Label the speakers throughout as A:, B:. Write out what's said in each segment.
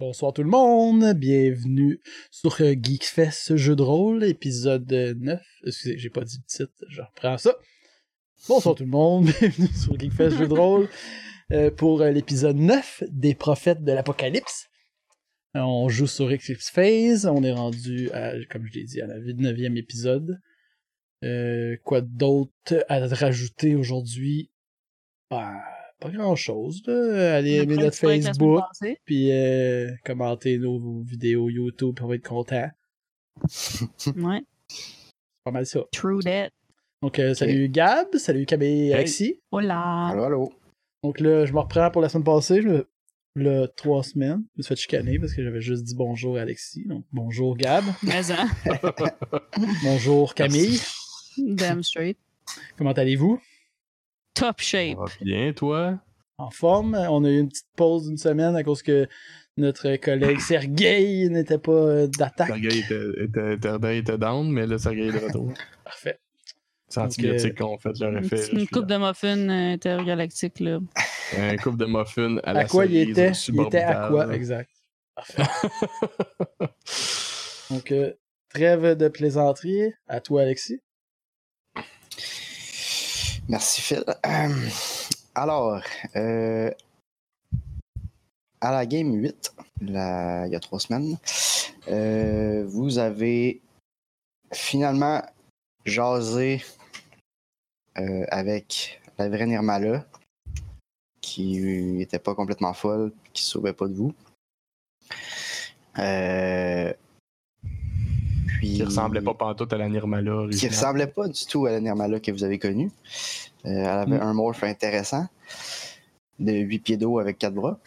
A: Bonsoir tout le monde, bienvenue sur euh, Geekfest jeu de rôle, épisode 9. Excusez, j'ai pas dit titre, je reprends ça. Bonsoir tout le monde, bienvenue sur Geekfest jeu de rôle euh, pour euh, l'épisode 9 des prophètes de l'apocalypse. Euh, On joue sur Eclipse Phase, on est rendu, à, comme je l'ai dit, à la 9e épisode. Euh, quoi d'autre à rajouter aujourd'hui? Ben, pas grand chose, là. Allez
B: On a
A: aimer
B: pris un
A: notre
B: petit break la semaine
A: Facebook
B: passée.
A: puis euh, commentez nos vidéos YouTube, puis on va être content.
B: Ouais,
A: Pas mal ça.
B: true that.
A: Donc, euh, salut Gab, salut Camille et Alexis.
B: Hola.
C: Allô, allô.
A: Donc là, je me reprends pour la semaine passée, je me- le trois semaines. Je me suis fait chicaner parce que j'avais juste dit bonjour à Alexis. Donc, bonjour Gab,
B: Mais hein,
A: bonjour Camille.
B: damn straight.
A: Comment allez-vous?
B: Top
C: Ça
B: shape.
C: va bien, toi?
A: En forme. On a eu une petite pause d'une semaine à cause que notre collègue Sergueï n'était pas euh, d'attaque.
C: Sergei était, était, Sergueï était down, mais là, Sergei est de retour.
A: Parfait.
C: C'est antibiotique
A: euh,
C: qu'on fait leur
B: Une
C: effet.
B: petite-
C: là,
B: une coupe
C: celui-là.
B: de muffins euh, intergalactique, là.
C: Un couple de muffins à la
A: À quoi il
C: cerise
A: était? Il était
C: suborbitale.
A: à quoi? Exact. Parfait. Donc, euh, trêve de plaisanterie. À toi, Alexis.
D: Merci Phil. Euh, alors, euh, à la game 8, la- il y a trois semaines, euh, vous avez finalement jasé euh, avec la vraie Nirmala, qui n'était pas complètement folle, qui ne sauvait pas de vous. Euh, puis...
C: Qui ressemblait pas pantoute à la Nirmala.
D: qui
C: originale.
D: ressemblait pas du tout à la Nirmala que vous avez connue. Euh, elle avait
A: Mm.
D: un morph intéressant de 8 pieds d'eau avec 4 bras.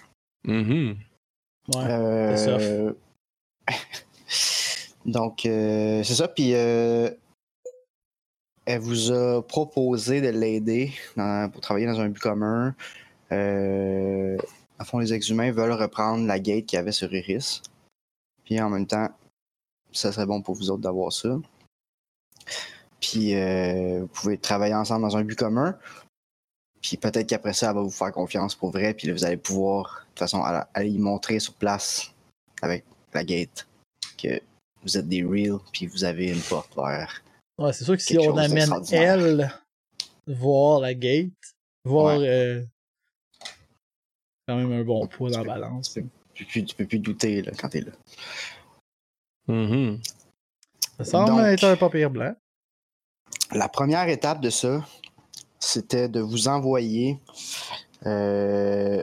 C: Mhm.
A: Ouais.
D: Euh, Donc, euh, c'est ça. Puis, euh, elle vous a proposé de l'aider dans- pour travailler dans un but commun. Euh, à fond, les exhumains veulent reprendre la gate qu'il y avait sur Iris. Puis, en même temps, ça serait bon pour vous autres d'avoir ça. Puis, euh, vous pouvez travailler ensemble dans un but commun. Puis peut-être qu'après ça, elle va vous faire confiance pour vrai. Puis là, vous allez pouvoir, de toute façon, aller aller y montrer sur place avec la gate que vous êtes des real. Puis vous avez une porte vers.
A: Ouais, c'est sûr que si
D: Quelque
A: on
D: chose
A: amène elle
D: d'extraordinaire.
A: voir la gate, voir euh, quand même un bon poids dans la balance.
D: Tu peux plus, tu peux plus douter là, quand t'es là.
C: Mhm.
A: Ça semble
D: Donc-
A: être un papier blanc.
D: La première étape de ça, c'était de vous envoyer euh,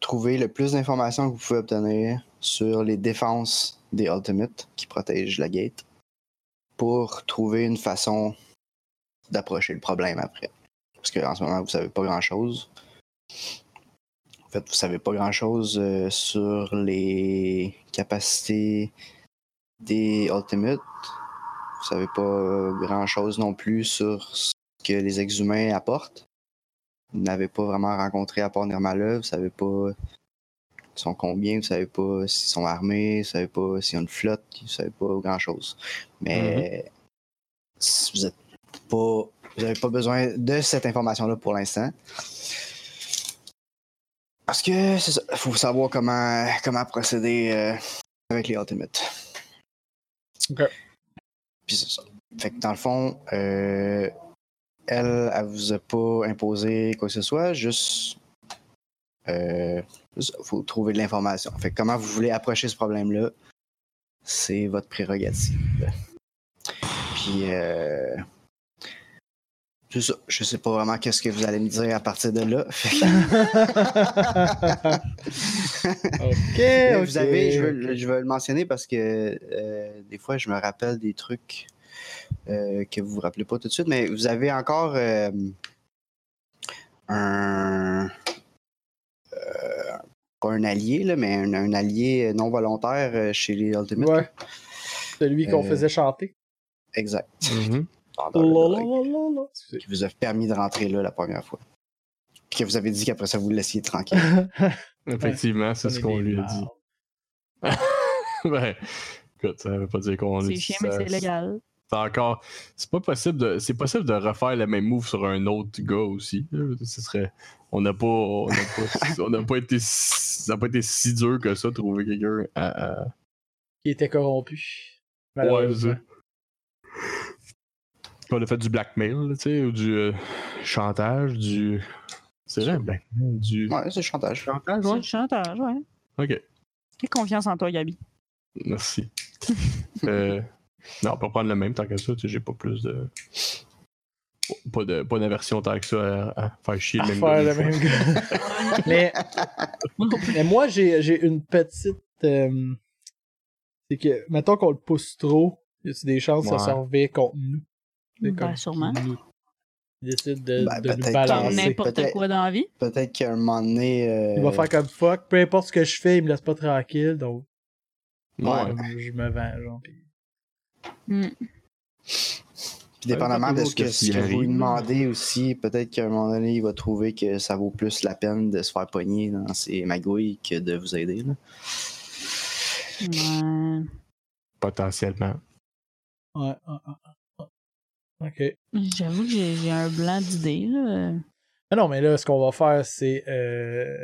D: trouver le plus d'informations que vous pouvez obtenir sur les défenses des Ultimates qui protègent la gate pour trouver une façon d'approcher le problème après. Parce qu'en ce moment, vous savez pas grand-chose. En fait, vous savez pas grand-chose euh, sur les capacités des Ultimates. Vous savez pas euh, grand-chose non plus sur ce que les exhumains apportent. Vous n'avez pas vraiment rencontré à part Nirmala, vous savez pas ils sont combien, vous savez pas s'ils sont armés, vous savez pas s'ils ont une flotte, vous savez pas grand-chose. Mais si vous êtes pas vous avez pas besoin de cette information-là pour l'instant. Parce que c'est ça, faut savoir comment comment procéder euh, avec les Ultimates. Puis c'est ça. Fait que dans le fond, euh, elle, elle vous a pas imposé quoi que ce soit, juste. Euh, juste, faut trouver de l'information. Fait que comment vous voulez approcher ce problème-là, c'est votre prérogative. Puis, euh, c'est ça. Je sais pas vraiment qu'est-ce que vous allez me dire à partir de là. Fait que-
A: ok,
D: Mais
A: ok,
D: vous avez, je veux,
A: ok.
D: le- je veux le mentionner parce que euh, des fois, je me rappelle des trucs euh, que vous vous rappelez pas tout de suite, mais vous avez encore euh, un. euh, pas un allié, là, mais un, un allié non volontaire euh, chez les Ultimates.
A: Ouais. Celui qu'on
D: Euh,
A: faisait chanter.
D: Exact.
C: Mhm.
D: Pendant le
A: La, la,
D: break,
A: la, la, la. Excusez.
D: Qui vous a permis de rentrer là la première fois. Puis que vous avez dit qu'après ça, vous le laissiez tranquille.
C: Effectivement, c'est ce
A: On est
C: qu'on
A: des
C: lui a dit. ben, écoute, ça veut pas dire qu'on
B: C'est
C: est-
B: chiant, mais
C: ça-
B: c'est légal.
C: C'est encore. C'est pas possible de. C'est possible de refaire le même move sur un autre gars aussi. là. Ce serait. On n'a pas. On n'a pas, on n'a pas été. si- Ça n'a pas été si dur que ça, trouver quelqu'un à. à-
A: qui était corrompu.
C: Ouais,
A: Malheureusement.
C: c'est ça. On a fait du blackmail, là, tu sais, ou du euh, chantage, du. C'est vrai, ben, du.
D: Ouais, c'est chantage.
C: Chantage,
B: C'est
C: Ah, ouais.
B: le chantage, ouais.
C: Ok,
B: J'ai confiance en toi, Gabi.
C: merci. Euh, non, on peut prendre le même tant que ça, tu sais, j'ai pas plus de. Pas de pas d'inversion tant que ça à, à faire chier
A: À
C: le même
A: faire
C: gars
A: le
C: des fois.
A: même gars. mais, mais moi, j'ai j'ai une petite. euh, c'est que, mettons qu'on le pousse trop, il y a des chances que ça se
C: Ouais.
A: revire contre nous. C'est
B: Ben,
A: comme
B: sûrement.
A: qu'il nous- Il décide de, de
D: Ben,
A: nous
D: peut-être
B: Comme
D: c'est-
A: balancer.
B: n'importe
D: peut-être-
B: quoi dans la vie.
D: Peut-être qu'à un moment donné. euh,
A: Il va faire comme fuck, peu importe ce que je fais, il me laisse pas tranquille, donc
C: Ouais.
A: comme, je me vends, genre. pis-
B: Hmm.
D: Puis dépendamment de ce que,
C: Qu'est-ce
D: ce
C: qui
D: que vous lui
C: arrive?
D: demandez aussi, peut-être qu'à un moment donné, il va trouver que ça vaut plus la peine de se faire pogner dans ses magouilles que de vous aider. Là.
B: Ouais.
C: Potentiellement.
A: Ouais, ouais, ouais, ouais. Ok.
B: J'avoue que j'ai j'ai un blanc d'idées. là.
A: Ah non, mais là, ce qu'on va faire, c'est. Euh...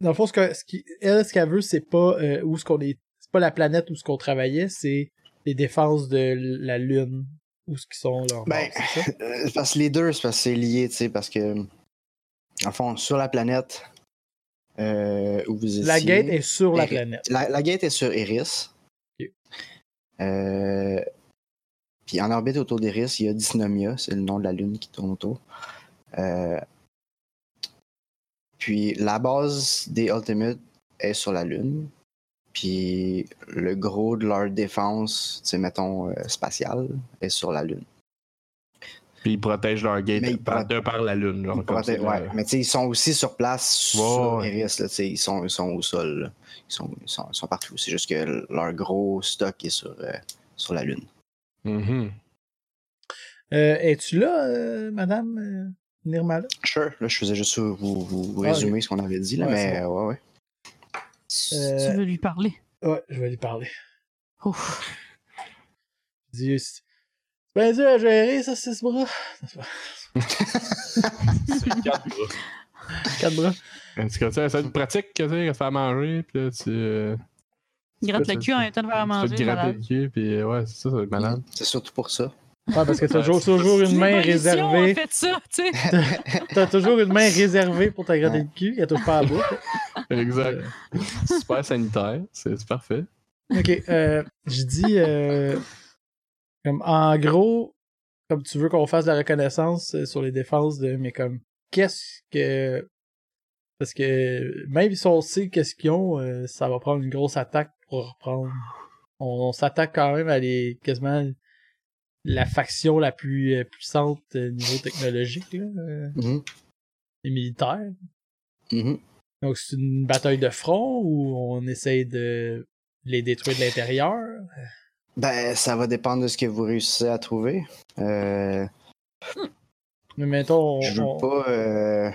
A: Dans le fond, ce que- ce qui- elle, ce qu'elle veut, c'est pas euh, où ce qu'on est. C'est pas la planète où ce qu'on travaillait, c'est les défenses de la Lune, où ce qui sont leurs
D: Ben,
A: bases, c'est ça?
D: Euh, parce que les deux, c'est parce que c'est lié, tu sais, parce que, en fond, sur la planète euh, où vous étiez.
A: La gate est sur la
D: ben,
A: planète.
D: La, la gate est sur Eris.
A: Ok.
D: Euh, puis en orbite autour d'Eris, il y a Dysnomia, c'est le nom de la lune qui tourne autour. Euh, puis la base des Ultimates est sur la lune. Puis le gros de leur défense, tu sais, mettons, euh, spatiale, est sur la lune.
C: Puis ils protègent leur gate
D: Mais ils
C: par,
D: prote-
C: de par la lune. Genre,
D: Ils
C: comme
D: proté-
C: ça,
D: ouais,
C: là.
D: Mais tu sais, ils sont aussi sur place sur
C: Ouais, ouais.
D: Eris, là, tu sais, ils, sont, ils sont au sol. là. Ils, sont, ils sont- ils sont partout. C'est juste que leur gros stock est sur, euh, sur la Lune.
C: Mhm.
A: Euh, Es-tu là, euh, madame euh, Nirmala?
D: Sure. Là, je faisais juste vous, vous, vous
A: Ah,
D: résumer ce qu'on avait dit, là,
A: Ouais,
D: mais
A: c'est
D: euh, ouais, ouais.
B: Tu
A: Euh,
B: tu veux lui parler?
A: Ouais, je vais lui parler.
B: Ouf.
A: Je dis, euh, C'est bien dur à gérer, ça, six bras.
C: C'est quatre bras.
A: Quatre bras.
C: En tout cas, tu sais, ça va être pratique, tu sais, faire à manger, puis là, tu. euh,
B: Il gratte le cul en étant de faire à
C: tu
B: manger.
C: fais te gratter
B: malade.
C: le cul, puis euh, ouais, c'est ça, ça va être malade.
D: C'est surtout pour ça.
A: Ouais, parce que t'as
C: Ouais,
A: toujours,
C: c'est
A: toujours
B: C'est
A: une main
B: l'évolution,
A: réservée.
B: on fait ça, tu sais.
A: T'as toujours une main réservée pour te gratter le cul. Elle touche pas à la bouche.
C: Exact.
B: Euh.
C: Super sanitaire, c'est c'est parfait.
A: Ok, euh, je dis, euh, comme en gros, comme tu veux qu'on fasse de la reconnaissance euh, sur les défenses, de, mais comme, qu'est-ce que. Parce que même si on sait qu'est-ce qu'ils ont, euh, ça va prendre une grosse attaque pour reprendre. On, on s'attaque quand même à les quasiment la faction la plus euh, puissante euh, niveau technologique, là, euh,
D: Mhm.
A: les militaires.
D: Mhm.
A: Donc c'est une bataille de front où on essaye de les détruire de l'intérieur.
D: Ben, ça va dépendre de ce que vous réussissez à trouver. Euh,
A: Mais mettons, on-
D: je veux
A: on-
D: pas. euh,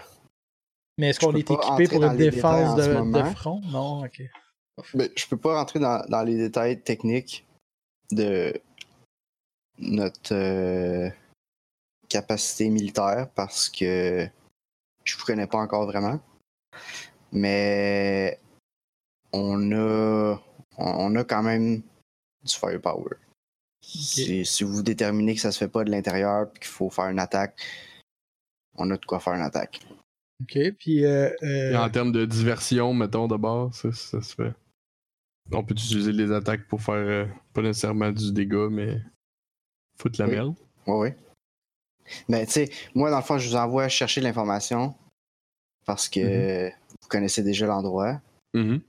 A: mais est-ce
D: je
A: qu'on
D: peux
A: est
D: pas
A: équipé
D: entrer
A: pour
D: dans
A: une
D: les détails
A: défense
D: en
A: de,
D: ce
A: de
D: moment.
A: front? Non, ok.
D: Ben, je peux pas rentrer dans, dans les détails techniques de notre euh, capacité militaire parce que je vous connais pas encore vraiment. Mais on a on, on a quand même du firepower. Si, si vous déterminez que ça se fait pas de l'intérieur puis qu'il faut faire une attaque, on a de quoi faire une attaque.
A: Ok, puis euh, euh,
C: Et en termes de diversion, mettons, d'abord, ça, ça se fait. On peut utiliser les attaques pour faire euh, pas nécessairement du dégât, mais foutre la
D: Oui.
C: merde.
D: Oui, oui. Mais Ben, tu sais, moi, dans le fond, je vous envoie chercher de l'information parce que
A: Mhm.
D: vous connaissez déjà l'endroit,
C: Mhm.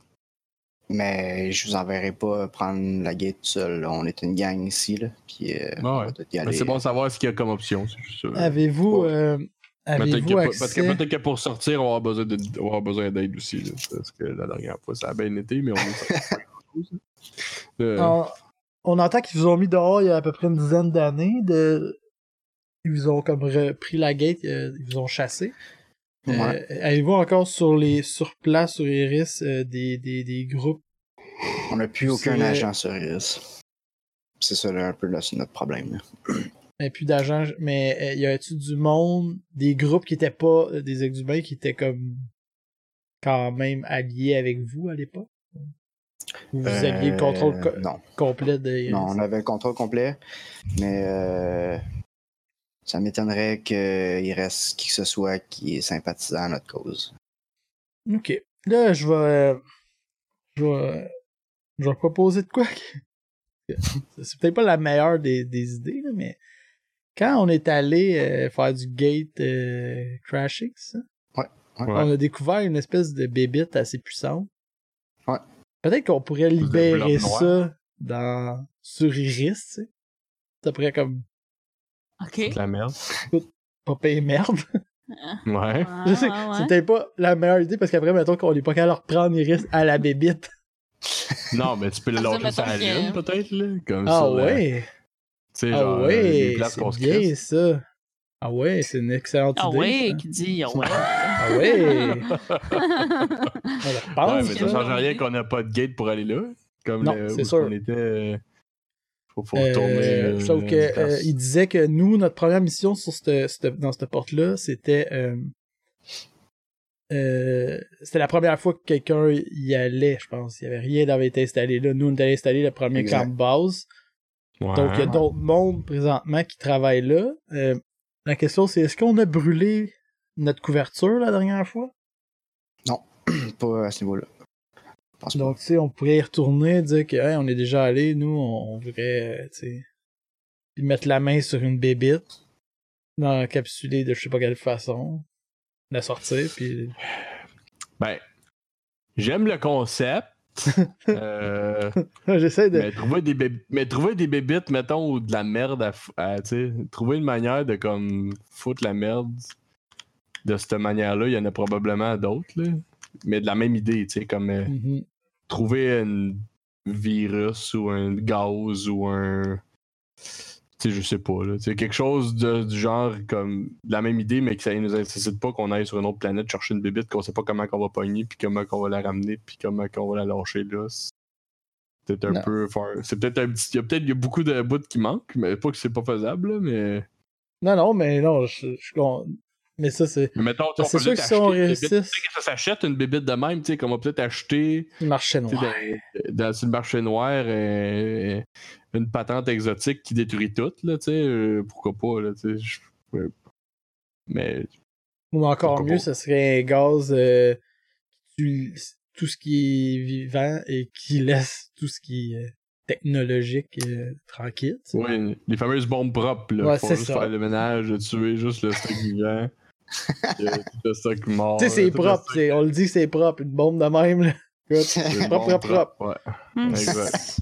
D: mais je vous enverrai pas prendre la gate tout seul. là. On est une gang ici, là, puis euh,
C: Ah
D: on
C: ouais.
D: va tout y
C: Mais
A: Ben,
D: aller.
C: c'est bon de savoir ce qu'il y a comme option, c'est juste ça.
A: avez-vous
D: Ouais.
A: euh,
C: Ben, Peut-être que,
A: avez-vous
C: pour-
A: accès
C: parce que peut-être que pour sortir, on va avoir besoin de- on va avoir besoin d'aide aussi. là. parce que la dernière fois, ça a bien été, mais on est sorti. Euh,
A: on, on entend qu'ils vous ont mis dehors il y a à peu près une dizaine d'années de ils vous ont comme repris la gate, euh, ils vous ont chassé. Euh,
D: Ouais.
A: Avez-vous encore sur les sur place sur Iris euh, des, des, des groupes
D: On n'a plus aucun
A: c'est-
D: agent sur Iris. C'est ça là, un peu là, c'est notre problème. là.
A: Mais plus d'agents. Mais euh, y avait-tu du monde, des groupes qui étaient pas euh, des exhumains, qui étaient comme quand même alliés avec vous à l'époque? Ou Vous
D: Euh,
A: aviez le contrôle co-
D: Non,
A: complet des.
D: non, on avait le contrôle complet, mais euh, ça m'étonnerait qu'il reste qui que ce soit qui est sympathisant à notre cause.
A: Ok. Là, je vais. euh, Je vais. Je vais proposer de quoi? que- C'est peut-être pas la meilleure des, des idées, là, mais quand on est allé euh, faire du gate euh, crashing, ça, on a découvert une espèce de bébite assez puissante.
D: Ouais.
A: Peut-être qu'on pourrait
C: de
A: libérer
C: blob noir.
A: ça dans sur Iris, tu sais. Ça pourrait comme
B: OK.
C: De la merde.
A: pas payer merde.
C: Ouais.
B: Ah,
A: Je sais,
B: ouais.
A: c'était pas la meilleure idée parce qu'après, mettons qu'on est pas qu'à leur prendre Iris à la bébite.
C: Non, mais tu peux le
B: Ah, Ça,
C: lâcher
B: mettons
C: sur la
B: que-
C: lune, peut-être, là. Comme ça.
A: Ah
C: là.
A: ouais!
C: Tu sais,
A: Ah
C: genre, euh,
A: ouais!
C: les places qu'on se
A: C'est bien
C: crisse.
A: ça! Ah ouais, c'est une excellente
B: Ah
A: idée.
B: ouais,
A: ça.
B: qui dit ah ouais.
A: Ah ouais! On la
C: Ouais,
A: repense,
C: mais
B: que-
C: ça
A: ça.
C: change rien qu'on n'a pas de gate pour aller là. Comme
A: Non,
C: le-
A: c'est
C: où est-ce
A: sûr.
C: qu'on était. euh, Faut, faut
A: Euh,
C: retourner. euh,
A: sauf que
C: une place.
A: euh, il disait que nous, notre première mission sur cette, cette- dans cette porte-là, c'était euh, euh, c'était la première fois que quelqu'un y allait, je pense. Il n'y avait rien qui avait été installé là. Nous, on était installé le premier
D: Exact.
A: camp base.
C: Ouais.
A: Donc, il y a d'autres mondes présentement qui travaillent là. Euh, la question, c'est est-ce qu'on a brûlé notre couverture la dernière fois?
D: Pas à ce niveau-là. Je pense pas.
A: Donc, tu sais, on pourrait y retourner, dire que, hey, on est déjà allé, nous, on, on voudrait, euh, tu sais, puis mettre la main sur une bébite, l'encapsuler de je sais pas quelle façon, la sortir, puis.
C: Ben, j'aime le concept. Euh,
A: J'essaie de.
C: mais, trouver des bébé- mais trouver des bébites, mettons, ou de la merde à. f- à, tu sais, trouver une manière de comme foutre la merde de cette manière-là, il y en a probablement d'autres, là. Mais de la même idée, tu sais, comme. euh,
A: Mhm.
C: trouver un virus ou un gaz ou un. Tu sais, je sais pas, là. Tu sais, quelque chose de, du genre comme. de la même idée, mais que ça nous incite pas qu'on aille sur une autre planète chercher une bébite qu'on sait pas comment qu'on va pogner, puis comment qu'on va la ramener, puis comment qu'on va la lâcher là. C'est peut-être un
A: Non.
C: peu. faire- C'est peut-être un petit. Il y a peut-être il y a beaucoup de bouts qui manquent, mais pas que c'est pas faisable, là, mais.
A: Non, non, mais non, je, je- on- Mais ça, c'est.
C: Mais mettons, tu sais, on
A: C'est
C: peut
A: sûr que
C: peut-être
A: si on
C: acheter une bébite.
A: réussisse,
C: Tu sais, que ça s'achète une bébite de même, tu sais, qu'on va peut-être acheter.
A: le marché
C: Tu sais,
A: noir.
C: dans, dans- sur le marché noir, euh, une patente exotique qui détruit tout, là, tu sais, euh, pourquoi pas, là, tu sais, je- euh, mais
A: Ou encore
C: Pourquoi
A: mieux,
C: pas?
A: ce serait un gaz euh, qui tue tout ce qui est vivant et qui laisse tout ce qui est euh, technologique euh, tranquille. tu sais.
C: ouais, les fameuses bombes propres, là,
A: Ouais,
C: faut
A: c'est
C: juste
A: ça.
C: faire le ménage, tuer juste le stock vivant, puis, euh, tout le stock mort.
A: tu sais, c'est
C: tout le
A: propre.
C: stock-
A: c'est- On le dit que c'est propre. Une bombe de même. Là.
C: une bombe
A: propre, propre,
C: euh, Ouais,
B: Hmm.
C: exact.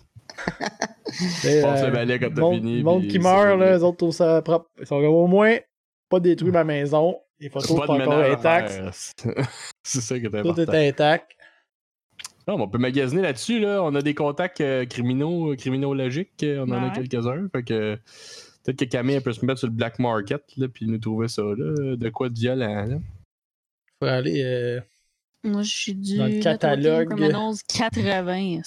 A: Et,
C: Passe
A: euh,
C: le balai quand t'as
A: monde,
C: fini.
A: monde
C: puis
A: qui
C: c'est
A: meurt, là,
C: réglé.
A: les autres trouvent ça propre. Ils sont comme au moins pas détruit ma maison. Les photos sont
C: Pas de
A: encore
C: ménage à
A: intactes.
C: faire. C'est ça qui est
A: Tout
C: important.
A: est intact.
C: Non, mais on peut magasiner là-dessus, là. On a des contacts euh, criminaux, criminologiques. euh, On en a
B: Ouais.
C: quelques-uns. Fait que peut-être que Camille elle peut se mettre sur le black market, là, puis nous trouver ça, là. De quoi de violent, là.
A: Faut aller. euh,
B: Moi, je suis du.
A: Dans le catalogue.
B: 80.
C: Ben,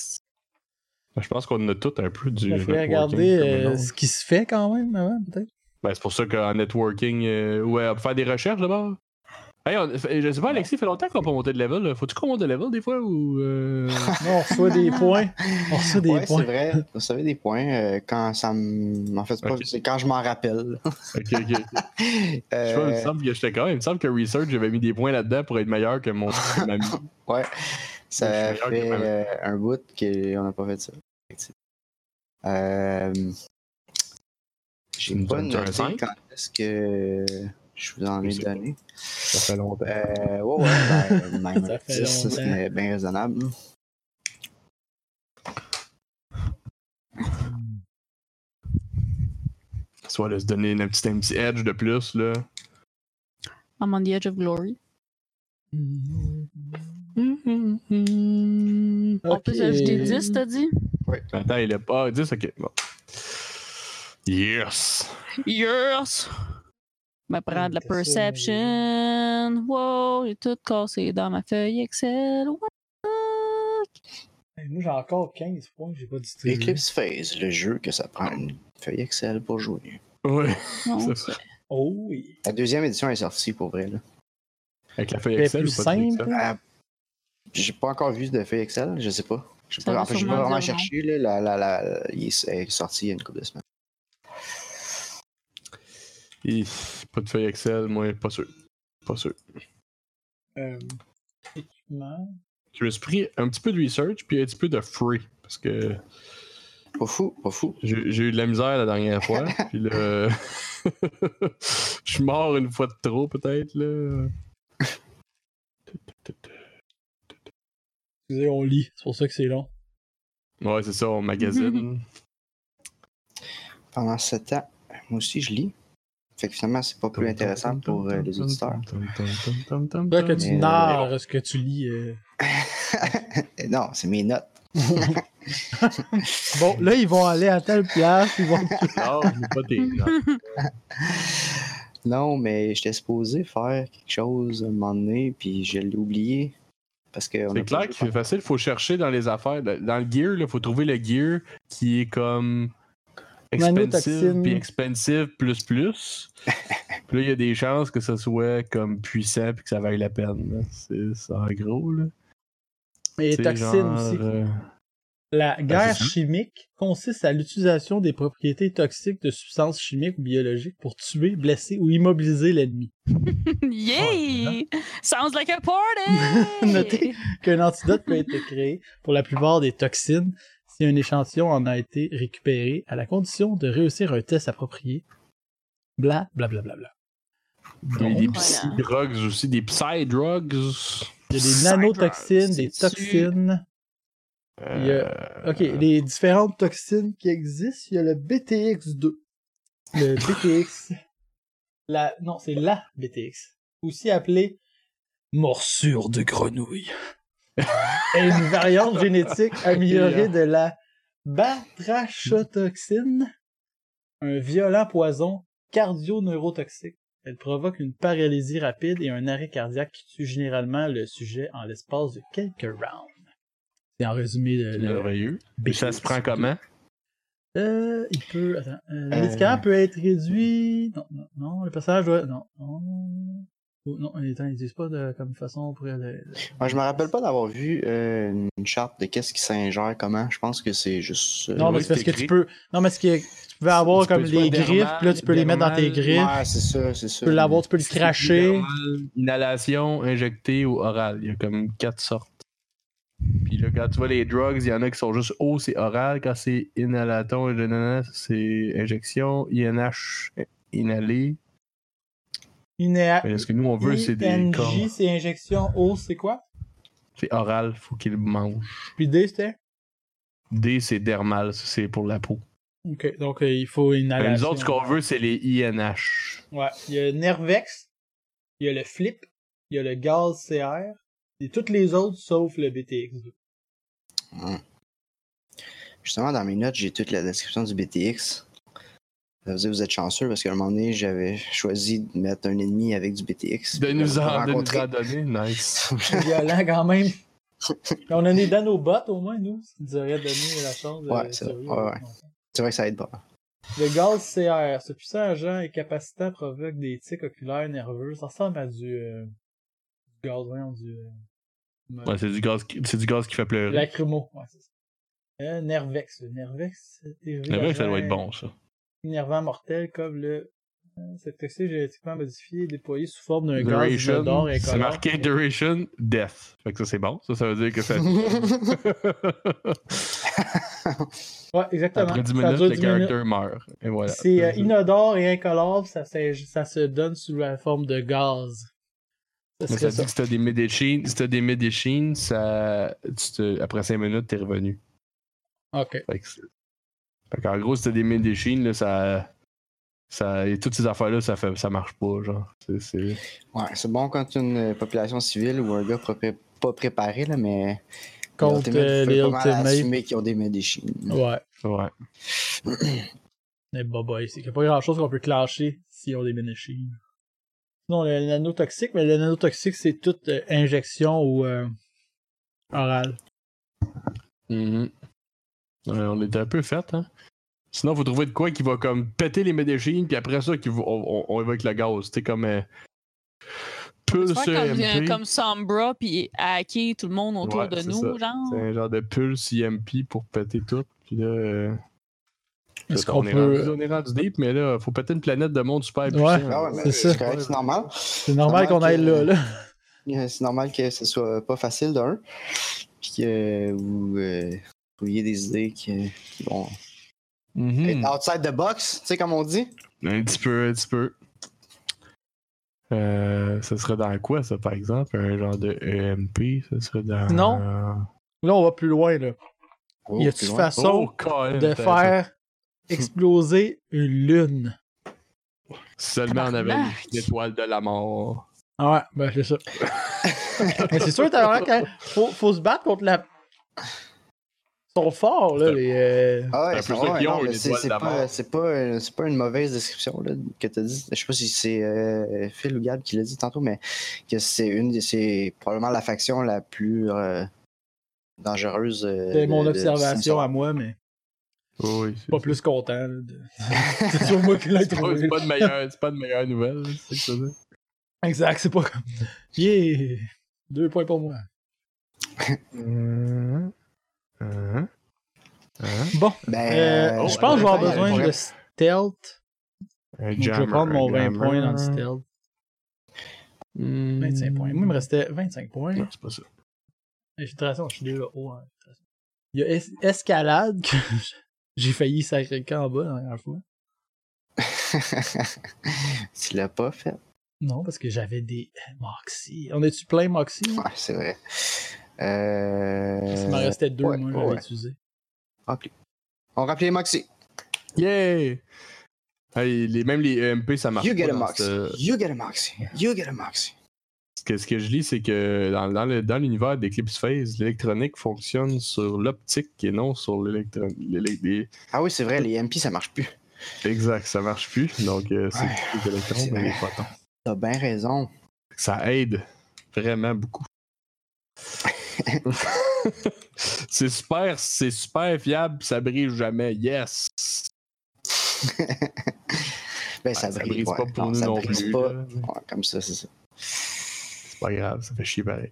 C: Je pense qu'on a tout un peu du.
A: Il faudrait
C: networking
A: regarder euh,
C: criminel.
A: ce qui se fait quand même avant, peut-être.
C: Ben, c'est pour ça qu'en networking, euh, ouais, on peut faire des recherches d'abord. Hey, on- fait- je sais pas, Alexis, fait longtemps qu'on n'a pas monté de level. là. Faut-tu qu'on monte de level des fois ou. euh,
A: Non, on reçoit des points. On reçoit des
D: ouais,
A: points.
D: c'est vrai. Vous savez des points euh, quand ça me. En fait, c'est pas-
C: Ok.
D: c'est quand je m'en rappelle.
C: ok, ok, ok. Je sais pas, il me
D: Euh,
C: semble que j'étais quand même. Il me semble que Research, j'avais mis des points là-dedans pour être meilleur que mon. que ma-
D: ouais.
C: Je
D: Ça
C: suis meilleur
D: fait
C: que ma-
D: euh, un bout qu'on n'a pas fait ça. Effectivement. Euh, J'ai
C: me
D: pas
C: donnes-tu un
D: noté
C: cinq?
D: quand est-ce que je vous en ai
C: Je sais
D: donné.
C: Ça fait longtemps.
D: Euh, ouais, ouais, ben, même
A: Ça
D: un
A: fait
D: 10, ça,
A: longtemps.
D: c'était bien raisonnable.
C: Soit de se donner une petite, un petit edge de plus, là.
B: I'm on the edge of glory. On peut
A: Ok.
B: s'ajouter 10, t'as dit?
C: Attends, il a pas. 10, ok. Bon. Yes!
B: Yes! Me prendre la
A: Qu'est-ce que c'est,
B: perception. Wow, j'ai tout cassé dans ma feuille Excel. What?
A: Moi, j'ai encore 15 points que j'ai pas distribué.
D: Eclipse Phase, le jeu que ça prend une feuille Excel pour jouer.
C: Ouais.
B: Non,
C: Ça-
A: Oh oui.
D: La deuxième édition est sortie pour vrai. Là.
C: Avec la feuille
A: Mais
C: Excel
A: plus
C: ou pas de feuille
A: simple.
C: Excel?
D: Euh, j'ai pas encore vu de feuille Excel, je sais pas. J'ai
B: Ça
D: pas,
B: va
D: en fait, j'ai pas
B: sûrement
A: hein.
D: vraiment
B: dire non.
D: cherché. Là, la, la, la- il est- elle est sortie il y a une couple de semaines.
C: Hi, Pas de feuille Excel, moi, pas sûr. Pas sûr.
D: Ah.
A: Euh, équipement.
C: Je me suis pris un petit peu de research puis un petit peu de free parce que
D: Pas fou, pas fou.
C: j'ai j'ai eu de la misère la dernière fois. puis là, je suis mort une fois de trop peut-être là.
A: Excusez, on lit. C'est pour ça que c'est long.
C: Ouais, c'est ça, on
A: Mhm.
C: magazine.
D: Pendant sept ans, moi aussi je lis. Fait que finalement, c'est pas plus intéressant pour euh, les auditeurs.
A: Là, que tu
D: Mais, euh,
A: narres ce que tu lis. euh.
D: non, c'est mes notes.
A: Bon, là, ils vont aller à telle place. Ils vont...
C: Non, je n'ai pas tes notes.
D: Non, mais j'étais supposé faire quelque chose à un moment donné, puis je l'ai oublié. Parce que on a
C: C'est
D: pas
C: clair
D: joué
C: que c'est facile, faut chercher dans les affaires. Dans le gear, il faut trouver le gear qui est comme expensive
A: Nanotoxine.
C: puis expensive plus plus. puis là, il y a des chances que ça soit comme puissant puis que ça vaille la peine. là. C'est ça, en gros. Là.
A: Et
C: C'est
A: toxines
C: genre,
A: aussi.
C: euh,
A: La
C: Ben,
A: guerre
C: c'est ça.
A: chimique consiste à l'utilisation des propriétés toxiques de substances chimiques ou biologiques pour tuer, blesser ou immobiliser l'ennemi.
B: Yay! Sounds like a party!
A: Notez Qu'un antidote peut être créé pour la plupart des toxines si un échantillon en a été récupéré à la condition de réussir un test approprié. Bla, bla, bla, bla, bla.
C: il y a des
A: Donc,
B: Voilà.
C: psy-drugs aussi, des psy-drugs.
A: il y a des nanotoxines, des
B: C'est-tu-
A: toxines. Il y a-
C: Euh,
A: OK, les différentes toxines qui existent, il y a le BTX2. Le BTX. la... Non, c'est la BTX. Aussi appelée morsure de grenouille. Et une variante génétique améliorée de la batrachotoxine, un violent poison cardio-neurotoxique. Elle provoque une paralysie rapide et un arrêt cardiaque qui tue généralement le sujet en l'espace de quelques rounds. C'est en résumé le,
C: C'est
A: le-
C: merveilleux. Mais ça se prend comment?
A: euh, il peut. Attends. euh, le
D: Euh.
A: médicament peut être réduit. Non, non, non. Le personnage doit. Non, non. Oh, non, ils n'utilisent pas de comme façon pour. euh, Le, le-
D: Moi, je me rappelle pas d'avoir vu euh, une charte de qu'est-ce qui s'ingère comment. Je pense que c'est juste. euh,
A: Non, mais
C: oui,
A: c'est parce
C: c'est
A: que
C: écrit.
A: tu peux. Non, mais ce qui est- Tu peux avoir
C: Tu peux
A: comme
C: soit
A: les
C: dermal,
A: griffes, puis là tu peux les mettre dans tes
C: dermal,
A: griffes.
D: ouais, c'est ça, c'est ça.
A: Tu peux l'avoir, tu peux le cracher.
C: Inhalation, injectée ou orale. Il y a comme quatre sortes. Puis là, quand tu vois les drugs, il y en a qui sont juste O, c'est oral. Quand c'est inhalaton, nanana, c'est injection. INH, inhalé.
A: Inéa.
C: Mais ce que nous, on veut, c'est des
A: INJ,
C: corps.
A: c'est injection. O, c'est quoi?
C: C'est oral, faut qu'il mange.
A: Puis D, c'était?
C: D, c'est dermal, ça, c'est pour la peau.
A: Ok, donc euh, il faut une
C: Mais Ben, nous
A: inhalation.
C: autres, ce qu'on veut, c'est les INH.
A: Ouais, il y a Nervex, il y a le Flip, il y a le Gaz CR, et toutes les autres sauf le BTX2.
D: Justement, dans mes notes, j'ai toute la description du BTX. Ça veut dire que vous êtes chanceux parce qu'à un moment donné, j'avais choisi de mettre un ennemi avec du BTX.
C: De nous en, de nous
D: rencontrer.
C: en donner, nice.
A: C'est violent quand même. Mais on en est dans nos bottes au moins, nous, ça nous aurait donné la chance de
D: Ouais, c'est vrai,
A: survivre.
D: ouais, ouais. C'est vrai que ça aide pas.
A: Le Gaz CR, ce puissant agent incapacitant provoque des tics oculaires nerveux, ça ressemble à du, euh, du gaz, voyons, du... euh,
C: Ouais, c'est du, gaz qui- c'est du gaz qui fait
A: de
C: pleurer.
A: Lacrymo, ouais, c'est ça. Euh, Nervex, le Nervex, c'est
C: C'est vrai que ça doit être bon, ça.
A: innervant mortel comme le. Cette toxique génétiquement modifié et déployé sous forme d'un gaz
C: Duration,
A: inodore et
C: c'est marqué duration, death. Fait que ça, c'est bon. Ça, ça veut dire que ça.
A: Ouais, exactement.
C: Après 10
A: Ça
C: minutes,
A: dure
C: le
A: 10 minutes.
C: caractère meurt. Et voilà. Mm-hmm.
A: C'est euh, inodore et incolore, ça, se- ça se donne sous la forme de gaz. Ça
C: Mais
A: serait
C: ça dit
A: ça.
C: que si t'as des medicines, si t'as des medicines, ça, tu te- après 5 minutes, t'es revenu.
A: Ok.
C: Fait que c'est- fait qu'en gros, si t'as des medicines, là, ça, ça, et toutes ces affaires-là, ça fait, ça marche pas, genre. C'est, c'est-
D: Ouais, c'est bon quand une euh, population civile ou un gars propre- pas préparé, là, mais.
A: Contre
D: Ultimate,
A: euh,
D: faut
A: les
D: pas mal
A: Ultimates.
D: assumer qu'ils ont des médéchines.
A: Ouais.
C: ouais.
A: Oh. Mais bah, bah, c'est qu'il n'y a pas grand chose qu'on peut clasher si on des ménéchines. Non, le nanotoxique, mais le nanotoxique, c'est toute euh, injection ou euh, orale.
C: Mhm. Ouais, on était un peu fait, hein. Sinon, faut trouver de quoi qui va comme péter les médecines, puis après ça, qui va- on, on- on évoque le gaz. C'était comme. euh,
B: C'est
C: pulse
B: pas comme, euh,
C: EMP.
B: comme Sombra puis hacker tout le monde autour
C: Ouais,
B: de
C: c'est
B: nous, genre.
C: C'est un genre de pulse EMP pour péter tout. Puis là. euh,
A: Est-ce
C: on,
A: qu'on
C: est
A: peut.
C: rendu, on est rendu deep, mais là, faut péter une planète de monde super puissant.
A: Ouais.
D: Ah ouais, mais
A: C'est ça.
D: c'est correct, c'est normal.
A: C'est normal
D: Comment
A: qu'on aille
D: que-
A: là, là.
D: Euh, C'est normal que ce soit pas facile d'un. Puis que vous euh, trouviez des idées qui, euh, qui vont
C: Mhm.
A: Hmm.
D: être outside the box, tu sais, comme on dit.
C: Un petit peu, un petit peu. Euh, ça serait dans quoi, ça, par exemple? Un genre de E EMP, ça serait dans...
A: Non. Là, on va plus loin, là.
D: Oh,
A: Y
D: plus
A: a-t-il
D: loin.
A: façon
C: Oh, Colin,
A: de
C: t'as-
A: faire exploser une lune?
C: Seulement on avait
B: Tabarnak.
C: l'étoile de la mort.
A: Ah ouais, ben c'est ça. Mais c'est sûr, t'as l'air faut, faut se battre contre la. Ils sont forts, là,
C: C'est-
A: les. euh,
D: Ah ouais, c'est
C: C'est un peu ça
D: ouais,
C: qu'ils ont,
D: non,
C: une
D: mais c'est-
C: étoile
D: c'est
C: de la
D: pas,
C: mort.
D: c'est pas, euh, c'est pas une mauvaise description là, que tu as dit. Je sais pas si c'est euh, Phil ou Gab qui l'a dit tantôt, mais que c'est une des- c'est probablement la faction la plus euh, dangereuse. euh,
A: C'est mon
D: de- de-
A: observation à moi, mais
C: Oui, c'est-
A: pas plus content. là, de- c'est sur moi qui l'ai
C: c'est pas,
A: trouvé.
C: c'est pas de meilleure, c'est pas de meilleure nouvelle, c'est ça. ça.
A: Exact, c'est pas comme. Yeah! Deux points pour moi.
C: Mhm. Mhm. Mhm.
A: Bon,
D: Ben,
A: euh,
D: euh,
A: je pense que je vais avoir
C: ouais, ouais,
A: besoin
C: ouais.
A: de stealth. Donc,
C: Un
A: je vais
C: jammer,
A: prendre mon
C: un
A: 20 points dans le
C: jammer.
A: stealth.
C: Mhm.
A: 25 points. Moi, il me restait 25 points.
C: Non, c'est pas ça.
A: Infiltration, je suis déjà haut. en infiltration. Il y a es- escalade que j'ai failli sacrer le camp en bas la dernière fois.
D: tu l'as pas fait.
A: Non, parce que j'avais des euh, Moxie. On a-tu plein Moxie? là?
D: Ouais, c'est vrai.
A: Il m'en
D: Euh...
A: restait deux,
D: ouais,
A: moi,
D: ouais,
A: j'avais
D: ouais.
A: utilisé.
D: On rappelait les Moxie.
C: Yay! Hey, les, même les EMP, ça marche
D: You get
C: pas
D: a
C: dans
D: Moxie.
C: ce-
D: You get a Moxie. You get a Moxie.
C: Ce que, ce que je lis, c'est que dans, dans le- dans l'univers d'Eclipse Phase, l'électronique fonctionne sur l'optique et non sur l'électronique.
D: Ah oui, c'est vrai, les MP ça marche plus.
C: Exact, ça marche plus. Donc, euh, c'est
D: Ouais,
C: plus des électrons,
D: c'est
C: mais
D: vrai.
C: des photons.
D: T'as bien raison.
C: Ça aide vraiment beaucoup. c'est super, c'est super fiable, ça brise jamais. Yes!
D: Ben, ça,
C: Ouais,
D: brise, ouais.
C: Ah, pas pour nous
D: ça
C: non
D: brise
C: plus.
D: pas.
C: là.
D: Ouais, comme ça, c'est ça.
C: C'est pas grave, ça fait chier pareil.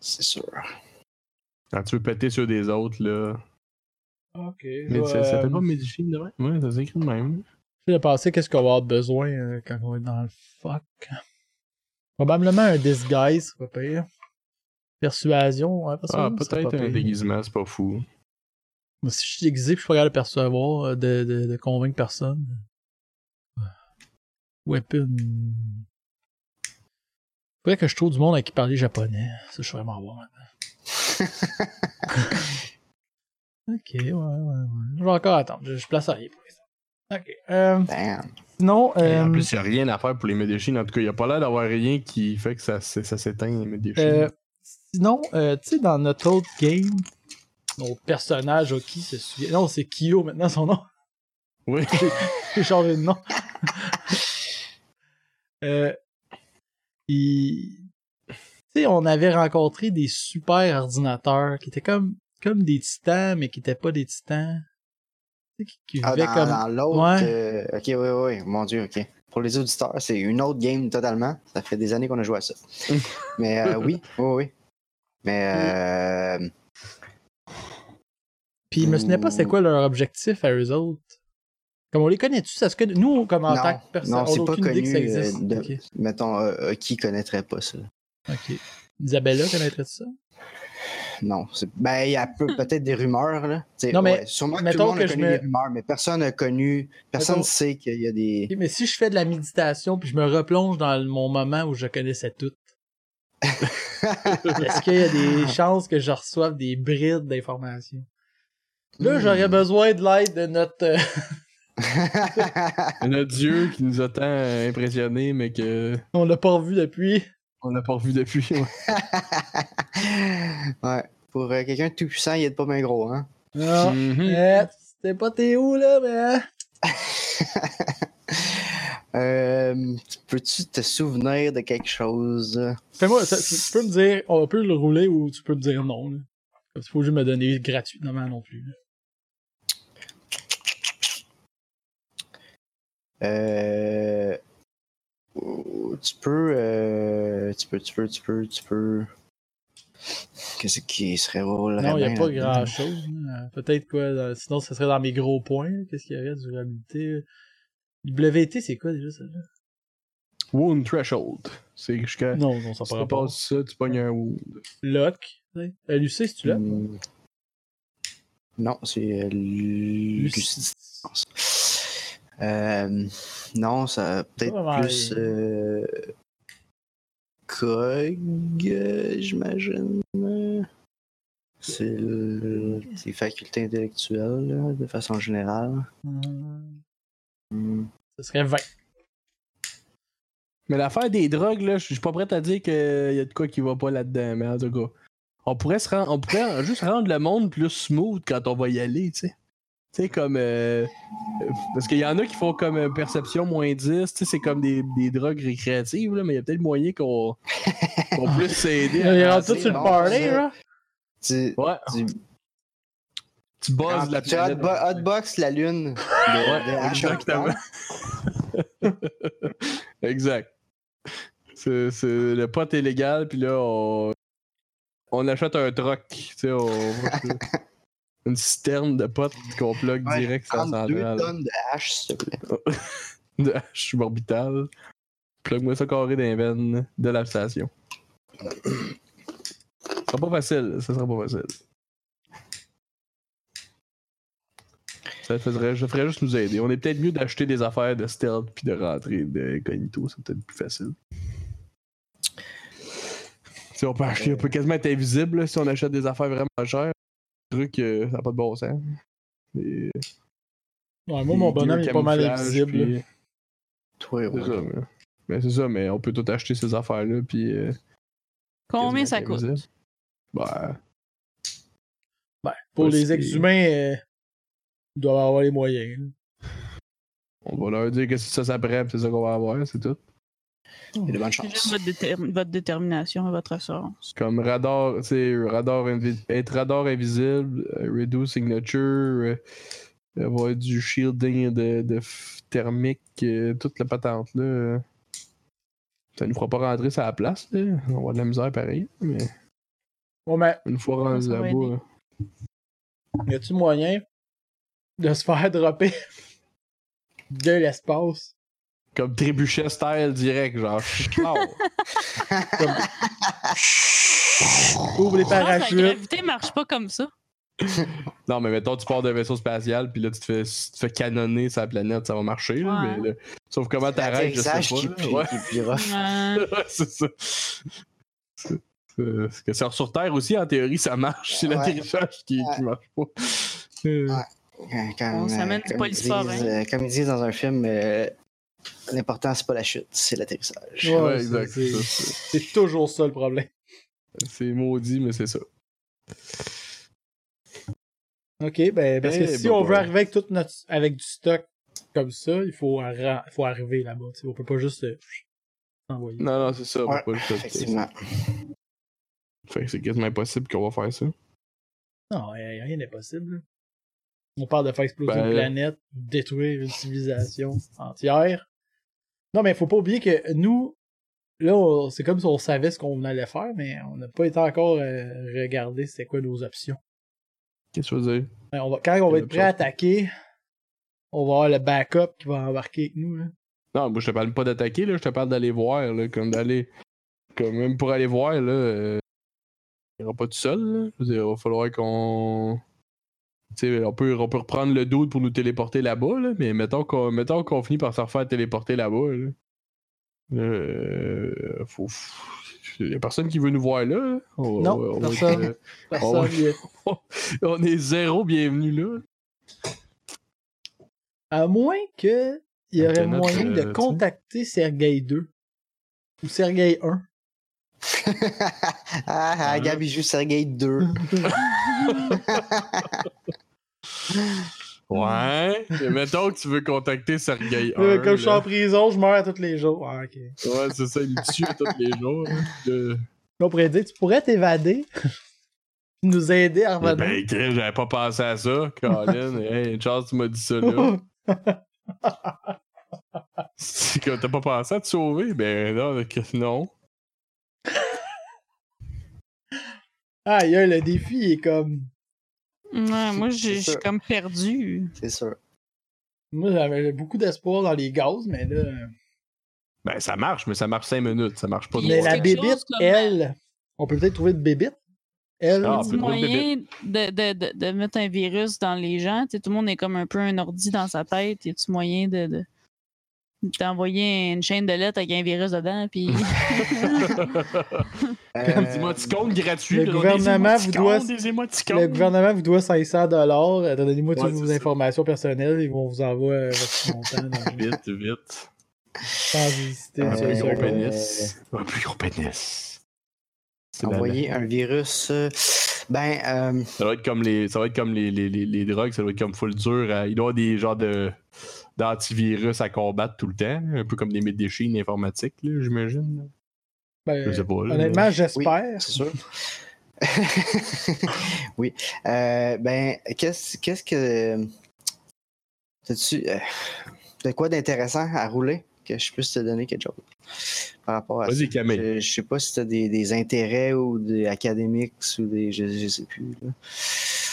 D: C'est sûr.
C: Quand tu veux péter sur des autres, là.
A: Ok.
C: Mais ça ça s'appelle pas Medicine, de même? Ouais, ça s'écrit de même.
A: Je vais penser qu'est-ce qu'on va avoir besoin euh, quand on va être dans le fuck. Probablement un disguise, c'est pas pire. Persuasion, ouais,
C: Ah,
A: persuasion, c'est
C: peut-être
A: pas
C: un
A: pire.
C: déguisement, c'est pas fou.
A: Moi, si je suis déguisé et je suis pas capable de percevoir, euh, de, de, de convaincre personne. euh, Weapon. Faudrait que je trouve du monde à qui parler japonais. Ça, je suis vraiment bon. maintenant. ok, ouais, ouais, ouais. Je vais encore attendre. Je, je place rien pour l'instant. Ok. Euh,
D: Damn.
A: sinon,
C: Et
A: euh,
C: en plus, il n'y a rien à faire pour les Medellin. En tout cas, il n'y a pas l'air d'avoir rien qui fait que ça, s'é- ça s'éteint, les Medellin.
A: euh, sinon, euh, tu sais, dans notre autre game, nos personnages, Oki se souvient. Non, c'est Kyo maintenant son nom.
C: oui.
A: J'ai changé de nom. euh, il- Tu sais, on avait rencontré des super ordinateurs qui étaient comme, comme des titans, mais qui n'étaient pas des titans. Tu sais, Qui, qui
D: Ah,
A: vivaient
D: dans,
A: comme.
D: dans l'autre.
A: Ouais.
D: euh, Ok, oui, oui, mon Dieu, ok. Pour les auditeurs, c'est une autre game totalement. Ça fait des années qu'on a joué à ça. Mais euh, oui, oui, oui. Mais euh,
A: Puis je me souvenais pas c'était quoi leur objectif à eux autres. Comme on les connaît-tu, ça se connaît. Nous, on- comme en
D: Non,
A: tant que personne,
D: non,
A: on
D: c'est
A: n'a
D: pas
A: aucune idée que ça
D: connu, euh,
A: existe.
D: de-
A: Ok,
D: mettons, euh, euh, qui connaîtrait pas ça?
A: ok. Isabella connaîtrait ça?
D: Non. c'est- Ben, il y a peu- peut-être des rumeurs, là. Tu sais,
A: Non, mais
D: ouais, sûrement que tout
A: mettons
D: le monde a
A: que je
D: connu
A: me-
D: des rumeurs, mais personne n'a connu. Personne ne
A: Mettons-
D: sait qu'il y a des.
A: Ok, mais si je fais de la méditation puis je me replonge dans le- mon moment où je connaissais tout, est-ce qu'il y a des chances que je reçoive des brides d'informations? Là,
D: Hmm.
A: j'aurais besoin de l'aide de notre. euh,
C: Notre Dieu qui nous a tant euh, impressionnés, mais que
A: on l'a pas revu depuis.
C: on n'a pas revu depuis. ouais.
D: ouais. Pour euh, quelqu'un de tout puissant, il est pas bien gros, hein.
A: Non.
C: Mhm.
A: Eh, C'était pas Théo, là, mais. hein?
D: Euh, Peux-tu te souvenir de quelque chose?
A: Fais-moi, ça- tu tu peux me dire, on peut le rouler ou tu peux me dire non. là. Il faut juste me donner gratuitement non plus.
D: Euh, oh, Tu peux, euh, tu peux, tu peux, tu peux, tu peux. Qu'est-ce qui serait drôle?
A: Non, il n'y a pas grand chose. Peut-être quoi. dans- sinon, ce serait dans mes gros points. là. Qu'est-ce qu'il y aurait? Durabilité. WT, c'est quoi déjà ça? là?
C: Wound threshold. C'est jusqu'à.
A: Non, non, ça
C: Si
A: prend
C: tu
A: pas.
C: passes ça, tu pognes un wound.
A: Lock. LUC, c'est-tu
C: Mm,
A: là?
D: Hmm. Non, c'est euh, lucidité. Euh, non, ça a peut-être
A: Ouais, ouais.
D: plus euh, cog, euh, j'imagine. C'est le- les facultés intellectuelles, là, de façon générale.
A: Hum,
D: Hmm.
A: Ce serait 20.
C: Mais l'affaire des drogues, là, je suis pas prêt à dire qu'il y a de quoi qui va pas là-dedans, mais en tout cas. On pourrait, se rend- on pourrait juste rendre le monde plus smooth quand on va y aller, tu sais. Tu sais, comme. euh, euh, Parce qu'il y en a qui font comme euh, perception moins 10, tu sais, c'est comme des, des drogues récréatives, là, mais il y a peut-être moyen qu'on qu'on puisse s'aider.
A: Il est
C: à
A: rendu
C: avancer.
A: tout sur le
D: non,
A: party,
D: c'est-
A: là.
D: Tu,
C: Ouais,
D: tu,
C: tu bosses la
D: tu
C: planète.
D: hotbo- hotbox la lune. de-
C: Ouais,
D: de Ash of
C: exactement.
D: Time.
C: Exact. C'est, c'est- le pot est légal, puis là, on, on achète un troc. Tu sais, on- une citerne de pot qu'on plug
D: Ouais,
C: direct sur la
D: Prends deux
C: centrale.
D: tonnes de hache, s'il te plaît.
C: De hache orbitale. Plug-moi ça carré d'un veine de l'abstation. Ce sera pas facile, ça sera pas facile. Ça ferait, ça ferait juste nous aider. On est peut-être mieux d'acheter des affaires de stealth puis de rentrer de cognito, c'est peut-être plus facile. Si on peut acheter, on peut quasiment être invisible là, si on achète des affaires vraiment chères. Truc, euh, ça n'a pas de bon sens. Et-
A: Ouais, moi, mon
C: des
A: bonhomme
C: gear
A: il est pas mal
C: camouflage,
A: invisible.
C: puis-
A: là.
D: Toi,
C: c'est
D: ouais.
C: ça, mais... mais ben, c'est ça, mais on peut tout acheter ces affaires-là, puis... euh,
B: Combien ça
C: quasiment
B: coûte?
C: invisible. Bah,
A: Ben, pour
C: Ouais,
A: les
C: c'est-
A: ex-humains, euh, ils doivent avoir les moyens. là.
C: on va leur dire que c'est ça, ça prend, puis c'est ça qu'on va avoir, c'est tout.
D: Et de bonnes
B: J'aime
D: chances.
B: votre, déter- votre détermination et votre assurance.
C: Comme radar, tu sais, radar invi- être radar invisible, euh, redo signature, euh, avoir du shielding de, de f- thermique, euh, toute la patente, là. euh. Ça nous fera pas rentrer sur la place, là. On va avoir de la misère pareil, mais
A: Bon, mais
C: une fois rendu
B: Ah, Ça va aider.
C: là-bas...
A: y a-tu moyen de se faire dropper de l'espace?
C: Comme trébuchet style direct, genre.
D: Ah,
A: Ouvre les
B: Je pense que Ah, la
A: parachutes.
B: gravité marche pas comme ça.
C: Non, mais mettons, tu pars d'un vaisseau spatial, puis là, tu te fais, tu te fais canonner sa planète, ça va marcher. là,
B: Ouais.
C: mais là, sauf comment t'arrêtes, je sais
D: L'atterrissage
C: pas.
D: qui
C: là.
D: pue,
C: Ouais,
D: qui pue rough.
B: Euh,
C: ouais, c'est ça. C'est- c'est- parce que sur- sur Terre aussi, en théorie, ça marche. C'est
D: Ouais.
C: l'atterrissage qui, qui marche pas. Euh,
D: Ouais. Quand- quand,
B: On s'amène du
D: comme ils
B: polysport,
D: disent,
B: hein.
D: euh, comme ils disent dans un film, euh, l'important c'est pas la chute, c'est l'atterrissage.
A: Ouais,
C: ouais,
A: c'est-
C: exact.
A: c'est-
C: ça, c'est-
A: C'est toujours ça le problème.
C: C'est maudit, mais c'est ça.
A: Ok, ben, parce que
C: Eh,
A: si
C: bah,
A: on
C: bah.
A: veut arriver avec, toute notre, avec du stock comme ça, il faut, arri- faut arriver là-bas. tu sais, On peut pas juste euh, s'envoyer.
C: Non, non, c'est ça. on peut
D: Ouais,
C: pas le faire.
D: Effectivement.
C: Fait que c'est quasiment impossible qu'on va faire ça.
A: Non, euh, rien n'est possible. là. On parle de faire exploser
C: Ben,
A: une
C: là.
A: planète, détruire une civilisation entière. Non, mais faut pas oublier que nous, là, on- c'est comme si on savait ce qu'on allait faire, mais on n'a pas été encore euh, regardé c'était quoi nos options.
C: Qu'est-ce que tu veux dire?
A: Ben, on va, quand on va être prêt à attaquer, on va avoir le backup qui va embarquer avec nous. là.
C: Non, moi je te parle pas d'attaquer, là, je te parle d'aller voir, là, comme d'aller. Comme même pour aller voir, là, euh, il ira pas tout seul, là. Je veux dire, il va falloir qu'on. Tu sais, on peut, on peut reprendre le doute pour nous téléporter là-bas, là, mais mettons qu'on mettons qu'on finit par se refaire téléporter là-bas, là. Euh, faut... Il y a personne qui veut nous voir là. là. On-
A: Non,
C: on- on-
A: personne.
B: Ah
A: Personne,
C: ouais.
A: il y a-
C: on est zéro bienvenu là.
A: À moins que il y aurait
C: Internet,
A: moyen
C: euh,
A: de
C: tu sais.
A: contacter Sergei 2 ou Sergei 1.
D: ah, ah, Gabi joue Sergei 2.
C: Mm-hmm.
A: Euh,
C: Ouais. Et mettons que tu veux contacter Sergei.
A: Euh,
C: un,
A: comme je suis
C: là.
A: en prison, je meurs à tous les jours. Ah, ok.
C: Ouais, c'est ça, il me tue tous les jours. hein. Le-
A: Là, on pourrait dire, tu pourrais t'évader. Tu nous aidais à
C: Ben,
A: revenir.
C: crème, j'avais pas pensé à ça, Colin. hey, Charles, tu m'as dit ça
A: Oh.
C: là. C'est que t'as pas pensé à te sauver? Ben non, que- non.
A: Ah, il y a le défi, il est comme.
B: Ouais, moi, j'ai-
D: C'est
B: je
D: ça.
B: suis comme perdu.
D: C'est sûr.
A: Moi, j'avais beaucoup d'espoir dans les gaz, mais là.
C: Ben ça marche, mais ça marche 5 minutes, ça marche pas
B: Il
A: Mais
B: y
C: trois
B: a
A: la
C: heures.
B: quelque
A: bébite,
B: chose comme-
A: elle, on peut peut-être trouver de bébite. Elle,
C: Ah,
B: Il y
C: peut
B: a
C: trouver une
B: moyen de, de, de, de mettre un virus dans les gens. Tu sais, tout le monde est comme un peu un ordi dans sa tête. Y a-tu moyen de. de- d'envoyer une chaîne de lettres avec un virus dedans, puis...
C: Comme
D: Euh,
C: des émoticônes gratuits.
A: Le
C: là,
A: gouvernement vous
C: des
A: doit-
C: émoticônes, Des
B: Mm-hmm.
C: émoticônes.
A: le gouvernement vous doit 500 dollars. Euh, Donnez-moi
C: Ouais,
A: toutes
C: c'est
A: vos
C: ça.
A: informations personnelles et on vous envoie euh, votre montant dans le jeu.
C: Vite, vite.
A: sans hésiter.
C: Un
A: une seule
C: plus gros
A: seconde.
C: pénis. Un plus gros pénis. C'est la-
D: Envoyer un virus. euh, ben, euh,
C: Ça va être comme les, ça va être comme les, les, les, les drogues, ça va être comme full dur. euh, il doit y avoir des genres de d'antivirus à combattre tout le temps, là, un peu comme des médecines informatiques, là, j'imagine. là.
A: Ben,
C: Je sais pas. là.
A: honnêtement, j'espère.
D: c'est sûr. oui. Euh, ben, qu'est-ce qu'est-ce que. T'as-tu. euh, t'as quoi d'intéressant à rouler que je puisse te donner quelque chose par rapport à ça?
C: Vas-y, Camille.
D: Euh, Je, je sais pas si t'as des, des intérêts ou des académiques ou des. Je, je sais plus. là.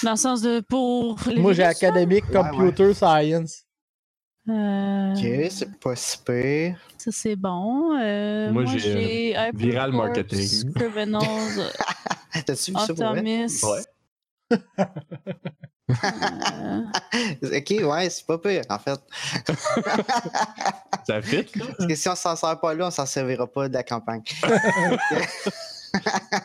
B: Dans le sens de pour les
A: Moi, j'ai
B: virus, ça?
A: académique,
D: Ouais,
A: computer science.
B: Euh,
D: Ok, c'est pas si pire.
B: Ça, c'est bon. Euh,
C: Moi,
B: moi,
C: j'ai,
B: j'ai. Hyper
C: viral
B: Corps,
C: marketing.
B: Criminals,
D: Ah, T'as-tu vu
B: Ah,
D: ça pour vrai?
B: Optimus.
C: Ouais.
B: euh,
D: Ok, ouais, c'est pas pire, en fait.
C: Ça fit, là.
D: Parce que si on s'en sert pas là, on s'en servira pas de la campagne.
C: Tu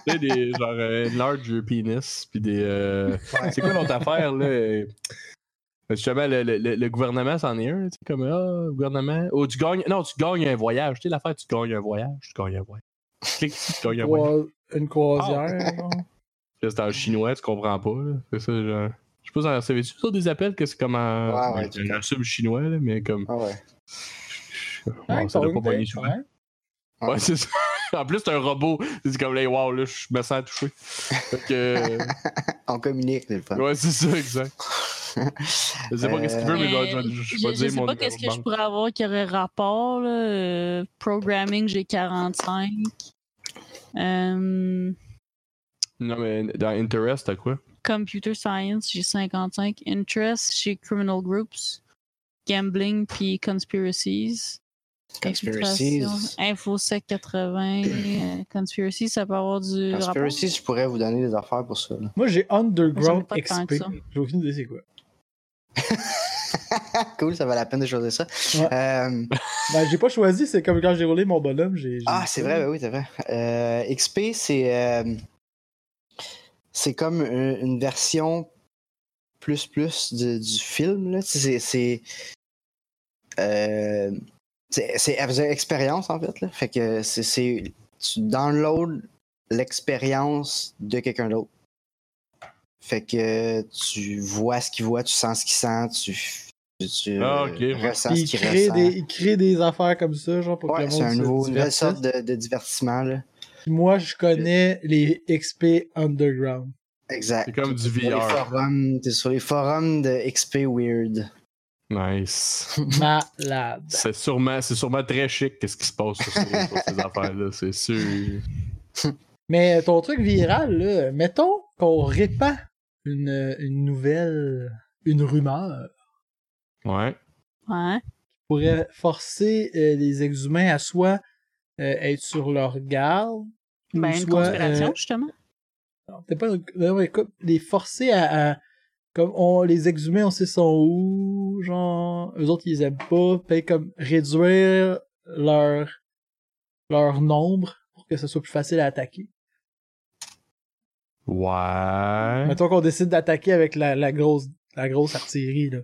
C: sais, des genre euh, large penis, puis des. euh, C'est quoi l'autre affaire, là? euh, Justement, le, le- le- le gouvernement, c'en est un, tu sais, comme, ah, gouvernement. Oh, tu gagnes. Non, tu gagnes un voyage. Tu sais, l'affaire, tu gagnes un voyage, tu gagnes un voyage. Clique, ici, tu gagnes un voyage.
A: Croi- Une croisière.
D: Ah.
A: genre.
C: Là, c'est en chinois, tu comprends pas. là. C'est ça, genre. Je sais pas si en savais-tu ça des appels que c'est comme en.
D: Ouais, ouais,
C: un, un sub chinois, là, mais comme.
D: Ah ouais.
C: on s'en a pas poigné souvent.
A: Ouais.
C: Ouais, c'est ça. En plus, c'est un robot. C'est comme, là, wow, là, je me sens touché. Fait que.
D: On communique, c'est le fun.
C: Ouais, c'est ça, exact. Je sais pas qu'est-ce qu'il veut, mais
B: mais
C: je- je- je
B: Je
C: je vais
B: Euh, je
C: dire
B: sais
C: mon
B: pas
C: numéro
B: qu'est-ce que
C: de
B: je
C: banque.
B: pourrais avoir qui aurait rapport. Là. euh, Programming, j'ai 45. Euh,
C: Non, mais dans Interest, t'as quoi
B: computer Science, j'ai 55. Interest, j'ai Criminal Groups. Gambling, puis Conspiracies.
D: Conspiracies.
B: Infiltration, InfoSec 80. euh, Conspiracy, ça peut avoir du
D: Conspiracy, je pourrais vous donner des affaires pour ça. là.
A: Moi, j'ai Underground
B: J'en ai pas tant
A: XP.
B: que ça.
A: J'ai aucune idée c'est quoi.
D: cool, ça vaut la peine de choisir ça.
A: Ouais.
D: Euh,
A: Ben, j'ai pas choisi, c'est comme quand j'ai roulé mon bonhomme. j'ai j'ai-
D: ah, c'est vrai, ben oui, c'est vrai. Euh, XP, c'est euh, c'est comme une, une version plus plus du, du film. là. Tu sais, C'est c'est euh, c'est c'est F0 expérience en fait. Là. Fait que c'est- c'est tu downloads l'expérience de quelqu'un d'autre. Fait que tu vois ce qu'il voit, tu sens ce qu'il sent, tu, tu- tu,
C: Ah,
D: euh,
C: ok, ouais.
D: ressens
A: Puis
D: ce
A: il,
D: qu'il
A: crée
D: ressent.
A: des, il crée des affaires comme ça, genre pour que
D: Ouais,
A: le
D: c'est
A: monde
D: un
A: se
D: nouveau, une nouvelle
A: divertisse.
D: sorte de, de divertissement. Là.
A: Puis Moi, je connais les XP Underground.
D: Exact.
C: C'est comme du
D: T'es sur les
C: VR.
D: forums- T'es sur les forums de XP Weird.
C: Nice.
A: Malade.
C: C'est sûrement, c'est sûrement très chic qu'est-ce qui se passe sur, ces- sur ces affaires-là, c'est sûr.
A: Mais ton truc viral, là, mettons qu'on répand une, une nouvelle, une rumeur
C: Ouais.
B: Ouais.
A: pourrait forcer euh, les exhumains à soit euh, être sur leur garde, ou
B: Ben, une
A: soit,
B: conspiration,
A: euh,
B: justement.
A: non, c'est pas une- non, mais comme- les forcer à, à- comme on les exhumer, on sait sont où, genre eux autres ils les aiment pas, puis comme réduire leur leur nombre pour que ce soit plus facile à attaquer.
C: Ouais.
A: Mettons qu'on décide d'attaquer avec la, la grosse la grosse artillerie là.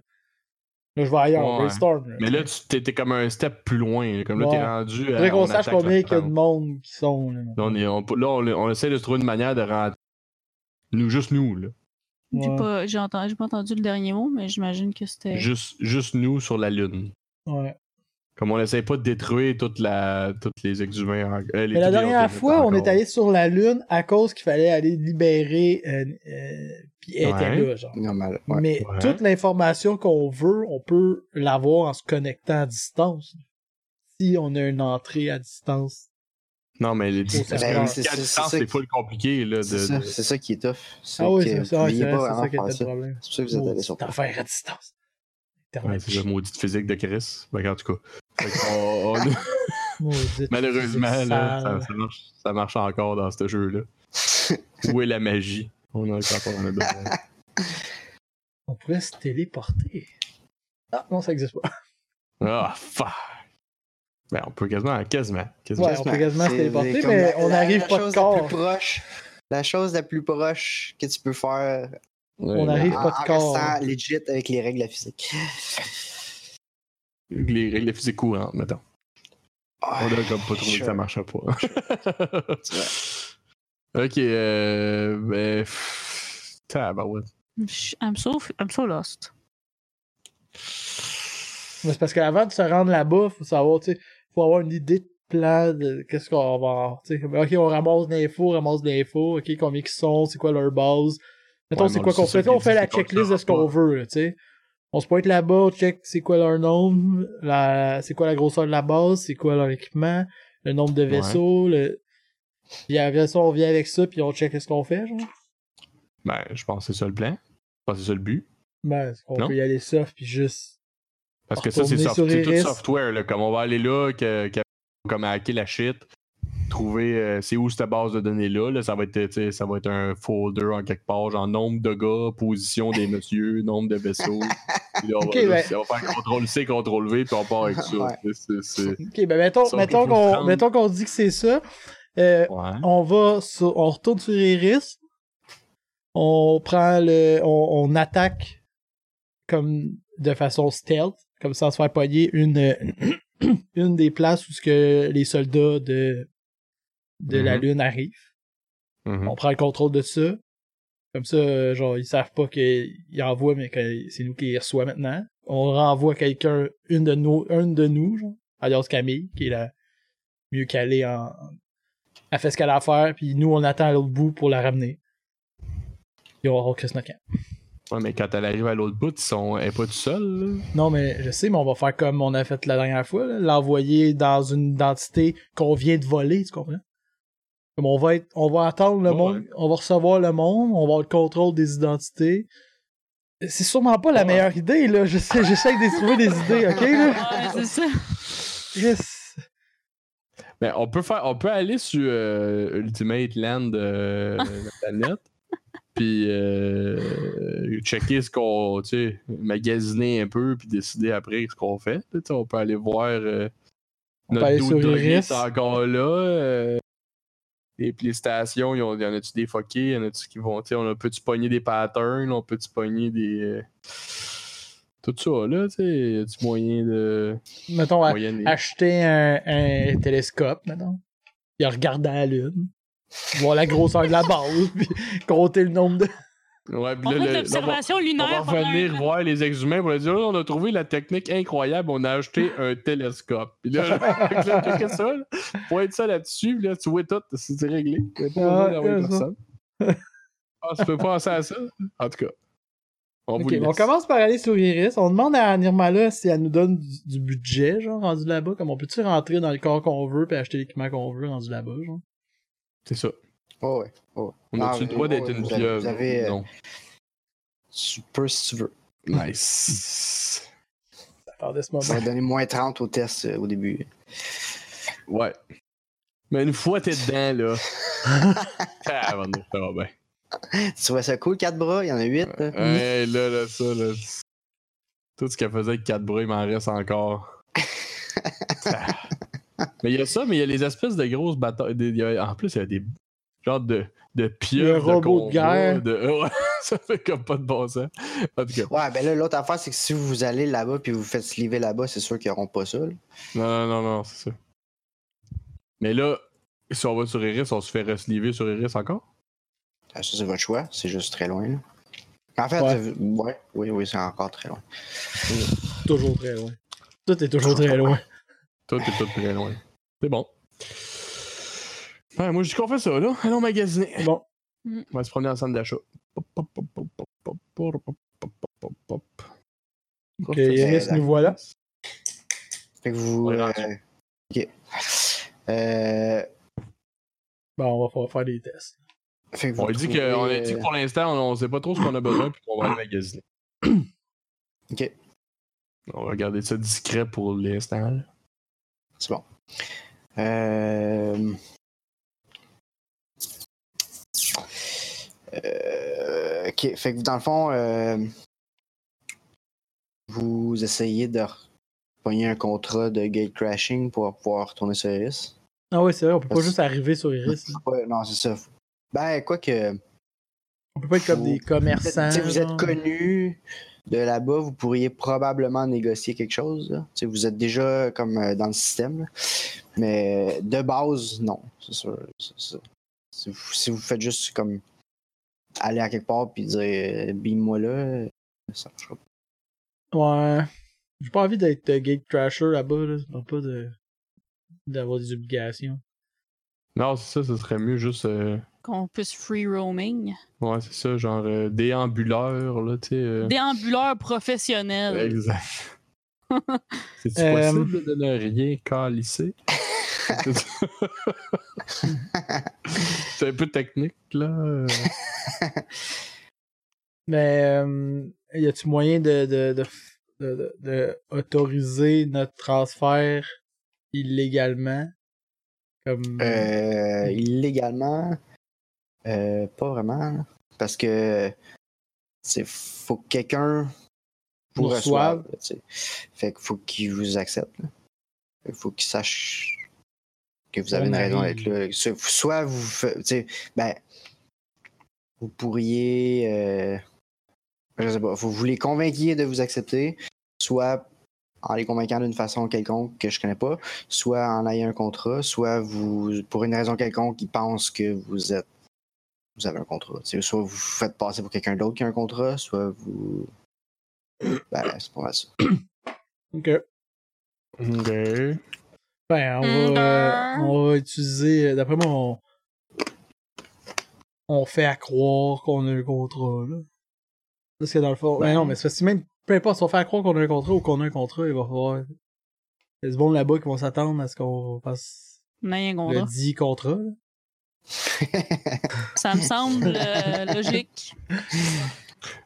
A: Là je vais ailleurs,
C: Ouais.
A: brainstorm. Là.
C: Mais là, tu t'es t'es comme un step plus loin. là. Comme là,
A: Ouais.
C: t'es rendu à.
A: Faudrait qu'on
C: on
A: sache
C: attaque la
A: combien il y a de
C: France.
A: monde qui sont là.
C: Là, on, est- on- là, on- on essaie de trouver une manière de rentrer. Nous, juste nous, là.
B: J'ai
A: Ouais.
B: pas, j'ai entendu, j'ai pas entendu le dernier mot, mais j'imagine que c'était.
C: Juste, juste nous sur la Lune.
A: Ouais.
C: Comme on n'essaie pas de détruire toute la, toutes euh, les exhumés.
A: Mais la dernière fois, on est allé sur la Lune à cause qu'il fallait aller libérer. euh, euh, puis elle était
C: Ouais.
A: là, genre.
D: Normal. ouais.
A: Mais
C: Ouais.
A: toute l'information qu'on veut, on peut l'avoir en se connectant à distance. Si on a une entrée à distance.
C: Non, mais les
A: c'est-
C: parce que
A: c'est-
C: les
D: c'est-
C: distances,
D: c'est-
C: c'est full compliqué. Là, de,
D: C'est ça,
C: de-
D: c'est ça qui est tough. C'est
A: Ah oui,
D: que
A: c'est
D: vous
A: ça, c'est
D: pouviez pas
A: ça
D: vraiment
A: qui était
D: faire
A: le
D: ça.
A: problème.
D: C'est pour ça que vous êtes allé sur
A: D'en
D: place.
A: faire à distance.
C: Ouais,
A: Internet.
C: c'est la maudite physique de Chris. Ben, en tout cas. Fait qu'on- on-
A: Maudite
C: Malheureusement,
A: physique
C: là, ça,
A: sale.
C: ça marche, ça marche encore dans ce jeu-là. Où est la magie? On a encore on a besoin.
A: On pourrait se téléporter. Ah, non, ça existe pas.
C: Ah, fuck! Ben, on peut quasiment, quasiment, quasiment.
A: Ouais, on peut quasiment se
D: C'est-
A: téléporter,
D: c'est comme
A: mais
D: la-
A: on
D: la-
A: n'arrive
D: la
A: pas de
D: chose
A: corps.
D: La, plus proche, la chose la plus proche que tu peux faire
A: on
C: Ouais,
A: arrive
D: en,
A: pas de
D: en
A: corps.
D: restant legit avec les règles de la physique.
C: Les règles de physique courantes, mettons. On a comme pas trouvé que ça
D: Sure.
C: marchait pas. ok, euh. Ben. pff, Tabarouette.
B: Je- I'm so, I'm so lost.
A: Mais c'est parce qu'avant de se rendre là-bas, faut savoir, tu sais, faut avoir une idée de plan de qu'est-ce qu'on va avoir. tu sais. Ok, on ramasse l'info, ramasse l'info, ok, combien ils sont, c'est quoi leur base. Mettons,
C: Ouais,
A: c'est
C: mais
A: quoi
C: c'est
A: qu'on
C: ça
A: fait.
C: qui
A: On fait
C: dit
A: la
C: qu'on le
A: checklist de ce
C: saura
A: qu'on
C: pas.
A: veut, là, tu sais. On se pointe là-bas, on check c'est quoi leur nombre, la... c'est quoi la grosseur de la base, c'est quoi leur équipement, le nombre de vaisseaux, le. Puis après ça, on vient avec ça, puis on check ce qu'on fait, genre.
C: Ben, je pense que c'est ça le plan. Je pense que c'est ça le but.
A: Ben, on
C: Non.
A: peut y aller soft, puis juste.
C: Parce que ça, c'est
A: Retourner
C: soft-
A: sur
C: c'est tout
A: Iris.
C: software. Là, comme on va aller là, que, que- comme hacker la shit, trouver euh, c'est où cette base de données-là. là, ça, va être, tu sais, ça va être un folder en quelque part, genre nombre de gars, position des messieurs, nombre de vaisseaux. Puis là, on,
A: Ok,
C: va, là,
A: ben.
C: c'est- on va faire CTRL-C, CTRL-V, puis on part avec ça.
D: Ouais.
C: C'est- c'est-
A: Ok, ben mettons,
C: Ça, on
A: mettons
C: peut
A: qu'on
C: prendre.
A: mettons qu'on dit que c'est ça. Euh,
C: Ouais.
A: on va sur- on retourne sur Iris. On prend le. On, on attaque comme de façon stealth, comme sans se faire pogner une, euh, une des places où ce que les soldats de, de la
C: Mhm.
A: Lune arrivent.
C: Mhm.
A: On prend le contrôle de ça. Comme ça, euh, genre, ils savent pas qu'ils envoient, mais que c'est nous qui les reçoit maintenant. On renvoie quelqu'un, une de nous, une de nous, genre, alias Camille, qui est la mieux calée en. Elle fait ce qu'elle a à faire, puis nous, on attend à l'autre bout pour la ramener. Puis on va avoir Chris Nocan.
C: Ouais, mais quand elle arrive à l'autre bout, ils sont... elle est pas toute seule. là.
A: Non, mais je sais, mais on va faire comme on a fait la dernière fois, là, l'envoyer dans une identité qu'on vient de voler, tu comprends? Comme on va être, on va attendre le
C: Ouais,
A: monde,
C: ouais.
A: on va recevoir le monde, on va avoir le contrôle des identités. C'est sûrement pas la
C: Ouais.
A: meilleure idée, là. Je sais, j'essaie de trouver des idées, ok, là?
B: Ouais, c'est ça.
A: Yes.
C: Mais on peut faire, on peut aller sur euh, Ultimate Land euh, la planète, puis euh, checker ce qu'on, tu sais, magasiner un peu, puis décider après ce qu'on fait. Tu sais, on peut aller voir euh,
A: On peut aller
C: dude
A: sur
C: drogué
A: Iris.
C: est encore là. euh, les PlayStation, y en y en a-tu des fuckés, y en a-tu qui vont, tu sais, on a- peut-tu pogner des patterns, on peut-tu pogner des euh, tout ça là, tu sais, y a-tu moyen de
A: Mettons, à-
C: moyen de-
A: acheter un, un télescope, mettons. Puis regarder la Lune. Voir la grosseur de la base, puis compter le nombre de.
C: Ouais, puis
B: On
C: là,
B: fait
C: le-
B: de
C: non, bon,
B: l'observation
C: On va
B: lunaire. pendant
C: revenir
B: un an.
C: voir les exhumés pour leur dire Oh, on a trouvé la technique incroyable, on a acheté un télescope. Puis là, avec le truc que ça, là, faut être ça là-dessus, puis là, tu vois tout, c'est c'est réglé. T'as pas
A: Ah,
C: besoin
A: c'est
C: d'envoyer
A: ça.
C: personne. Ah, tu peux penser à ça? En tout cas. On vous
A: Ok,
C: le
A: on
C: laisse.
A: commence par aller sur Iris. On demande à Nirmala si elle nous donne du, du budget, genre, rendu là-bas. Comme on peut-tu rentrer dans le corps qu'on veut puis acheter l'équipement qu'on veut, rendu là-bas, genre.
C: C'est ça.
D: Ouais, ouais, ouais.
C: On
D: Ah,
C: a-tu le
D: mais
C: droit
D: ouais,
C: d'être une
D: vous avez-
C: veuve?
D: vous avez, euh,
C: Non.
D: Tu peux si tu veux.
C: Nice.
A: Attendez ce
D: Ça
A: moment.
D: va donner moins 30 au test euh, au début.
C: Ouais. Mais une fois t'es dedans, là. Ah, on est- ça va bien.
D: Tu vois ça cool, 4 bras, il y en a 8.
A: Mm.
C: Hey, là, là, ça, là. Tout ce qu'elle faisait avec 4 bras, il m'en reste encore. Ah. mais il y a ça, mais il y a les espèces de grosses batailles. des- il y a- en plus, il y a des genres de, de pieuvres.
A: Le robot de
C: convoi,
A: guerre.
C: de- Ouais, ça fait comme pas de bon sens. En tout cas,
D: Ouais, ben là, l'autre affaire, c'est que si vous allez là-bas puis vous vous faites sliver là-bas, c'est sûr qu'ils n'auront pas ça. là.
C: non, non, non, non, c'est ça. Mais là, si on va sur Iris, on se fait resliver sur Iris encore?
D: Ah, Ça, c'est votre choix, c'est juste très loin. là. En fait,
A: Ouais.
D: euh, ouais, oui, oui, c'est encore très loin.
A: Toujours très loin. Tout est toujours très loin.
C: Toi, t'es tout très loin. C'est bon. Ouais, moi, je dis qu'on fait ça, là. Allons magasiner.
A: C'est bon.
C: On va se promener dans le centre d'achat. Pop, pop, pop, pop, pop, pop, pop, pop, pop, pop, pop.
A: Ok, Iris, nous voilà.
D: Fait que vous.
C: Ouais,
D: euh,
C: rendu.
D: ok. Euh,
A: Bon, on va falloir faire des tests.
D: fait que vous
C: On a dit
D: trouvez,
C: que, on a dit que
D: euh,
C: pour l'instant, on, on sait pas trop ce qu'on a besoin, puis qu'on va aller magasiner.
D: Ok.
C: On va garder ça discret pour l'instant. là.
D: C'est bon. Euh... Euh, ok, fait que dans le fond, euh, vous essayez de pogner un contrat de gate crashing pour pouvoir retourner sur Iris.
A: Ah ouais, c'est vrai, on peut pas
D: Parce-
A: juste arriver sur Iris.
D: Ouais, non, c'est ça. Ben, quoi que.
A: On peut pas être comme
D: Faut-
A: des commerçants.
D: Si vous êtes
A: genre.
D: connu de là-bas, vous pourriez probablement négocier quelque chose. là. Tu sais, Vous êtes déjà comme euh, dans le système. là. Mais de base, non. C'est sûr. c'est ça. Si, vous, si vous faites juste comme aller à quelque part puis dire euh, bime-moi là, euh, ça marchera pas.
A: Ouais. J'ai pas envie d'être euh, gate crasher là-bas, là. Ça me pas de. d'avoir des obligations.
C: Non, c'est ça, ce serait mieux juste. euh,
B: Qu'on puisse free roaming.
C: Ouais, c'est ça, genre euh, déambuleur, là, tu sais. euh,
B: Déambuleur professionnel.
C: Exact. C'est-tu
A: Euh,
C: possible de ne rien calisser? c'est un peu technique, là. euh.
A: Mais, euh, y a-tu moyen de, de, de, de, de- de autoriser notre transfert illégalement? Comme.
D: Euh, illégalement, euh, pas vraiment. là. Parce que c'est faut que quelqu'un vous
A: Nous reçoive.
D: reçoive. là, tu sais. Fait qu'il faut qu'il vous accepte. là. Il faut qu'il sache que vous avez
A: Ouais,
D: une
A: mais
D: raison
A: oui.
D: d'être là. So- Soit vous fa- tu sais, ben vous pourriez euh, je sais pas, vous, vous les convainquiez de vous accepter, soit en les convainquant d'une façon quelconque que je connais pas, soit en ayant un contrat, soit vous pour une raison quelconque ils pensent que vous êtes vous avez un contrat. tu sais. soit vous vous faites passer pour quelqu'un d'autre qui a un contrat, soit vous ben, c'est pas mal ça.
A: Ok.
C: Ok.
A: Ben, on va, euh, on va utiliser. euh, D'après moi, on. On fait à croire qu'on a un contrat, là. Parce que dans le fond. Ben,
D: Ben.
A: non, mais c'est parce que même. Peu importe, si on fait à croire qu'on a un contrat ou qu'on a un contrat, il va falloir. Il y a du monde là-bas qui vont s'attendre à ce qu'on fasse
B: On a un
A: le
B: contrat.
A: dit contrat, là.
B: Ça me semble euh, logique.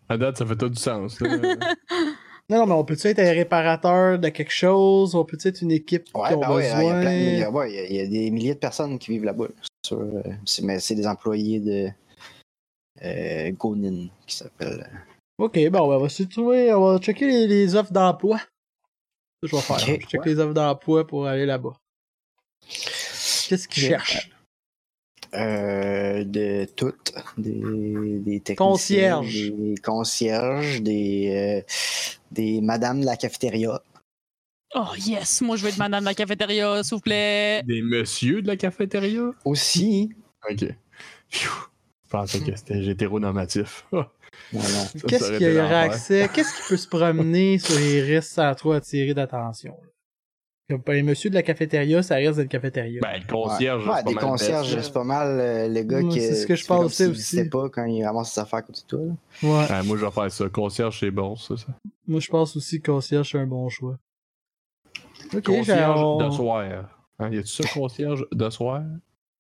C: À date, ça fait tout du sens. là.
A: Non, non, mais on peut-tu être un réparateur de quelque chose? On peut-tu être une équipe qui
D: Ouais,
A: a
D: ben ouais, il y a
A: besoin?
D: plein de- il y a- ouais, il y a- il y a des milliers de personnes qui vivent là-bas. là, c'est sûr, euh, c'est- Mais c'est des employés de euh, Gonin qui s'appellent.
A: Ok, bon, ben, on va se trouver, on va checker les, les offres d'emploi. C'est ce que je vais faire.
D: Ok.
A: hein. Je check les offres d'emploi pour aller là-bas. Qu'est-ce qu'ils
D: Ok.
A: cherchent?
D: Euh, de toutes, des, des techniciens,
A: Concierge.
D: des concierges, des, euh, des madames de la cafétéria.
B: Oh yes, moi je vais être madame de la cafétéria, s'il vous plaît.
C: Des messieurs de la cafétéria?
D: Aussi,
C: Ok. Phew. Je pensais que c'était hétéronormatif. Ah,
D: non, non.
C: ça, ça aurait
A: Qu'est-ce
C: été
A: qu'il y aurait
C: l'enfer.
A: accès? Qu'est-ce qui peut se promener sur les risques sans trop attirer d'attention? là? Comme par les messieurs de la cafétéria, ça reste une cafétéria.
C: Ben, le concierge,
D: Ouais,
C: c'est pas
D: des
C: mal le best,
D: concierges,
C: là.
D: c'est pas mal euh, le gars
A: Ouais,
D: qui.
A: c'est ce que je
D: tu fais comme
A: pensais
D: s'il
A: aussi.
D: existait pas quand il ramasse ses affaires à côté de toi. là.
A: Ouais.
C: Ah, moi, je vais faire ça. Concierge, c'est bon, ça. ça.
A: Moi, je pense aussi que concierge, c'est un bon choix. Ok,
C: concierge
A: genre,
C: de soir. Hein, y a-tu ça, concierge de soir?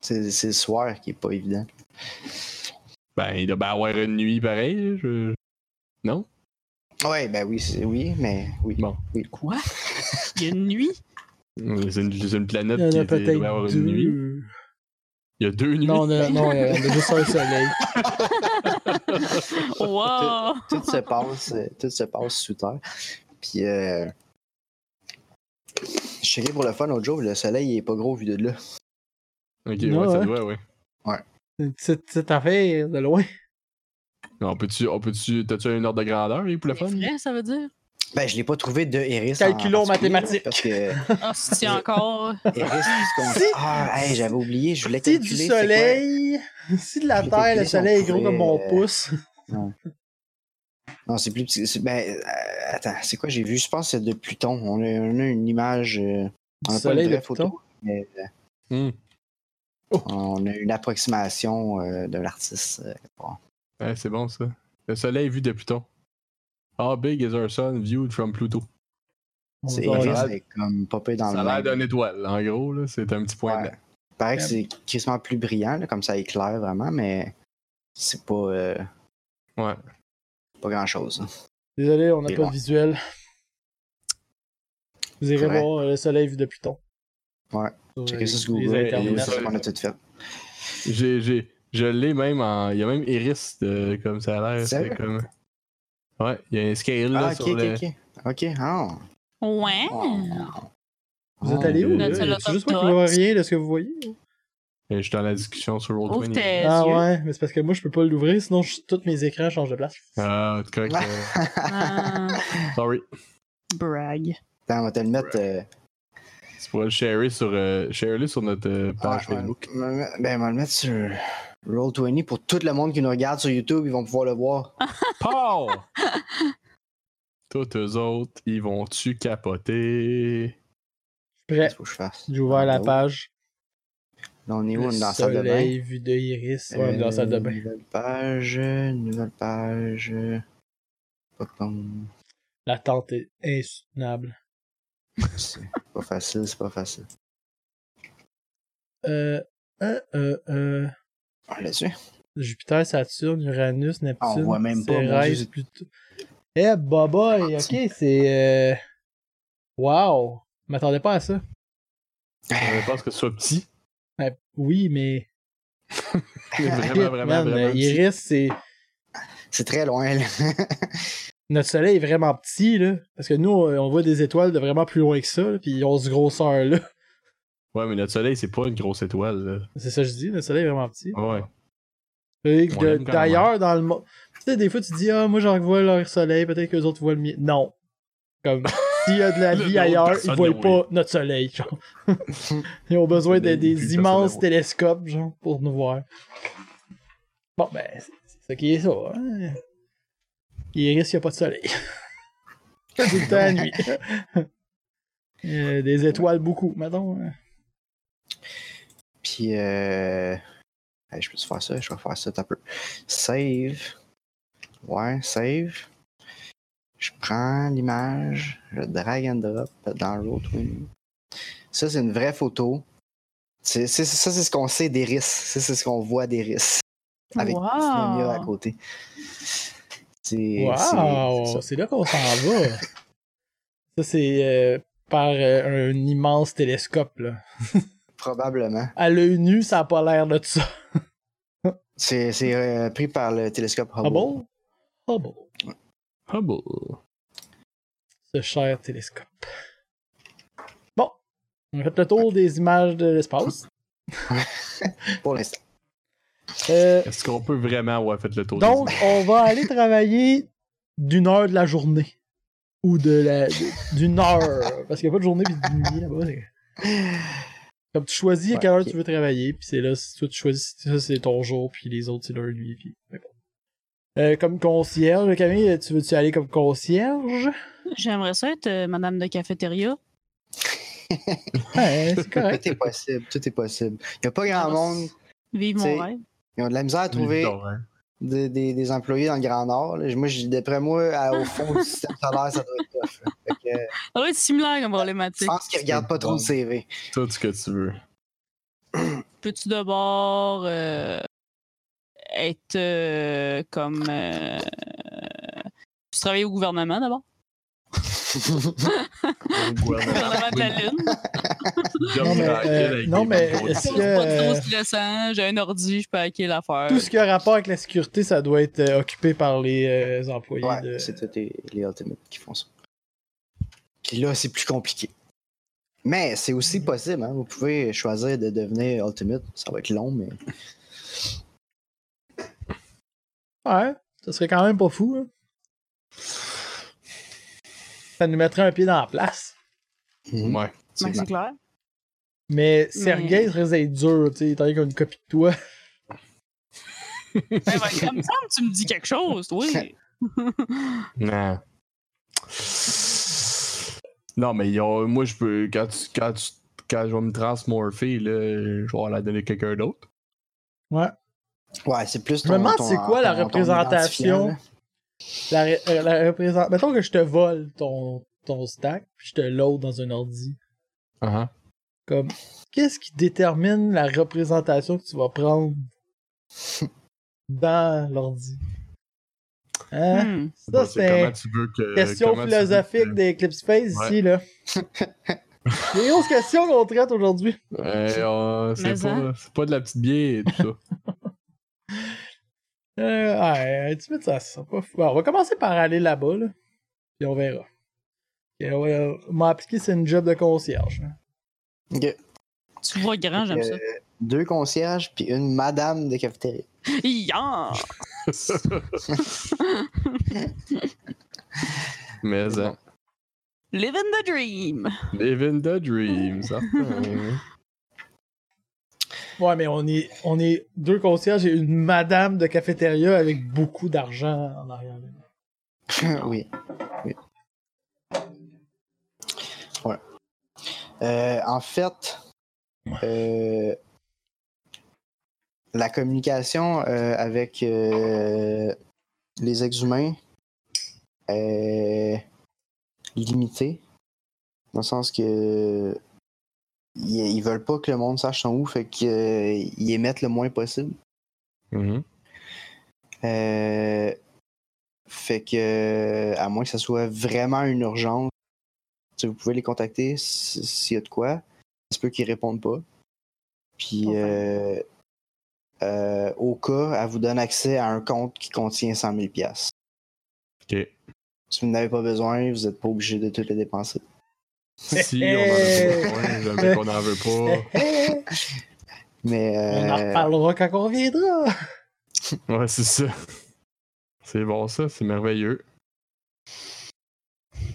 D: C'est c'est le soir qui est pas évident.
C: Ben, il doit bien avoir une nuit pareil. Je...
D: Ouais, ben oui, c'est- oui, mais oui.
C: Bon.
B: Quoi? Il y a une nuit?
C: C'est une, c'est une planète
A: il y en
C: qui
A: a
C: était- doit avoir
A: peut-être
C: une nuit.
A: deux.
C: Il y a deux nuits.
A: Non, on a, non, il y en a juste un soleil.
B: Wow!
D: tout se passe, euh, tout se passe sous terre. Puis, euh, je checkais pour le fun l'autre jour, le soleil il est pas gros vu de là.
C: Ok,
A: Non,
C: ouais, ça
A: hein.
C: doit, ouais.
A: Une petite, petite affaire de loin.
C: Non, on peut-tu. On peut-tu T'as-tu un ordre de grandeur, Yves, pour le fun?
B: C'est vrai, ça veut dire?
D: Ben, je l'ai pas trouvé de Eris.
A: Calculons
D: en particulier,
A: mathématiques.
D: Parce que Eris,
B: Ah, c'est encore.
D: ce qu'on-
A: Si-
D: Ah, hey, j'avais oublié, je voulais
A: Si
D: calculer.
A: du
D: c'est quoi.
A: soleil, si de la
D: J'ai
A: terre, le
D: calculé si on
A: soleil est gros comme mon
D: pouvait, euh,
A: pouce.
D: Non, c'est plus petit. c'est- Ben, euh, attends, c'est quoi j'ai vu? Je pense que c'est de Pluton. On a, on a une image.
A: Du
D: euh, On n'a pas une
A: soleil de
D: vraie
A: Pluton. Oh.
D: photo, mais euh,
C: Hmm.
D: on a une approximation euh, de l'artiste. euh,
C: Ouais, c'est bon ça. Le soleil vu de Pluton. How big is our sun viewed from Pluto?
A: On
D: C'est
A: va-
C: ça a
D: Chris,
C: l'air-
D: mais comme popé dans
C: ça a
D: le
C: l'air
D: même.
C: d'une étoile, en gros, là. C'est un petit point
D: Ouais.
C: blanc.
D: Paraît que c'est crissement plus brillant, là, comme ça éclaire vraiment, mais c'est pas, euh,
C: Ouais.
D: pas hein. grand chose.
A: Désolé, on n'a
D: Et
A: pas
D: on-
A: de visuel. Vous irez
D: Ouais.
A: voir euh, le soleil vu de Pluton.
D: Ouais.
A: Sur,
D: Checker
A: euh,
D: ça sur
A: les
D: Google, et
A: internets.
D: c'est ce qu'on a tout fait.
C: J'ai, j'ai, je l'ai même en. Il y a même Iris, de- comme ça a l'air.
D: Sérieux?
C: C'est comme. Ouais, il y a un scale là
D: Ah, ok,
C: sur le.
D: ok, ok. Ok, ah.
B: Ouais.
A: Vous êtes allé où?
C: Oh,
A: là?
C: notre
A: C'est juste moi
B: laptop.
A: qui vois rien de ce que vous voyez.
C: Et je suis dans la discussion sur
B: Ouvre
C: Roll20.
B: tes
A: Ah
B: yeux.
A: ouais, mais c'est parce que moi je peux pas l'ouvrir, sinon je- tous mes écrans changent de place.
C: Ah, c'est correct. euh,
B: Ah,
C: sorry.
B: brague.
D: Attends, on va te le mettre. euh,
C: Tu pourrais le sharer sur, euh, share-le sur notre euh,
A: Ah,
C: page
D: ouais,
C: Facebook.
D: on va le mettre- ben, on va le mettre sur Roll20 pour tout le monde qui nous regarde sur YouTube, ils vont pouvoir le voir.
A: Ah.
C: Pow! Tous eux autres, ils vont-tu capoter?
A: Prêt,
D: Qu'est-ce qu'il faut que je fasse?
A: j'ai ouvert la
D: Là-haut.
A: page.
D: Là, on est où?
A: Le
D: On est dans la salle de bain.
A: soleil vu de Iris. Ouais, on est dans la salle de
D: Euh,
A: bain.
D: Nouvelle page, euh, nouvelle page. Pas comme-
A: La tente est insoutenable.
D: C'est pas facile, c'est pas facile.
A: Euh, euh, euh, euh,
D: On l'a tué.
A: Jupiter, Saturne, Uranus, Neptune.
D: On voit Ah, même pas, mon
A: Cérès,
D: Dieu, c'est-
A: Pluto. Eh, Baba,
D: Ah,
A: ok, c'est. Euh... Wow! Je m'attendais pas à ça.
C: Je pense que ce soit petit.
A: Ben, oui, mais.
C: vraiment, vraiment,
A: Man,
C: vraiment.
A: euh,
C: petit.
A: Iris, c'est.
D: C'est très loin, là.
A: Notre soleil est vraiment petit, là. Parce que nous, on on voit des étoiles de vraiment plus loin que ça, là, puis ils ont ce grosseur, là.
C: Ouais, mais notre soleil, c'est pas une grosse étoile. là.
A: C'est ça que je dis, le soleil est vraiment petit.
C: Ouais.
A: Et
C: On
A: de-
C: l'aime quand hein.
A: D'ailleurs, dans le monde. Tu sais, des fois, tu dis, ah, moi, j'en vois leur soleil, peut-être que les autres voient le mien. Non. Comme, s'il y a de la
C: Le
A: vie
C: nombre de
A: ailleurs, ils
C: personnes
A: voient
C: qui ont
A: pas notre soleil, genre. ils ont besoin de-
C: Des-
A: des,
C: des
A: immenses
C: personnes, ouais.
A: télescopes, genre, pour nous voir. Bon, ben, c'est c'est ça qui est ça, hein. Iris, il n'y a pas de soleil. Tout le temps à nuit. Euh, des étoiles, beaucoup, mettons. hein.
D: Puis, euh... hey, je peux faire ça, je vais faire ça, t'as peu. Save. Ouais, save. Je prends l'image, je drag and drop dans le road menu. Ça, c'est une vraie photo. C'est, c'est- ça, c'est ce qu'on sait des risques. Ça, c'est ce qu'on voit des risques. Avec
B: Wow.
D: le cinéma à côté. C'est, c'est-
A: Wow!
D: c'est ça.
A: C'est là qu'on s'en va. Ça, c'est euh, par euh, un immense télescope. Là.
D: Probablement.
A: À l'œil nu, ça n'a pas l'air de ça.
D: C'est, c'est, euh, pris par le télescope Hubble.
A: Hubble? Hubble.
C: Hubble.
A: Ce cher télescope. Bon. On a fait le tour des images de l'espace.
D: Pour l'instant.
A: Euh,
C: Est-ce qu'on peut vraiment avoir fait le tour des
A: donc, on va aller travailler d'une heure de la journée. Ou de la de- d'une heure. Parce qu'il n'y a pas de journée puis de nuit là-bas. c'est- Comme tu choisis à
D: Ouais,
A: quelle heure
D: ok.
A: tu veux travailler, puis c'est là, si toi tu choisis, ça c'est ton jour, puis les autres c'est leur nuit, puis mais bon. Euh, comme concierge, Camille, tu veux-tu aller comme concierge?
B: J'aimerais ça être euh, madame de cafétéria.
A: Ouais, Ben, c'est correct.
D: Tout est possible, tout est possible. Il n'y a pas grand
B: Ah,
D: monde.
B: Vive
D: T'sais,
B: mon rêve.
D: Ils ont de la misère à
C: images?
D: trouver
C: Non, hein.
D: des, des- des employés dans le Grand Nord. là. Moi, je- d'après moi, à- au fond du système solaire, ça doit être tough. là. Fait que, euh,
B: Ça doit être similaire comme
D: je
B: problématique.
D: pense qu'ils regardent pas trop le CV.
C: Tout ce que tu veux.
B: Peux-tu d'abord euh, être euh, comme. Euh, tu travailles au gouvernement d'abord?
A: Euh,
B: Au gouvernement de la Lune.
A: Non, mais, euh, non, mais est-ce
B: C'est
A: que-
B: pas trop stressant. J'ai un ordi, je peux hacker l'affaire.
A: Tout ce qui a rapport avec la sécurité, ça doit être euh, occupé par les euh, employés
D: Ouais,
A: de.
D: c'est tous les, les Ultimates qui font ça. Puis là, c'est plus compliqué. Mais c'est aussi possible. hein. Vous pouvez choisir de devenir Ultimate. Ça va être long, mais
A: Ouais, ça serait quand même pas fou. hein. Ça nous mettrait un pied dans la place.
C: Ouais.
B: Ben, c'est clair.
A: Mais Sergei,
B: Mais-
A: ça risque d'être dur, tu sais, étant donné qu'on a une copie de toi.
B: Ben, ben, comme ça, tu me dis quelque chose, oui.
C: Non. Non, mais ils ont- moi, je peux. Quand, tu- quand, tu- quand je vais me transmorpher, là, je vais la donner à quelqu'un d'autre.
A: Ouais.
D: Ouais, c'est plus
A: Je me demande c'est quoi la
D: ton
A: représentation.
D: identifiant, là.
A: La, ré- euh, la représent- Mettons que je te vole ton, ton stack, puis je te load dans un ordi. Comme, qu'est-ce qui détermine la représentation que tu vas prendre dans l'ordi? Hein?
B: Hmm.
A: Ça,
C: Bah,
A: c'est-
C: comment tu veux que.
A: Question
C: comment tu euh, veux
A: philosophique
C: que-
A: des Eclipse Space
C: Ouais.
A: ici, là. Les grosses questions qu'on traite aujourd'hui.
C: Eh, on-
B: Mais
C: c'est pas,
B: hein.
C: c'est pas de la petite bière et tout ça.
A: Euh, ouais, tu mets ça, ça sera pas fou. Bon, on va commencer par aller là-bas, là, puis on verra. Ok, on va- on m'a appliqué, c'est une job de concierge. hein.
D: Ok.
B: Tu vois grand, Ah, j'aime ça.
D: Euh, Deux concierges, puis une madame de cafétéria.
B: Yeah!
C: Mais, hein.
B: Living the dream!
C: Living the hein. dream, certain.
A: Ouais, mais on est, on est deux concierges et une madame de cafétéria avec beaucoup d'argent en arrière.
D: oui. oui. Ouais. Euh, en fait, euh, la communication euh, avec euh, les ex-humains est limitée. Dans le sens que ils, ils veulent pas que le monde sache son où, fait qu'ils émettent le moins possible.
C: Mhm.
D: Euh, fait que, euh, à moins que ça soit vraiment une urgence, tu sais, vous pouvez les contacter si- s'il y a de quoi. Ça se peut qu'ils répondent pas. Puis,
B: Enfin.
D: euh, euh, au cas, elle vous donne accès à un compte qui contient 100 000 pièces.
C: Ok.
D: Si vous n'avez pas besoin, vous n'êtes pas obligé de tout les dépenser.
C: Si on en
A: Eh!
C: a besoin, jamais qu'on en veut pas.
D: Eh,
A: on
D: Mais
A: en
D: euh,
A: reparlera quand on reviendra.
C: Ouais, c'est ça. C'est bon, ça, c'est merveilleux.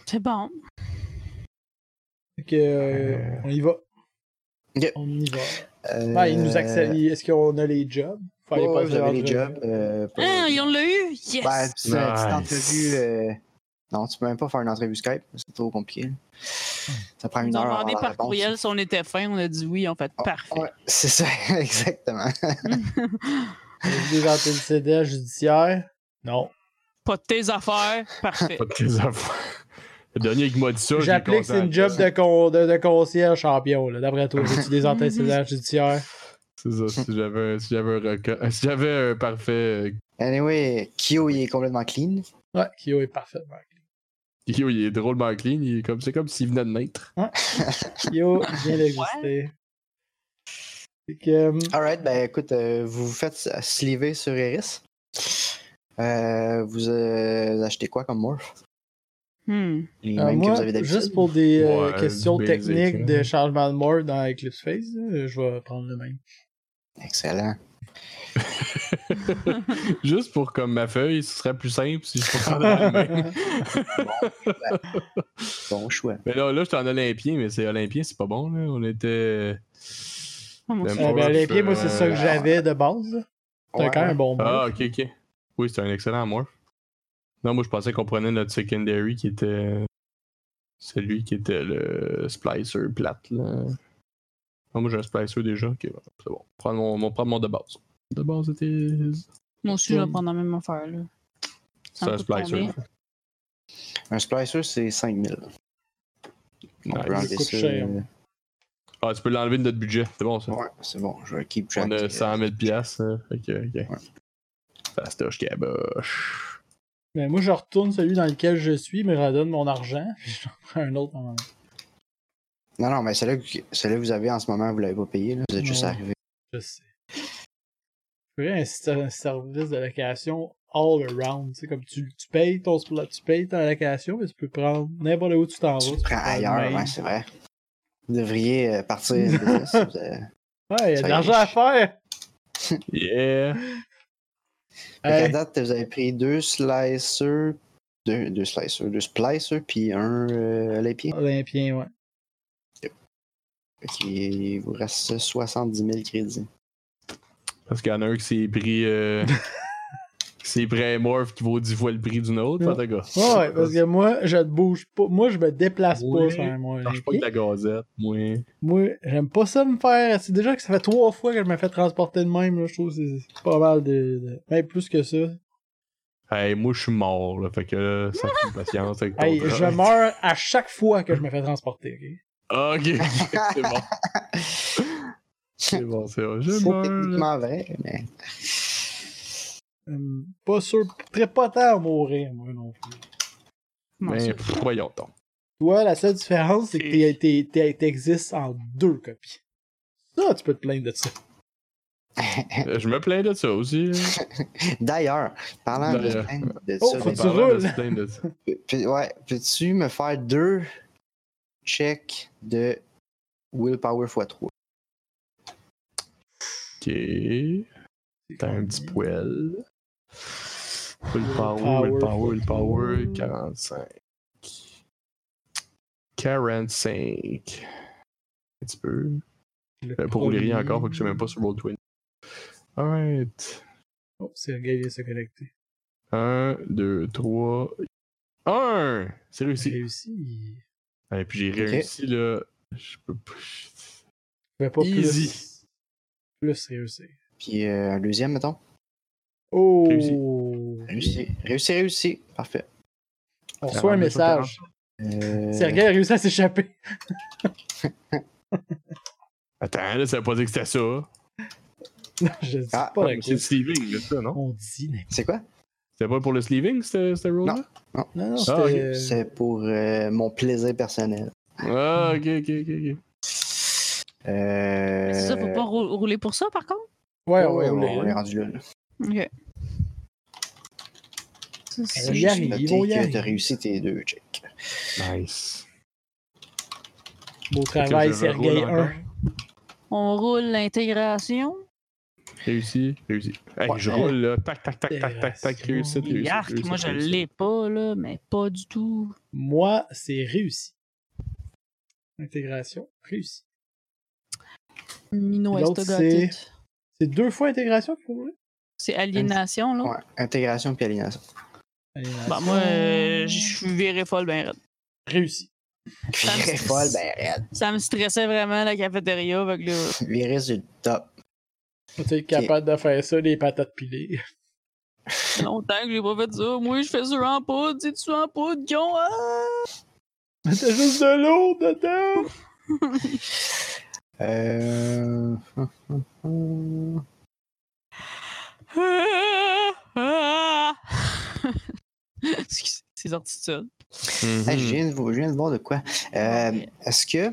B: C'est bon.
A: Fait que, euh, on y va.
D: Ok.
A: On y va.
D: euh,
A: Ouais, ils nous accèdent. Est-ce qu'on a les jobs? Faut aller
D: ouais, ouais,
A: passer
D: vous avez
A: l'entrevue.
D: les jobs. euh, pour-
B: Ah, on l'a eu! Yes!
D: Ben, c'est une petite
C: Nice.
D: entrevue. euh, Non, tu peux même pas faire une entrevue Skype, c'est trop compliqué. là. Ça prend une
B: Ils ont
D: heure. avant
B: demandé
D: la
B: par
D: réponse.
B: courriel si on était fin, on a dit oui, en fait,
D: Ah,
B: parfait.
D: Ouais, c'est ça, exactement.
A: Avez-vous déjà entendu le CDA judiciaire? Non.
B: Pas de tes affaires, parfait.
D: Ah,
C: Pas de tes affaires. Le dernier qui m'a dit ça, je l'ai
A: J'applique, c'est une
C: contacté.
A: job de, con- de, de concierge champion, là. D'après toi, tu des antécédents judiciaires?
C: C'est ça, si j'avais, si j'avais un record. Si j'avais un parfait. euh,
D: Anyway, Kyo, il est complètement clean.
A: Ouais, Kyo est parfaitement.
C: Yo, il est drôlement clean. Il est comme, c'est comme s'il venait de naître.
A: Kyo vient d'exister. Fait que, euh,
D: Alright, ben écoute, euh, vous vous faites sliver sur Eris. Euh, vous, euh, vous achetez quoi comme morph? ah.
B: Hmm.
D: Les
A: euh,
D: mêmes que
A: moi,
D: vous avez d'habitude.
A: juste pour des euh,
C: Ouais,
A: questions
C: du basic,
A: techniques
C: hein.
A: de changement de mort dans Eclipse Phase, euh, je vais prendre le même.
D: Excellent.
C: Juste pour comme ma feuille, ce serait plus simple si je prends la main.
D: Bon choix.
C: Mais là, là, j'étais en Olympien, mais c'est Olympien, c'est pas bon, là. On était.
B: Ah, moi aussi.
A: Euh, ben, les pieds, moi, c'est ça que
C: Euh,
A: j'avais de base. là. C'est
D: Ouais.
A: quand même un bon mot.
C: Ah, ok, ok. Oui, c'est un excellent morph. Non, moi, je pensais qu'on prenait notre secondary qui était. Celui qui était le splicer plate, là. Non, moi, j'ai un splicer déjà. Ok, bon, c'est bon. Prendre mon, mon, prendre mon de base. De base, c'était.
B: Moi aussi, je vais prendre la même affaire, là.
C: C'est un
B: me coûte
C: splicer.
B: combien?
D: Un splicer, c'est 5000. On peut
C: Nice.
D: enlever
A: coûte
D: ça.
A: cher.
D: euh,
C: Ah, tu peux l'enlever de notre budget. C'est bon, ça.
D: Ouais, c'est bon, je vais keep track.
C: On a 100 000 piastres. hein. Fait que, ok.
D: Ouais.
C: Fastoche caboche.
A: Mais moi, je retourne celui dans lequel je suis, mais je redonne mon argent, puis j'en prends un autre. en-
D: Non, non, mais celle-là que celle-là que vous avez en ce moment, vous l'avez pas payé. Là. Vous êtes juste
A: Non.
D: arrivé.
A: Je sais. Je ferais un, ser- un service de location all around. Tu sais, comme tu, tu payes ton spl- tu payes ta location, mais tu peux prendre n'importe où tu t'en vas.
D: Tu
A: peux
D: prends
A: prendre
D: ailleurs,
A: le
D: ouais,
A: même.
D: c'est vrai. Vous devriez euh, partir une business, si vous avez-
A: Ouais, il y a
D: Ça
A: de
D: y est.
A: l'argent à faire.
C: Yeah!
D: Fait qu'à
A: Hey,
D: date, vous avez pris deux slicers, deux, deux slicers, deux splicers, puis un euh, à l'épier.
A: Olympien, ouais.
D: Fait qu'il vous reste 70 000 crédits.
C: Parce qu'il y en a un qui s'est pris. euh, C'est prêt Morph qui vaut 10 fois le prix d'une autre,
A: Ouais.
C: en tout cas.
A: Ah ouais, parce que moi, je ne bouge pas. Moi, je me déplace pas
C: Oui,
A: sur un mois
C: Je marche pas avec la gazette, moi.
A: Moi, j'aime pas ça me faire. C'est déjà que ça fait trois fois que je me fais transporter de même. là. je trouve que c'est c'est pas mal de. de- Même plus que ça.
D: Oh,
C: Hey, moi, je suis mort, là. Fait que là, ça fait une patience avec ton
A: Hey, je
C: travail.
A: meurs à chaque fois que je me fais transporter, ok?
C: Ok, ok, c'est bon. C'est bon, c'est bon. Je
D: C'est
C: meurs.
D: techniquement vrai, mais.
A: Hum, Pas sûr, très pas tant à mourir, moi non plus.
B: Comment
A: Ben,
C: Mais
B: ça?
A: euh,
C: pff, Ben, voyons donc.
A: Toi, la seule différence, c'est que t'es- t'es- t'es- t'existes en deux copies. Ça, tu peux te plaindre de ça.
C: Euh, Je me plains de ça aussi. là.
D: D'ailleurs, parlant de,
C: D'ailleurs.
D: scène de
A: Oh,
D: ça,
A: faut
C: En
A: que tu
C: parlant de
A: roules.
C: se plaindre de ça.
D: Puis- ouais, peux-tu me faire deux checks de willpower x3?
C: Ok. T'as un petit poil. Willpower, willpower,
A: Willpower,
C: willpower,
A: willpower.
C: 45. 45. Un petit peu.
A: Le
C: Euh, Pour rouler rien
A: premier-
C: encore, faut que je sois même pas sur Roll20. Alright.
A: Oh, Sergei vient de se connecter.
C: 1, 2, 3. 1! C'est
A: J'ai
C: réussi.
A: réussi.
C: Et puis j'ai
D: Ok.
C: réussi là. Je peux pas.
A: Je vais pas
C: Easy.
A: plus. Plus réussir.
D: Puis euh, un deuxième, mettons.
A: Oh!
C: Réussi.
D: Réussi, réussi, réussi. Parfait.
A: On reçoit un message.
D: Euh,
A: Sergei a réussi à s'échapper.
C: Attends, là, ça veut pas dire que c'était ça.
A: Non, je dis
D: Ah,
A: pas la
C: Ouais, mais c'est le
A: cause.
C: sleeving, là, ça, non?
A: On dit n'importe
D: C'est quoi?
C: C'était pas pour le sleeving, ce ce roll-là?
A: Non, non,
C: Ah, ok.
A: c'était.
D: C'est pour euh, mon plaisir personnel.
C: Ah, ok, ok, ok. ok.
D: Euh...
B: C'est ça, faut pas rou- rouler pour ça, par contre?
A: ouais, hein. ouais,
C: Oh,
D: ouais, ouais,
A: ouais,
D: on est rendu là. là.
B: Ok. Ça, c'est-
A: On y
D: Juste
A: Euh, arrive,
D: noter
A: on y
D: que
A: arrive.
D: t'as réussi tes deux checks.
C: Nice.
A: Beau
C: Fait que
A: travail,
C: je roule
A: Sergei
C: encore.
A: 1.
B: On roule l'intégration.
C: Réussi, réussi. Hey,
A: Ouais.
C: je roule là. Tac, tac, tac, tac, tac, tac. Réussite, réussite.
B: Yark,
C: réussite,
B: moi je
C: réussite.
B: l'ai pas, là, mais pas du tout.
A: Moi, c'est réussi. Intégration, réussi.
B: Mino
A: Puis l'autre,
B: est gâté.
A: C'est deux fois intégration pour vous?
B: C'est aliénation, là.
D: Ouais, intégration puis aliénation.
A: Eh,
B: Bah, moi, euh, je suis viré folle, ben raide.
A: Réussi.
D: Virée folle, ben raide.
B: Ça me stressait vraiment, la cafétéria, avec le.
D: Virée sur le top.
A: Tu es capable de faire ça, les patates pilées.
B: longtemps que j'ai pas fait ça. Moi, je fais ça en poudre. Dis-tu en poudre, Guillaume? Ah!
A: T'as juste de l'eau dedans!
D: Euh... hum, hum, hum.
B: Ah! Ah! Excusez, c'est sorti de ça.
C: Mhm.
D: Hey, je, viens de, vo- je viens de voir de quoi. Euh,
B: Ouais.
D: Est-ce que.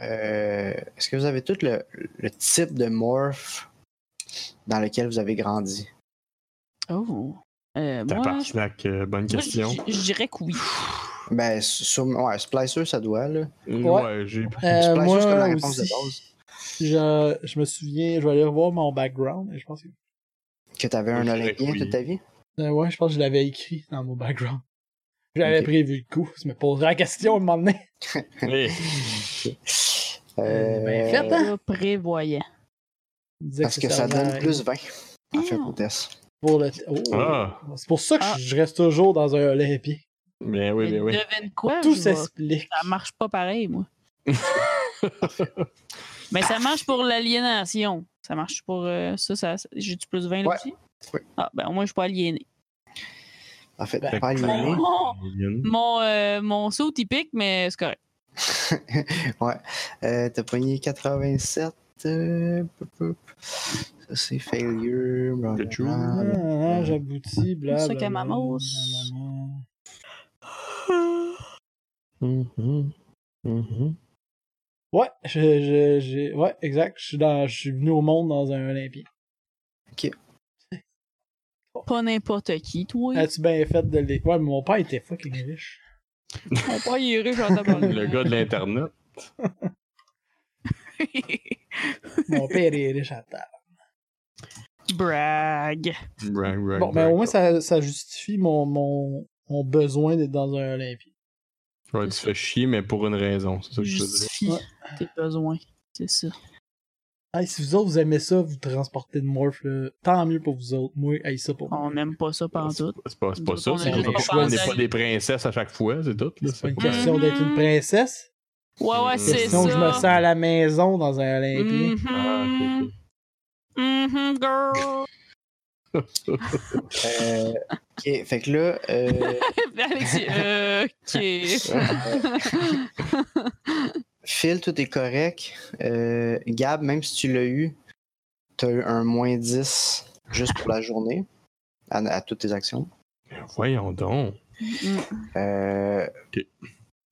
D: euh, Est-ce que vous avez tout le, le type de morph dans lequel vous avez grandi?
B: Oh. Euh, moi, je,
C: Tabarnak, euh, bonne
B: moi,
C: question.
B: je- je- je dirais que oui.
D: Ben, s- sur, ouais, Splicer, ça doit, là.
C: Euh,
A: Ouais.
C: Ouais, j'ai pris.
A: Euh,
D: Splash, juste comme la
A: moi
D: réponse de
A: aussi, je, je me souviens, je vais aller revoir mon background. et Je pense que,
D: Que t'avais
C: Moi,
D: un
C: je dirais
D: Olympien
C: que oui.
D: toute ta vie?
A: Euh, ouais, je pense que je l'avais écrit dans mon background. J'avais
D: Ok.
A: prévu le coup. Je me poserais la question à un moment donné.
C: Hey,
D: Euh,
A: ben, faites, hein.
B: Là, prévoyant.
A: On disait
D: Parce
A: ça
D: que ça
A: servait à
D: donne
A: rien
D: plus 20. En fait,
A: Ah.
B: Ew.
D: au test.
A: Pour le t- oh.
C: Ah,
A: C'est pour ça que
B: Ah.
A: je reste toujours dans un Olympien.
C: bien oui,
B: Mais
C: bien oui.
B: devine quoi?
A: Tout
B: je vais-
A: s'explique.
B: Ça marche pas pareil, moi. Mais ça marche pour l'aliénation. Ça marche pour euh, ça. ça, ça- J'ai du plus 20 là
D: Ouais.
B: aussi?
D: Oui.
B: Ah, ben au moins, je suis pas aliéné.
D: En fait,
A: Ben,
D: pas aligné.
B: Mon, mon, euh, mon saut typique, mais c'est correct.
D: Euh, T'as pogné 87. euh, poup, poup. Ça, c'est failure.
C: Pikachu.
A: Ah,
D: blablabla.
A: ah, ah, j'aboutis, bla.
B: Sac
A: bla, bla,
B: à mammos.
A: bla, bla, bla. Mm-hmm.
C: Mhm. Mhm.
A: Ouais, je, je, j'ai- ouais, exact. Je suis, dans, je suis venu au monde dans un Olympien.
B: Pas n'importe qui, toi.
A: As-tu bien fait de les. Ouais, mais mon père était fucking riche.
B: Mon père, il est riche en tabarnak.
C: Le gars de l'Internet.
A: Mon père est riche à table.
B: Brag.
C: Brag, brag,
A: Bon, mais
C: brag.
A: au moins, ça, ça justifie mon, mon, mon besoin d'être dans un Olympien.
C: Ouais, tu fais chier, mais pour une raison. C'est ça que je veux dire.
B: Justifie
A: Ouais.
B: tes besoins. C'est ça.
A: Hey, si vous autres, vous aimez ça, vous transportez de Morph, là, tant mieux pour vous autres. Moi, hey, ça pour moi.
B: On n'aime pas ça pendant tout.
C: C'est pas, c'est pas ça.
B: On
C: c'est
A: a
C: juste
A: des
C: parce qu'on n'est pas
B: pensées.
C: des princesses à chaque fois, c'est tout. là,
A: C'est pas une
C: pas-
A: question d'être une princesse.
B: Ouais, ouais,
C: C'est
B: c'est
A: Sinon,
B: ça.
A: je me sens à la maison dans un Olympien.
B: Mhm.
C: Ah, ok, ok.
B: Mhm, girl.
D: Euh, ok, fait que là, euh,
B: Alexis, euh, ok.
D: Phil, tout est correct. Euh, Gab, même si tu l'as eu, t'as eu un moins 10 juste pour la journée à, à toutes tes actions.
C: Voyons donc.
D: Euh,
C: Ok.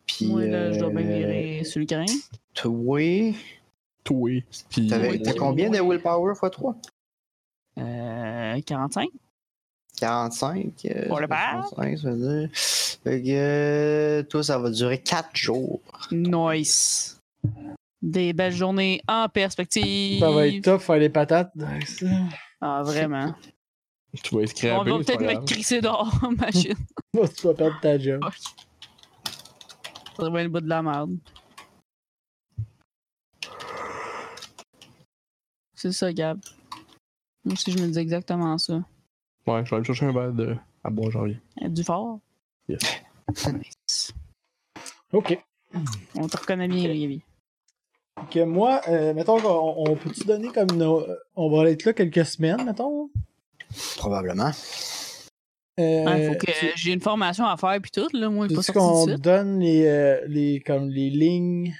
D: Puis,
B: Moi, là, je dois bien
D: euh,
B: virer sur le grain.
D: Toi,
C: Toi. Puis.
D: t'avais-
B: Oui,
D: t'as
B: oui.
D: combien de willpower x 3
B: Euh, 45.
D: 45. euh,
B: Pour le père?
D: 45, ça veut dire. Fait que, euh, toi, ça va durer 4 jours.
B: Nice. Des belles journées en perspective.
A: Ça va être top, faire les patates. Nice.
B: Ah, vraiment.
C: Tu vas être
B: On va peut-être me crisser dehors, machine.
A: Là, tu vas perdre ta job.
B: Ça va être le bout de la merde. C'est ça, Gab. Moi aussi, je me dis exactement ça.
C: Ouais, je vais aller chercher un verre de... à boire, j'en reviens.
B: Euh, Du fort.
C: Yes.
B: Nice.
A: Ok.
B: On te reconnaît bien, Gaby.
A: Que moi, euh, mettons qu'on on peut-tu donner comme nos- On va être là quelques semaines, mettons.
D: Probablement.
A: Euh,
B: Ouais, faut que
A: tu-
B: j'ai une formation à faire puis tout, là. Moi, je suis pas
A: Veux-tu
B: sorti tout
A: qu'on
B: de suite.
A: donne les, euh, les, comme les lignes,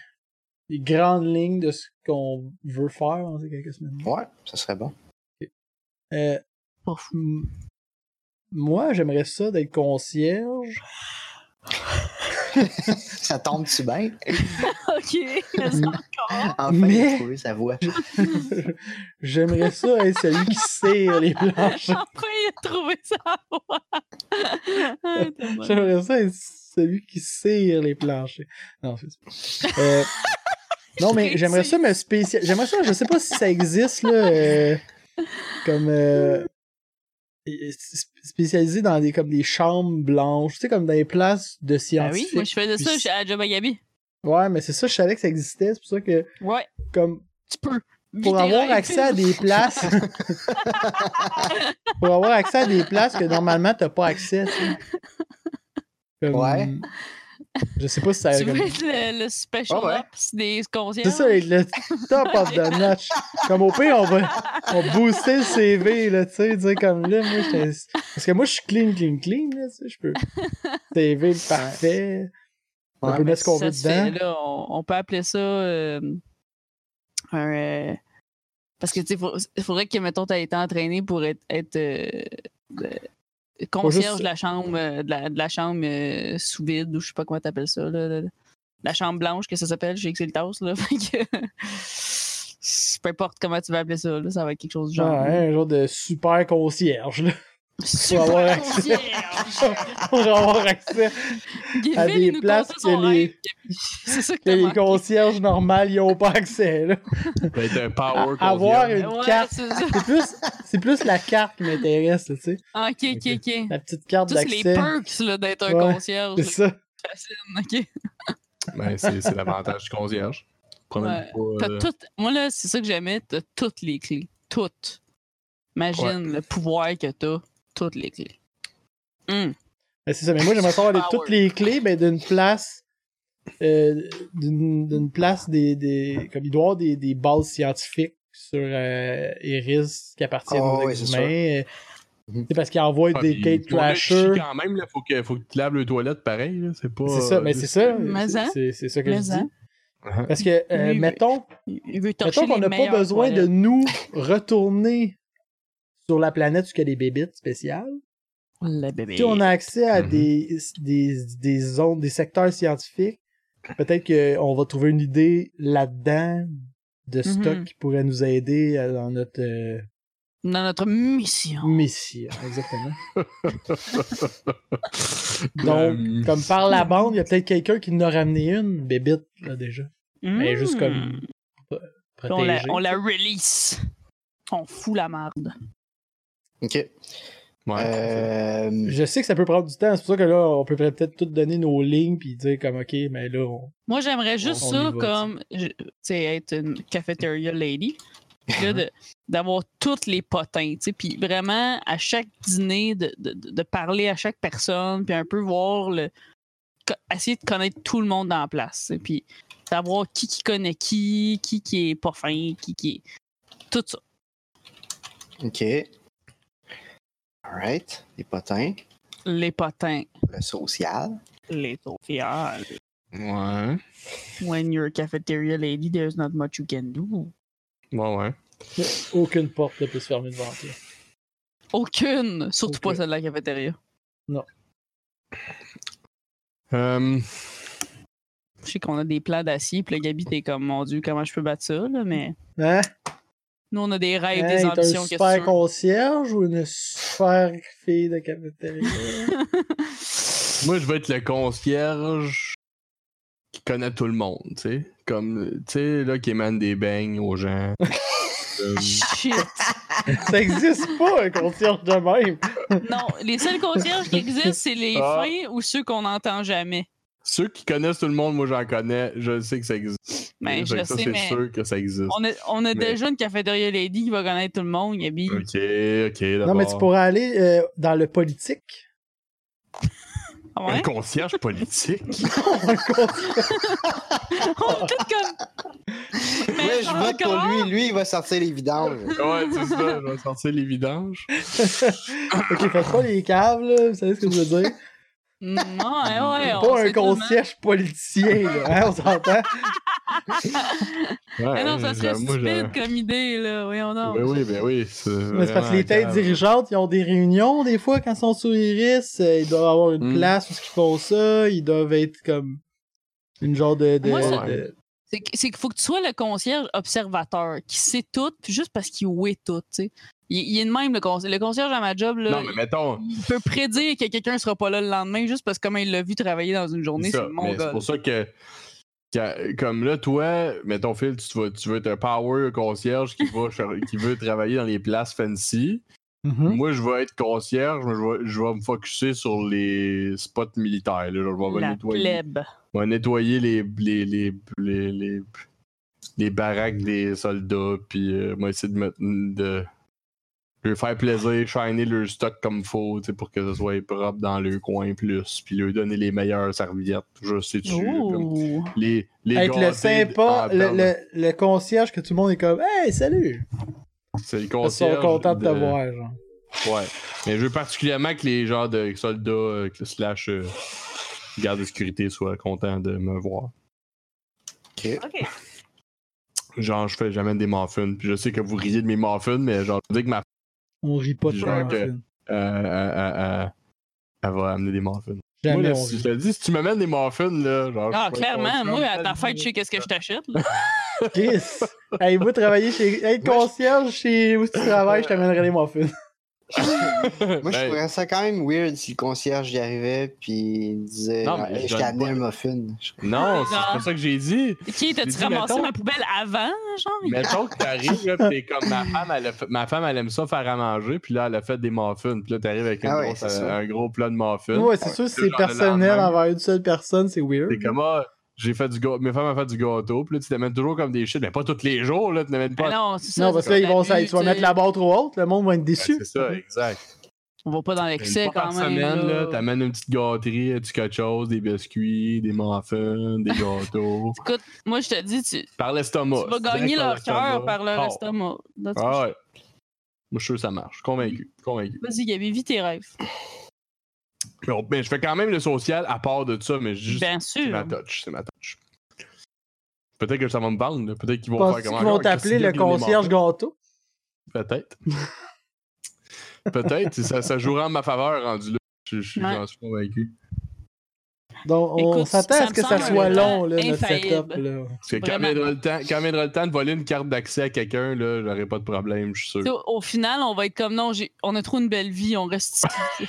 A: les grandes lignes de ce qu'on veut faire dans ces quelques semaines?
D: Ouais, ça serait bon.
A: Euh,
B: Pas fou.
A: m- moi, j'aimerais ça d'être concierge,
D: Ça tombe-tu bien?
B: Ok, c'est encore.
D: Enfin,
A: Mais-
D: il a trouvé sa voix.
A: j'aimerais ça être celui qui serre les planches,
B: Enfin, il a trouvé sa voix. Ah, t'es bonne.
A: j'aimerais ça être celui qui serre les planchers. Non, c'est pas- Euh, non, mais j'aimerais ça me spécial. J'aimerais ça, je sais pas si ça existe, là, euh, comme. euh, sp- spécialisé dans des comme des chambres blanches, tu sais comme dans les places de
B: Ah oui,
A: scientifiques.
B: moi je faisais ça
A: puis-
B: j'ai- à Job à Gabi.
A: Ouais, mais c'est ça, je savais que ça existait, c'est pour ça que
B: Ouais,
A: comme
B: tu peux. Vis
A: pour
B: tes
A: avoir
B: rêves.
A: accès à des places. pour avoir accès à des places que normalement t'as pas accès. tu sais. Comme-
D: Ouais.
A: Je sais pas si ça.
B: Tu veux
A: comme-
B: être le, le special
D: Ah ouais.
B: ops des
A: C'est
B: concierges.
A: ça, être le top of the notch. Comme au pire, on va on va booster le CV, là, tu sais, dire comme là, moi, j'étais- Parce que moi, je suis clean, clean, clean, là, tu sais, je peux. CV parfait. On
D: Ouais,
A: peut
B: Mais
A: mettre ce qu'on
B: ça
A: veut
B: se fait,
A: dedans.
B: là, on, on peut appeler ça euh, un. euh, parce que, tu sais, faut- il faudrait que, mettons, tu été entraîné pour être, être euh, euh, concierge
A: juste-
B: de la chambre, euh, de la, de la chambre euh, sous vide, ou je sais pas comment t'appelles ça, là, de- de- la chambre blanche que ça s'appelle chez Exiltos, là. Fait que. Peu importe comment tu vas appeler ça, là, ça va être quelque chose du genre.
A: Genre, un genre de super concierge, là.
B: Super
A: Pour avoir accès.
B: concierge!
A: Pour avoir accès
B: Gavin,
A: à
B: il
A: des
B: nous
A: places
B: contait
A: que
B: son
A: les,
B: rêve. C'est ça que
A: que
B: t'as
A: les
B: manqué.
A: concierges normales n'y ont pas accès. Là.
C: Ça va être un power
A: À- avoir
C: concierge.
A: une
B: Ouais,
A: carte.
B: c'est ça.
A: C'est plus, c'est plus la carte qui m'intéresse, là, tu sais.
B: Ok, ok, ok.
A: La petite carte
B: Tous les
A: d'accès.
B: perks là, d'être un
A: Ouais,
B: concierge.
A: C'est ça.
B: là, qui fascinent, ok.
C: Ben, c'est c'est l'avantage du concierge. Promène pas,
B: T'as
C: euh,
B: tout... Moi, là, c'est ça que j'aimais. T'as toutes les clés. Toutes. Imagine le pouvoir que t'as. Toutes les clés. Hum.
A: Ben, c'est ça, mais moi j'aimerais savoir les-
B: Power.
A: toutes les clés ben, d'une place. euh, d'une d'une place des, des. Comme il doit y avoir des, des bases scientifiques sur euh, Iris qui appartiennent
D: Ah,
A: aux
D: oui, c'est
A: humains. euh,
D: Mhm.
A: C'est parce qu'ils envoient
C: Ah,
A: des
C: puis,
A: gate
C: toilette,
A: crashers.
C: chie quand même, là, faut que, faut que tu laves les toilettes pareil. là, C'est pas. euh,
A: C'est ça, mais c'est ça.
B: Mais
A: c'est-
B: en.
A: C'est c'est ça que
B: Mais hein?
A: je
B: en.
A: dis. Parce que, euh,
B: Lui,
A: mettons,
B: Il veut torcher
A: mettons qu'on
B: les
A: n'a pas
B: meilleurs
A: besoin de
B: toilettes.
A: nous retourner sur la planète où il y a des bébites spéciales.
B: La bébé.
A: Si on a accès à
C: Mhm.
A: des, des, des zones, des secteurs scientifiques, peut-être qu'on va trouver une idée là-dedans de
B: Mhm.
A: stock qui pourrait nous aider à- dans notre euh,
B: Dans notre mission.
A: mission. Exactement.
C: Donc,
A: Donc, comme par la bande, il y a peut-être quelqu'un qui nous a ramené une bébite, là, déjà. Mais juste
B: Hum.
A: comme
B: Puis On la,
A: protégée.
B: on la release. On fout la merde.
D: Ok.
C: Ouais,
D: Euh,
A: Je sais que ça peut prendre du temps, c'est pour ça que là, on peut peut-être tout donner nos lignes puis dire comme OK, mais là, on...
B: Moi, j'aimerais juste
A: On- on y
B: ça
A: va,
B: comme, je- tu sais, être une cafeteria lady. Puis
A: Uh-huh.
B: là, de- d'avoir tous les potins, tu sais. Puis vraiment, à chaque dîner, de, de- de- de parler à chaque personne, puis un peu voir le. co- essayer de connaître tout le monde dans la place, tu sais. Puis savoir qui qui connaît qui, qui qui est pas fin, qui qui est. Tout ça.
D: Ok. Alright. Les potins.
B: Les potins,
D: Le social.
B: les tofiales.
C: Ouais.
B: When you're a cafeteria lady, there's not much you can do.
C: Ouais, ouais.
A: Aucune porte ne peut se fermer devant toi.
B: Aucune, surtout
A: Ok.
B: pas celle de la cafétéria.
C: Euh,
B: Je sais qu'on a des plats d'acier, puis le Gabi, t'es comme, mon Dieu, comment je peux battre ça, là, mais
A: Hein?
B: nous, on Ah, a des rêves,
A: Hey,
B: des
A: t'as
B: ambitions,
A: un
B: qu'est-ce que
A: super
B: tu veux?
A: concierge ou une super fille de cafétéria?
C: moi, je vais être le concierge qui connaît tout le monde, tu sais. Comme, tu sais, là, qui émane des beignes aux gens. Euh,
B: Shit.
A: ça existe pas, un concierge de même!
B: Non, les seuls concierges qui existent, c'est les
C: Ah.
B: fins ou ceux qu'on n'entend jamais.
C: ceux qui connaissent tout le monde, moi, j'en connais. Je sais que ça existe.
B: Ben,
C: Fait
B: je
C: que ça,
B: sais,
C: c'est
B: mais-
C: sûr que ça existe.
B: On a, on a
C: Mais-
B: déjà une cafétéria lady qui va connaître tout le monde, Gabi.
C: Ok, ok,
A: Non,
C: d'abord.
A: mais tu pourrais aller euh, dans le politique.
B: Ah ouais?
C: Un concierge politique?
A: Un concierge-
B: on est tous comme... Mais
D: Ouais, je vote pour
B: encore,
D: lui. Lui, il va sortir les
A: Ah
D: vidanges.
C: ouais, c'est ça, je vais sortir les vidanges.
A: ok, faites pas les caves, là, vous savez ce que je veux dire?
B: Non, hein, ouais, on
A: pas
B: sait
A: un
B: tout le monde.
A: concierge politicien, là, hein, on s'entend?
C: Ouais, hein,
B: Mais Ah non, ça serait
C: j'avoue, moi, je-
B: stupide comme idée, là. Voyons donc.
C: Ben oui, ben oui. C'est
A: Mais c'est parce que les
C: vraiment
A: têtes
C: grave.
A: dirigeantes, ils ont des réunions des fois quand ils sont sur Iris. euh, Ils doivent avoir une
C: Mm.
A: place où ils font ça. Ils doivent être comme une genre de. de,
B: Moi,
C: ça-
A: de-
B: C'est que- c'est qu'il faut que tu sois le concierge observateur qui sait tout puis juste parce qu'il oui tout, tu sais. Il, il est de même, le concierge. Le concierge à ma job, là,
C: Non, mais mettons,
B: il peut prédire que quelqu'un sera pas là le lendemain juste parce que comme il l'a vu travailler dans une journée,
C: c'est ça,
B: c'est mon
C: mais c'est
B: gars.
C: pour ça que, que- Comme là, toi, mettons, Phil, tu, te vas- tu veux être un power concierge qui, va, cher- qui veut travailler dans les places fancy.
A: Mhm.
C: Moi, je vais être concierge, mais je vais, je vais me focusser sur les spots militaires. là. Je vais
B: La
C: nettoyer,
B: plèbe.
C: je vais nettoyer les, les, les, les, les- les baraques des soldats, puis euh, moi, essayer de, me, de leur faire plaisir, shiner leur stock comme faut, tu sais, pour que ce soit propre dans le coin plus, puis leur donner les meilleures serviettes. Je sais-tu. là, comme Ah,
B: Ouh.
C: Les, les
A: Être le
C: gâtés Ah,
A: sympa,
C: en
A: le,
C: berne.
A: le- le concierge que tout le monde est comme Hey, salut!
C: C'est le
A: Ils sont
C: concierge
A: contents de te voir, genre.
C: Ouais. Mais je veux particulièrement que les genres de soldats euh, que- slash euh, gardes de sécurité soient contents de me voir.
D: Ok.
B: OK.
C: Genre, je fais jamais des muffins. Puis je sais que vous riez de mes muffins, mais genre, je dis que ma
A: On rit pas de
C: Genre
A: toi,
C: que-
A: Martine.
C: euh, euh, euh, euh, elle va amener des muffins.
A: Jamais
C: moi, là,
A: on
C: si je
A: rit.
C: te dis, si tu m'amènes des muffins, là, genre.
B: Ah,
C: je suis pas
B: clairement,
C: content.
B: moi, à ta fête, je sais qu'est-ce que je t'achète. là.
A: Chris! Hey, vous travaillez chez. Être concierge chez où tu travailles, je t'amènerai les muffins.
D: Moi, je
C: Ben,
D: trouverais ça quand même weird si le concierge y arrivais puis il disait
C: Non,
D: non,
C: mais
D: Je
C: je donne
D: t'ai amené
C: pas-
D: un muffin. Je-
C: Non, c'est
B: Non.
C: pas ça que j'ai dit.
B: Ok,
C: J'ai
B: t'as-tu
C: dit,
B: ramassé
C: mettons-
B: ma poubelle avant, genre?
C: Mettons que t'arrives, là, pis t'es comme ma femme, elle a fait- ma femme, elle aime ça faire à manger, puis là, elle a fait des muffins, puis là, t'arrives avec une
D: Ah ouais,
C: grosse-
D: c'est ça.
C: un gros plat de muffins.
A: Ouais, c'est sûr, si c'est
C: Genre le
A: personnel
C: lendemain.
A: envers une seule personne, c'est weird.
C: T'es comme, ah, j'ai fait du gâteau, mes femmes ont fait du gâteau, puis là, tu t'amènes toujours comme des shit, mais pas tous les jours, là, tu t'amènes
B: Ah
C: pas.
B: non, c'est ça.
A: Non, parce
B: c'est
A: que là, ils
B: un
A: vont,
B: abus,
A: tu vas
B: tu
A: mettre
B: sais.
A: la barre trop haute, le monde va être
C: Ouais,
A: déçu.
C: Ben, c'est ça, exact.
B: On va pas dans
C: Une
B: l'excès
C: fois
B: quand
C: par
B: même.
C: semaine, là,
B: là.
C: t'amènes une petite gâterie, un petit quelque chose, des biscuits, des muffins, des gâteaux.
B: Écoute, moi, je te dis, tu,
C: par l'estomac.
B: Tu vas gagner
C: Direct
B: leur cœur par leur
C: Ah.
B: estomac. That's for
C: Ah
B: sure.
C: ouais. Moi, je suis sûr que ça marche. Convaincu. Convaincu.
B: Vas-y, Gabi, vis tes rêves.
C: Bon, ben, je fais quand même le social à part de ça, mais juste.
B: Bien
C: C'est
B: sûr.
C: ma touch. C'est ma touch. Peut-être que ça va me vendre. là. Peut-être qu'ils vont
A: Penses-tu
C: faire comment
A: qu'ils vont t'appeler le concierge gâteau.
C: Peut-être. Peut-être. ça, ça jouera en ma faveur rendu là. Je, je-
B: Ouais.
C: J'en suis convaincu.
A: Donc, on
B: Écoute,
A: s'attend
B: ça
A: à ce
B: me
A: que ça
B: semble
A: soit
B: un
A: long,
B: temps
A: là, notre
B: infaillible.
A: setup. Là.
C: Parce que quand
B: Vraiment.
C: viendra, le temps, quand viendra le temps de voler une carte d'accès à quelqu'un, là, j'aurai pas de problème, je suis sûr.
B: Tu sais, Au, au final, on va être comme non, j'ai- on a trop une belle vie, on reste ici.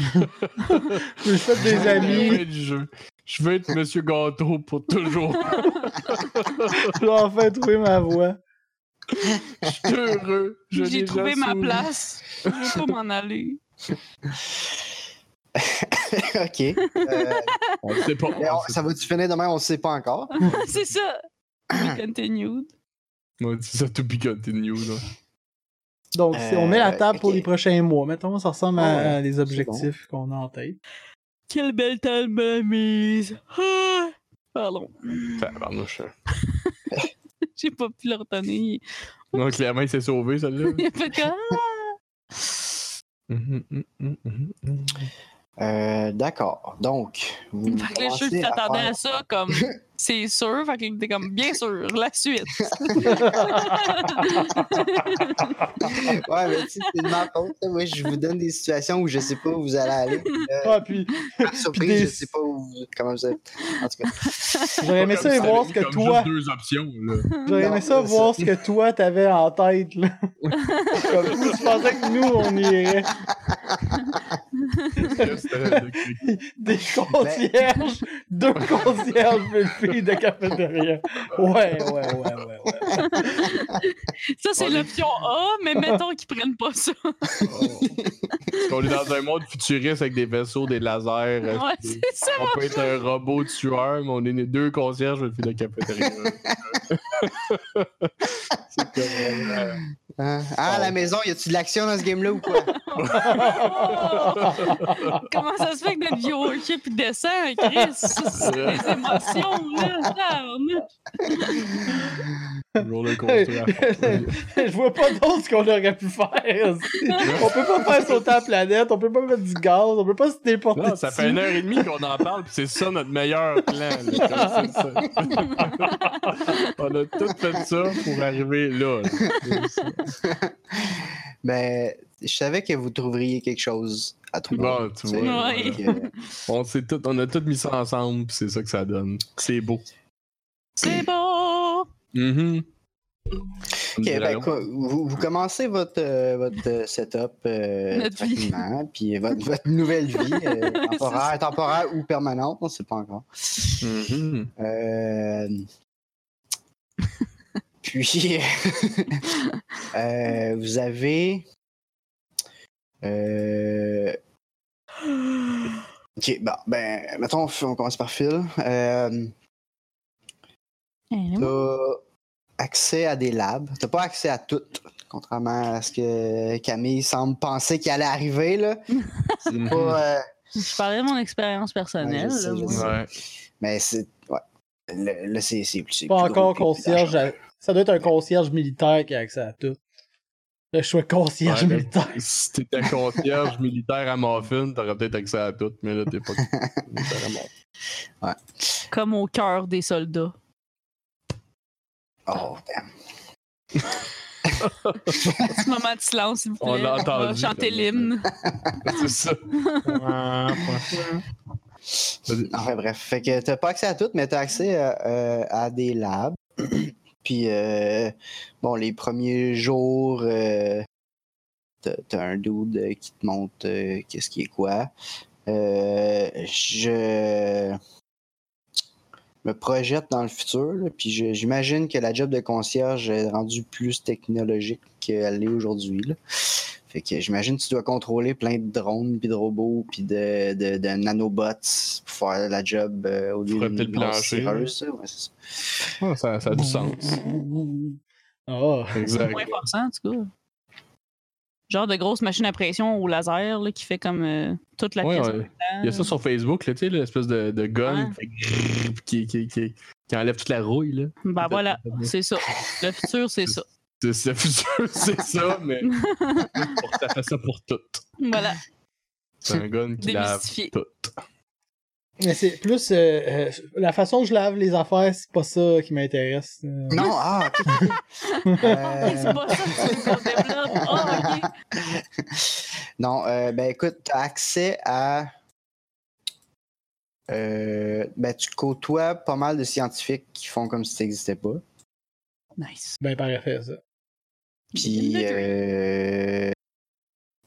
A: Je me suis fait des
C: Je veux
A: amis,
C: être- Je, je veux être Monsieur Gâteau pour toujours.
A: je vais enfin trouver ma voie.
C: Je suis heureux. Je l'ai
B: J'ai trouvé
C: déjà
B: ma
C: souri.
B: place. Je veux pas m'en aller.
D: ok. Euh,
C: On le sait pas.
D: mais on-
C: on le sait
D: ça va-tu finir demain On ne sait pas encore.
B: C'est ça. We continued.
C: pas. Ouais, C'est ça, to be continued. là.
A: Donc, c'est- on met la
D: Euh,
A: table pour
D: ok. Ah
A: les prochains mois. Mettons, ça ressemble à,
D: Ouais,
A: à des objectifs qu'on a en tête.
B: Quelle belle table de mise! Ah! Pardon,
C: Tabarnouche.
B: j'ai pas pu le retenir.
C: Non, clairement, il s'est sauvé, celle-là.
B: Il a fait comme, ah!
C: Mhm, mhm, mhm, mhm, mhm.
D: Euh, D'accord. Donc, vous.
B: ah! Fait que là, je suis sûr que tu
D: commencez à
B: t'attendais
D: faire-
B: à ça comme c'est sûr. Fait que t'es comme bien sûr, la suite.
D: ouais, mais tu sais, c'est de ma faute. là. Moi, je vous donne des situations où je sais pas où vous allez aller.
A: Ah, puis
D: Par surprise,
A: des-
D: je sais pas où vous- comment vous êtes. En tout cas,
A: j'aurais aimé Eh,
C: Comme
A: ça
C: si
A: voir ce
C: t'avais
A: que
C: mis comme
A: toi.
C: juste deux options, là.
A: J'aurais aimé
D: Non,
A: ça
D: c'est
A: voir ce que toi t'avais en tête, là. Comme si tu pensais que nous, on irait.
C: euh,
A: Des
D: Ben,
A: concierges, deux concierges, une fille de cafétéria. Ouais, ouais, ouais, ouais. ouais.
B: Ça, c'est
C: On est-
B: l'option A, mais mettons qu'ils prennent pas ça.
C: On est dans un monde futuriste avec des vaisseaux, des lasers. euh,
B: Ouais,
C: des-
B: c'est ça.
C: on peut être un robot tueur, mais on est deux concierges, je le fais de cafétéria. C'est comme, euh,
D: hein. Ah, à la maison, y a-tu de l'action dans ce game-là ou
B: Oh!
D: quoi?
B: Comment ça se fait que notre viewership descend, hein, Chris? C'est des émotions, là. Tabarnak.
C: jour de construction.
A: Je vois pas d'autre ce qu'on aurait pu faire. On peut pas faire sauter la planète, on peut pas mettre du gaz, on peut pas se déporter.
C: Non, ça fait
A: dessus.
C: une heure et demie qu'on en parle, puis c'est ça notre meilleur plan. là, comme c'est ça. on a tout fait ça pour arriver là. là.
D: Ben, je savais que vous trouveriez quelque chose à trouver.
C: Bon, tu
D: sais.
C: vois.
B: Ouais.
D: Donc, euh,
C: On, s'est tout- on a tout mis ça ensemble, puis c'est ça que ça donne. C'est beau.
B: C'est bon!
C: Mhm.
D: ok, ben,
C: Dragon.
D: quoi, vous, vous commencez votre, euh, votre euh, setup euh,
B: Notre vie.
D: tranquillement, puis votre, votre nouvelle vie, euh, temporaire, temporaire ou permanente, on sait pas encore.
C: Mhm.
D: Euh, Puis, euh, vous avez. Euh, Ok, bon, ben, mettons, on commence par Phil. Euh,
B: Eh,
D: T'as accès à des labs. T'as pas accès à tout, contrairement à ce que Camille semble penser qu'il allait arriver. Là.
C: Mhm.
D: Pas, euh,
B: Je parlais de mon expérience personnelle.
D: Ouais, je sais,
B: là,
D: je
B: moi.
D: sais.
C: Ouais.
D: mais c'est. Ouais. Là, là, c'est c'est plus. c'est
A: pas
D: plus gros,
A: encore
D: plus
A: concierge.
D: large.
A: à- Ça doit être un concierge militaire qui a accès à tout. Le choix concierge
C: Ouais, mais-
A: militaire.
C: Si t'étais concierge militaire à Muffin, t'aurais peut-être accès à tout, mais là, t'es pas militaire à Muffin.
B: Comme au cœur des soldats.
D: Oh, damn.
B: Petit moment de silence, s'il vous plaît.
C: On l'a
B: va
C: entendu,
B: chanter
C: t'as
B: l'hymne.
C: C'est ça. Vas-y.
D: Enfin, Ah, bref. Fait que t'as pas accès à tout, mais t'as accès euh, euh, à des labs. Puis, euh, bon, les premiers jours, euh, t'as t'as un dude euh, qui te montre euh, qu'est-ce qui est quoi. Euh, je me projette dans le futur, là, puis je- j'imagine que la job de concierge est rendue plus technologique qu'elle l'est aujourd'hui. là. Fait que j'imagine que tu dois contrôler plein de drones, puis de robots, puis de, de- de nanobots pour faire la job euh, au lieu
C: Frotter le
D: d'une grosse
C: plancher,
D: cireuse, là. Ouais, c'est ça.
C: Ah, ça, ça a du sens.
A: Oh.
C: Exact.
B: Moins forçant, en tout cas. Genre de grosse machine à pression au laser là, qui fait comme euh, toute la
C: Ouais,
B: pièce.
C: ouais. Il y a ça sur Facebook, là, tu sais, l'espèce de, de gun
B: Ouais.
C: fait grrrr, qui, qui, qui, qui enlève toute la rouille. là.
B: Ben voilà, c'est ça. Le futur, c'est ça.
C: C'est- C'est futur, c'est ça, mais pour- ça fait ça pour tout.
B: Voilà.
C: C'est un gun qui lave
B: Démystifié.
C: tout.
A: Mais c'est plus euh, euh, la façon que je lave les affaires, c'est pas ça qui m'intéresse. Euh,
D: Non, ah, ok. Euh,
B: C'est pas ça que tu veux qu'on développe. Ah, ok.
D: non, euh, ben écoute, tu as accès à. euh, ben, tu côtoies pas mal de scientifiques qui font comme si tu n'existais pas.
B: Nice.
A: Ben parfait ça.
D: Puis, euh,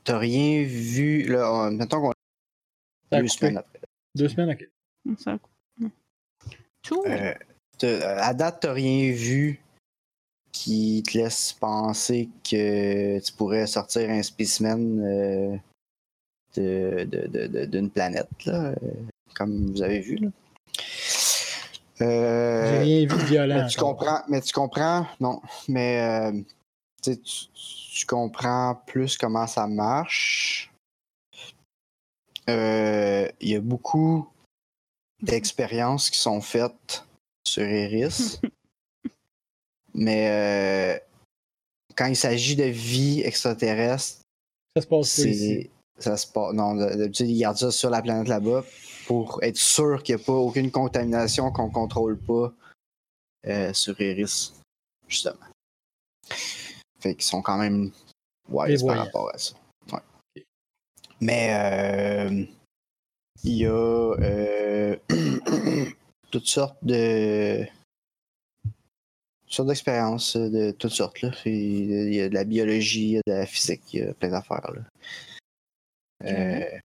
D: t'as rien vu. Là, on- mettons qu'on
A: Ça a
D: deux
A: coupé.
D: semaines après.
A: Deux semaines, ok.
B: Hum, Ça- Tout.
D: Euh, t'as- euh, à date, t'as rien vu qui te laisse penser que tu pourrais sortir un spécimen euh, de- de- de- de- d'une planète, là, euh, comme vous avez vu. Là. Euh,
A: J'ai rien vu de violent.
D: mais tu comprends, mais tu comprends, non. Mais euh, tu sais, tu- tu- tu comprends plus comment ça marche. Euh, Il y a beaucoup d'expériences qui sont faites sur Iris. Mais euh, quand il s'agit de vie extraterrestre,
A: Ça se passe pas ici.
D: c'est. Ça se passe. Non, d- d'habitude, ils gardent ça sur la planète là-bas pour être sûr qu'il n'y a pas aucune contamination qu'on contrôle pas euh, sur Iris, justement. Fait qu'ils sont quand même wise par
A: Prévoyants.
D: rapport à ça. Ouais. Mais euh, il y a euh, toutes sortes de. toutes sortes d'expériences euh, de toutes sortes. Là. Fait, Il y a de la biologie, il y a de la physique, il y a plein d'affaires. là. Euh,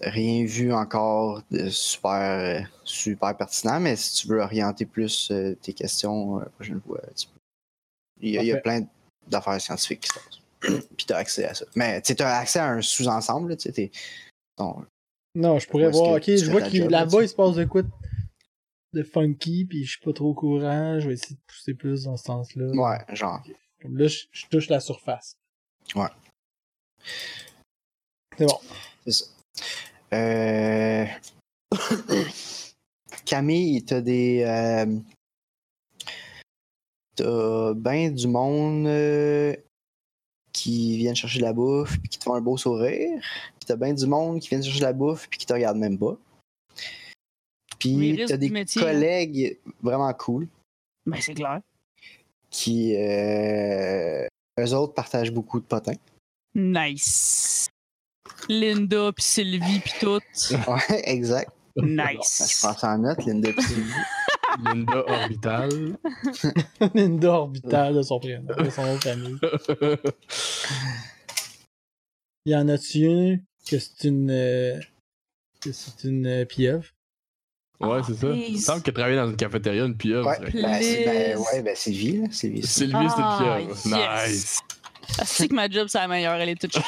D: rien vu encore de super, euh, super pertinent, mais si tu veux orienter plus euh, tes questions euh, la prochaine fois, tu peux. Il y a, il y a
A: Parfait.
D: plein d'affaires scientifiques qui se passent. Puis tu as accès à ça. Mais tu as accès à un sous-ensemble. là, tu sais, t'es- ton-
A: Non, je pourrais
D: Où est-ce
A: voir.
D: que
A: Ok,
D: tu
A: je
D: fais
A: vois
D: ta
A: qu'il
D: job
A: là-bas,
D: là-dessus?
A: il se passe de quoi de- de funky, puis je suis pas trop au courant. Je vais essayer de pousser plus dans ce sens-là.
D: Ouais, genre.
A: Comme là, je, je touche la surface.
D: Ouais.
A: C'est bon.
D: Euh, Camille, t'as des. euh, T'as ben du monde euh, qui viennent chercher de la bouffe puis qui te font un beau sourire. Puis t'as ben du monde qui viennent chercher de la bouffe puis qui te regardent même pas.
B: Oui,
D: Puis
B: risque
D: t'as
B: du
D: des
B: métier. hein.
D: collègues vraiment cool
B: Ben, c'est clair.
D: qui. Euh, eux autres partagent beaucoup de potins.
B: Nice. Linda, puis Sylvie, puis tout.
D: Ouais, exact. Je
B: Nice.
D: prends ça en note, Linda. puis-
C: Linda Orbital.
A: Linda Orbital de son prénom, de son nom de famille. Il y en a-tu une que c'est une. euh, que c'est une euh, pieuvre?
C: Ouais,
B: Ah,
C: c'est ça. Il me
B: please.
C: semble qu'elle travaillait dans une cafétéria, une pieuvre.
D: Ouais,
C: serait-
D: ben, c'est- ben,
B: Liz.
D: ouais, ben, Sylvie, là. Sylvie. c'est-
C: Sylvie,
B: Ah,
C: c'est une pieuvre.
B: yes.
C: Nice.
B: Ah, C'est que ma job, c'est la meilleure. Elle est toute chiante.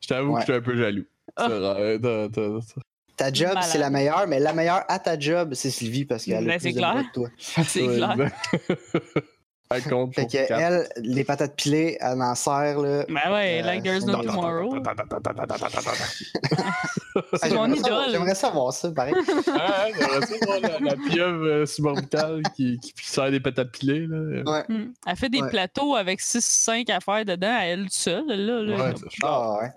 C: je t'avoue
D: Ouais.
C: que je suis un peu jaloux.
B: Ah.
C: Sarah, euh, t'as- t'as- t'as-
D: Ta job,
B: Malade.
D: c'est la meilleure, mais la meilleure à ta job, c'est Sylvie parce qu'elle
B: Ben,
D: a plus
B: c'est
D: de
B: clair.
D: voix que toi.
B: C'est
C: Ouais,
B: clair.
C: exact. Elle compte
D: Fait
C: pour
D: que
C: quatre.
D: elle, les patates pilées, elle en sert, là.
B: Ben ouais,
D: Euh,
B: like there's
D: non,
B: no
D: non, non,
B: tomorrow.
D: Ah,
B: C'est mon
D: j'aimerais savoir-
B: idole.
D: J'aimerais savoir ça, pareil.
C: Ah, ouais, j'aimerais ça voir la, la pieuvre euh, suborbitale qui, qui, qui sert des patates pilées. Là.
B: Hmm. Elle fait des
D: Ouais.
B: plateaux avec 6-5 affaires dedans à elle seule. Là, là.
C: Ouais, ça, je-
D: Ah, ouais.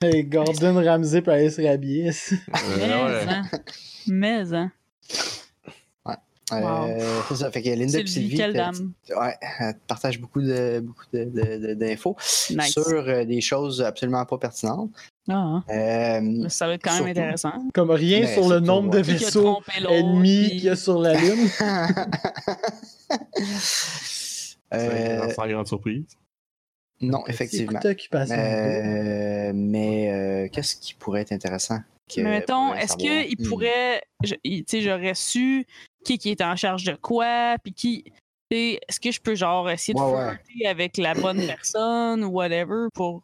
A: Hey, Gordon Ramsay peut aller se rhabiller.
B: Mais,
C: Euh, ouais.
B: hein. Mais, hein. Wow.
D: Euh, c'est ça. Fait que Linda et
B: Sylvie,
D: Sylvie,
B: quelle
D: t'as-
B: dame.
D: ouais, elle partage beaucoup de beaucoup de- de- de- d'infos
B: Nice.
D: sur euh, des choses absolument pas pertinentes.
B: Ah,
D: Euh,
B: ah. ça va être quand même
D: Surtout.
B: intéressant.
A: Comme rien
D: Mais
A: sur
D: c'est
A: le
D: tout,
A: nombre de
D: ouais.
B: Qui a
A: vaisseaux
B: trompé l'autre,
A: ennemis
B: puis-
A: qu'il y a sur la Lune.
D: euh,
C: Sans grande surprise.
D: non,
A: C'est
D: effectivement.
A: toute occupation.
D: Euh, mais euh, qu'est-ce qui pourrait être intéressant? que-
B: Mais mettons,
D: pourrait
B: est-ce
D: savoir?
B: qu'il
D: Hmm.
B: pourrait. je- il- Tu sais, j'aurais su qui, qui est en charge de quoi, puis qui. tu sais, Est-ce que je peux, genre, essayer de
D: Ouais, ouais.
B: flirter avec la bonne personne ou whatever pour,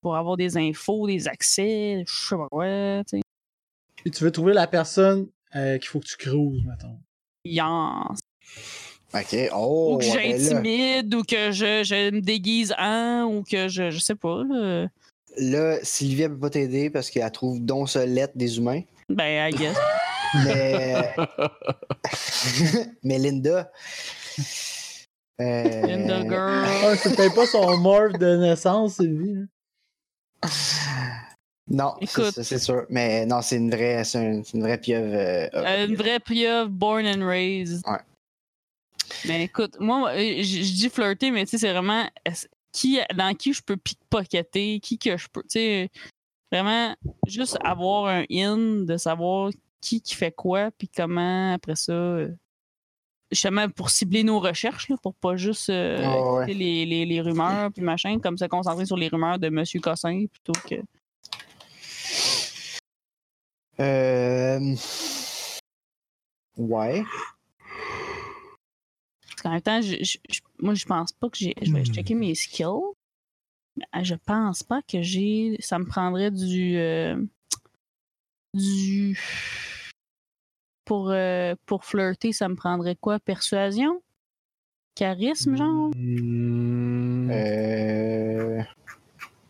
B: pour avoir des infos, des accès, je sais pas quoi, tu sais.
A: Et tu veux trouver la personne euh, qu'il faut que tu cruises, mettons.
B: Yan.
D: Ok, oh!
B: ou que
D: ben là,
B: j'intimide, ou que je, je me déguise en, ou que je, je sais pas, là.
D: là, Sylvie, elle peut pas t'aider parce qu'elle trouve doncelette des humains.
B: Ben, I guess.
D: Mais, mais Linda. euh,
B: Linda girl.
A: Ah, c'est peut-être pas son morph de naissance, Sylvie. hein.
D: Non,
B: Écoute.
D: c'est ça, c'est sûr. Mais non, c'est une vraie, c'est un- c'est une vraie pieuvre. euh,
B: Euh, une
D: euh,
B: vraie pieuvre, born and raised.
D: Ouais.
B: Mais écoute, moi, euh, je je dis flirter, mais tu sais, c'est vraiment est-ce- qui, dans qui je peux pickpocketer, qui que je peux. Tu sais, vraiment, juste avoir un in de savoir qui qui fait quoi, puis comment après ça. euh, Justement, pour cibler nos recherches, là, pour pas juste euh,
D: Ouais, ouais.
B: écouter les, les, les rumeurs, puis machin, comme se concentrer sur les rumeurs de Monsieur Cossin plutôt que.
D: euh, Ouais.
B: Parce qu'en même temps, je, je- je- moi, je pense pas que j'ai. Je vais
A: Hmm.
B: checker mes skills. Mais je pense pas que j'ai. Ça me prendrait du. euh, du. Pour, euh, pour flirter, ça me prendrait quoi Persuasion charisme, genre?
C: Hmm.
D: Euh.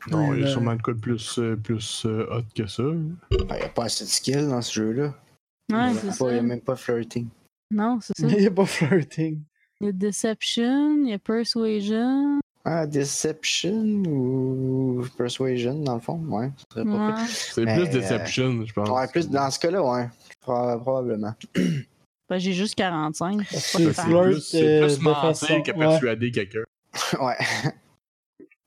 C: Non, il y a
A: euh,
C: sûrement de quoi de plus, euh, plus euh, hot que ça.
D: Il n'y ben, a pas assez de skill dans ce jeu-là.
B: Ouais,
D: il
B: c'est ça.
D: n'y a même pas flirting.
B: Non, c'est ça.
A: Il
D: Mhm.
A: n'y a pas flirting.
B: Il y a Deception, il y a Persuasion.
D: Ah, Deception ou Persuasion, dans le fond, ouais. ce serait pas
B: Ouais.
C: C'est
D: Mais,
C: plus Deception, je
D: pire.
C: pense.
D: Ben, euh, Ouais, plus dans ce cas-là, ouais. Pro- probablement.
B: Ben, j'ai juste 45. C'est
A: C'est
B: pas
C: C'est
B: tant.
A: flirt,
C: plus, c'est
A: euh,
C: plus
A: de
C: mentir
A: façon-
C: qu'à
A: ouais.
C: persuader quelqu'un.
D: ouais.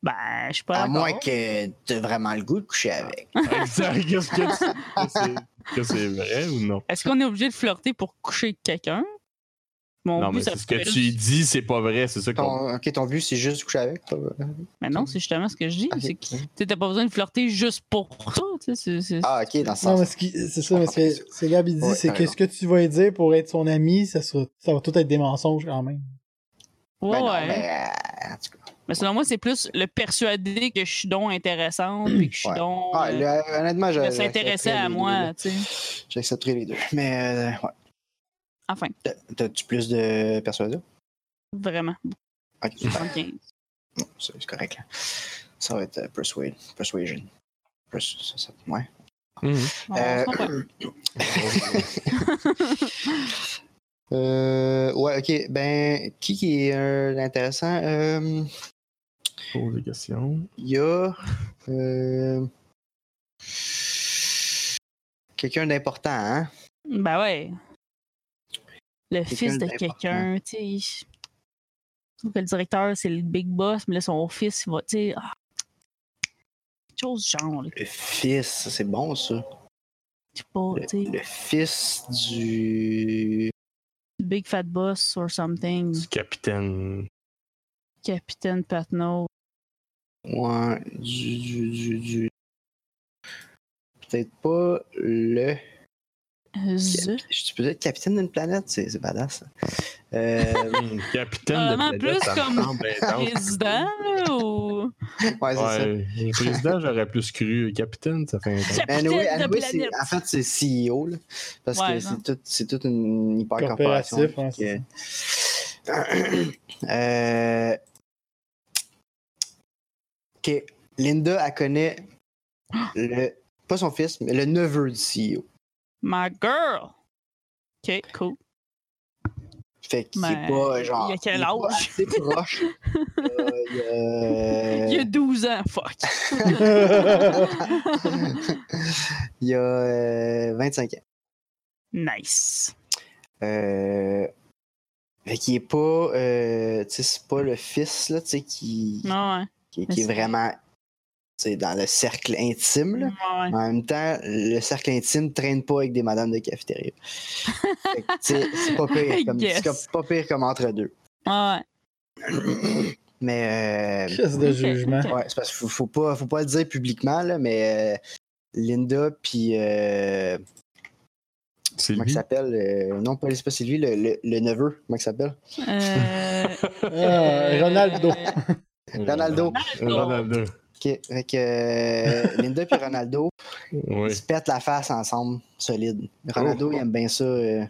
B: Ben, je suis pas
D: À moins
B: d'accord.
D: que t'aies vraiment le goût de coucher avec.
C: Exact. Qu'est-ce que tu- c'est- que c'est vrai ou non?
B: Est-ce qu'on est obligé de flirter pour coucher avec quelqu'un? Mon
C: non,
B: but,
C: mais
B: ça
C: c'est ce que
B: pourrait
C: tu
B: juste-
C: dis, c'est pas vrai, c'est ça qu'on.
D: Ton, ok, ton but, c'est juste de coucher avec. toi.
B: Mais non, c'est justement ce que je dis.
D: Ok.
B: C'est que tu sais, t'as pas besoin de flirter juste pour ça. tu sais, c'est- c'est-
D: Ah, ok, dans ce
A: Non, mais
D: sens. Ah,
A: ce qui- c'est ça, mais ce que, ce que Gab il dit,
D: Ouais,
A: c'est
D: t'as
A: que ce que tu vas lui dire pour être son ami, ça, sera- ça va tout être des mensonges quand même.
B: Ouais,
D: Ben non,
B: ouais. mais...
D: mais, euh, en tout cas.
B: selon moi, c'est plus le persuader que je suis donc intéressante puis que je suis
D: Ouais.
B: donc.
D: Ah,
B: euh,
D: là, honnêtement, je.
B: de s'intéresser
D: j'accepterais
B: à
D: les deux,
B: moi,
D: là.
B: tu sais.
D: J'accepterais les deux. Mais, euh, ouais.
B: Enfin,
D: T'as- T'as-tu plus de persuasion?
B: vraiment.
D: Ok, super.
B: 75.
D: C'est c'est correct. là. Ça va être euh, persuade, persuasion. Pers- ça, ça- ouais.
B: On se comprend.
D: Euh, ouais, ok. Ben, qui qui est euh, intéressant? Euh,
C: Pose des questions.
D: Il y a. euh, Quelqu'un d'important, hein?
B: Ben ouais. Le fils de
D: d'important.
B: quelqu'un, tu sais. Je trouve que le directeur, c'est le big boss, mais là, son fils, il va, tu sais. ah, quelque chose du genre, là.
D: Le fils, c'est bon ça.
B: Je sais pas,
D: Le,
B: tu sais.
D: le fils du.
B: Big fat boss or something.
C: Du capitaine.
B: Capitaine Patno.
D: Ouais, du. du, du, du- Peut-être pas le.
B: Euh, The.
D: Je suis peut-être capitaine d'une planète, c'est c'est badass. ça. Euh,
C: capitaine de
B: Vraiment
C: planète,
B: plus
C: ça me
B: comme
C: semble intense.
B: Président, là, ou.
D: ouais, c'est ça.
C: Ouais, le président, j'aurais plus cru. Capitaine, ça fait intense.
D: Mais
B: Capitaine
D: anyway,
B: de
D: anyway, c'est-
B: planète.
D: en fait, c'est CEO, là, parce
B: Ouais,
D: que
B: non.
D: c'est tout- c'est toute une hyper-corporation.
A: Corporatif, hein, c'est
D: fait que- Euh, OK. Linda, elle connaît le... Pas son fils, mais le neveu du E CEO.
B: My girl. Ok, cool.
D: Fait qu'il
B: Ben,
D: est pas genre...
B: il a quel
D: est pas
B: âge?
D: assez proche. Euh, il a- euh,
B: Il y a 12 ans, fuck.
D: il a euh, 25 ans.
B: Nice.
D: Euh... Fait qu'il est pas... euh, Tu sais, c'est pas le fils, là, tu sais, qui...
B: Ah ouais.
D: qui,
B: Mais
D: qui est
B: c'est-
D: vraiment tu sais, dans le cercle intime. là.
B: Ah Ouais.
D: En même temps, le cercle intime traîne pas avec des madames de cafétéria. Fait que, tu sais, c'est pas pire comme,
B: Yes.
D: c'est comme- pas pire comme entre deux.
B: Ouais.
D: Mais euh,
A: Crise de
B: Ok,
A: jugement.
B: ok.
D: ouais, c'est parce qu'il faut, faut pas faut pas le dire publiquement là, mais euh, Linda puis euh,
C: C'est
D: comment il
C: lui.
D: s'appelle euh, non pas c'est pas Sylvie le, le, le neveu comment il s'appelle
B: Euh,
A: Ah, Ronaldo.
D: Ronaldo.
C: Euh, Ronaldo.
D: Ok, fait que, euh, Linda puis Ronaldo Ils
C: Oui.
D: se pètent la face ensemble, solide. Ronaldo, il aime bien ça. euh,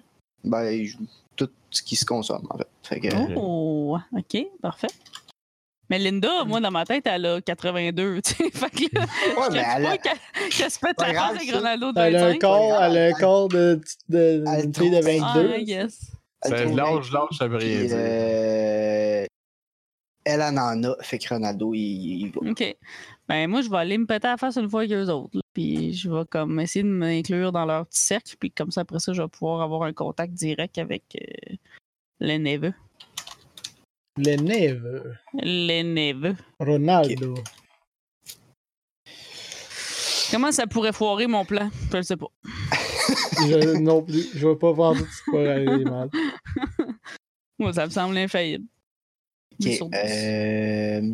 D: ben, il joue tout ce qui se consomme, en fait. Fait que,
C: Oh.
B: Oh, ok, parfait. Mais Linda, moi, dans ma tête, elle a 82, tu sais. Fait que là,
D: Ouais,
B: je
D: Ah, mais
B: sais
D: elle
B: pas
D: a,
B: qu'elle qu'elle se pète
D: Pas
B: la
D: grave,
B: face avec
D: ça.
B: Ronaldo de
A: Elle a un
B: 25.
A: corps, elle a un corps de, de,
D: Elle
A: d'une fille de
D: trouve-
B: Ah,
A: 22.
B: I guess.
C: C'est
D: elle
C: l'âge, l'âge, ça veut rien
D: puis,
C: dire.
D: euh, elle en en a. Fait que Ronaldo, il, il va.
B: Ok. Ben, moi, je vais aller me péter la face une fois avec eux autres. là. Puis je vais comme essayer de m'inclure dans leur petit cercle. Puis comme ça, après ça, je vais pouvoir avoir un contact direct avec euh, les neveux.
A: Le neveu.
B: Les neveux.
A: Ronaldo.
B: Comment ça pourrait foirer mon plan? Je le sais pas.
A: Je, non plus, je vais pas vendre tout ce qu'on a les mal.
B: Moi, ça me semble infaillible.
D: Ok,
B: Deux sur dix.
D: euh,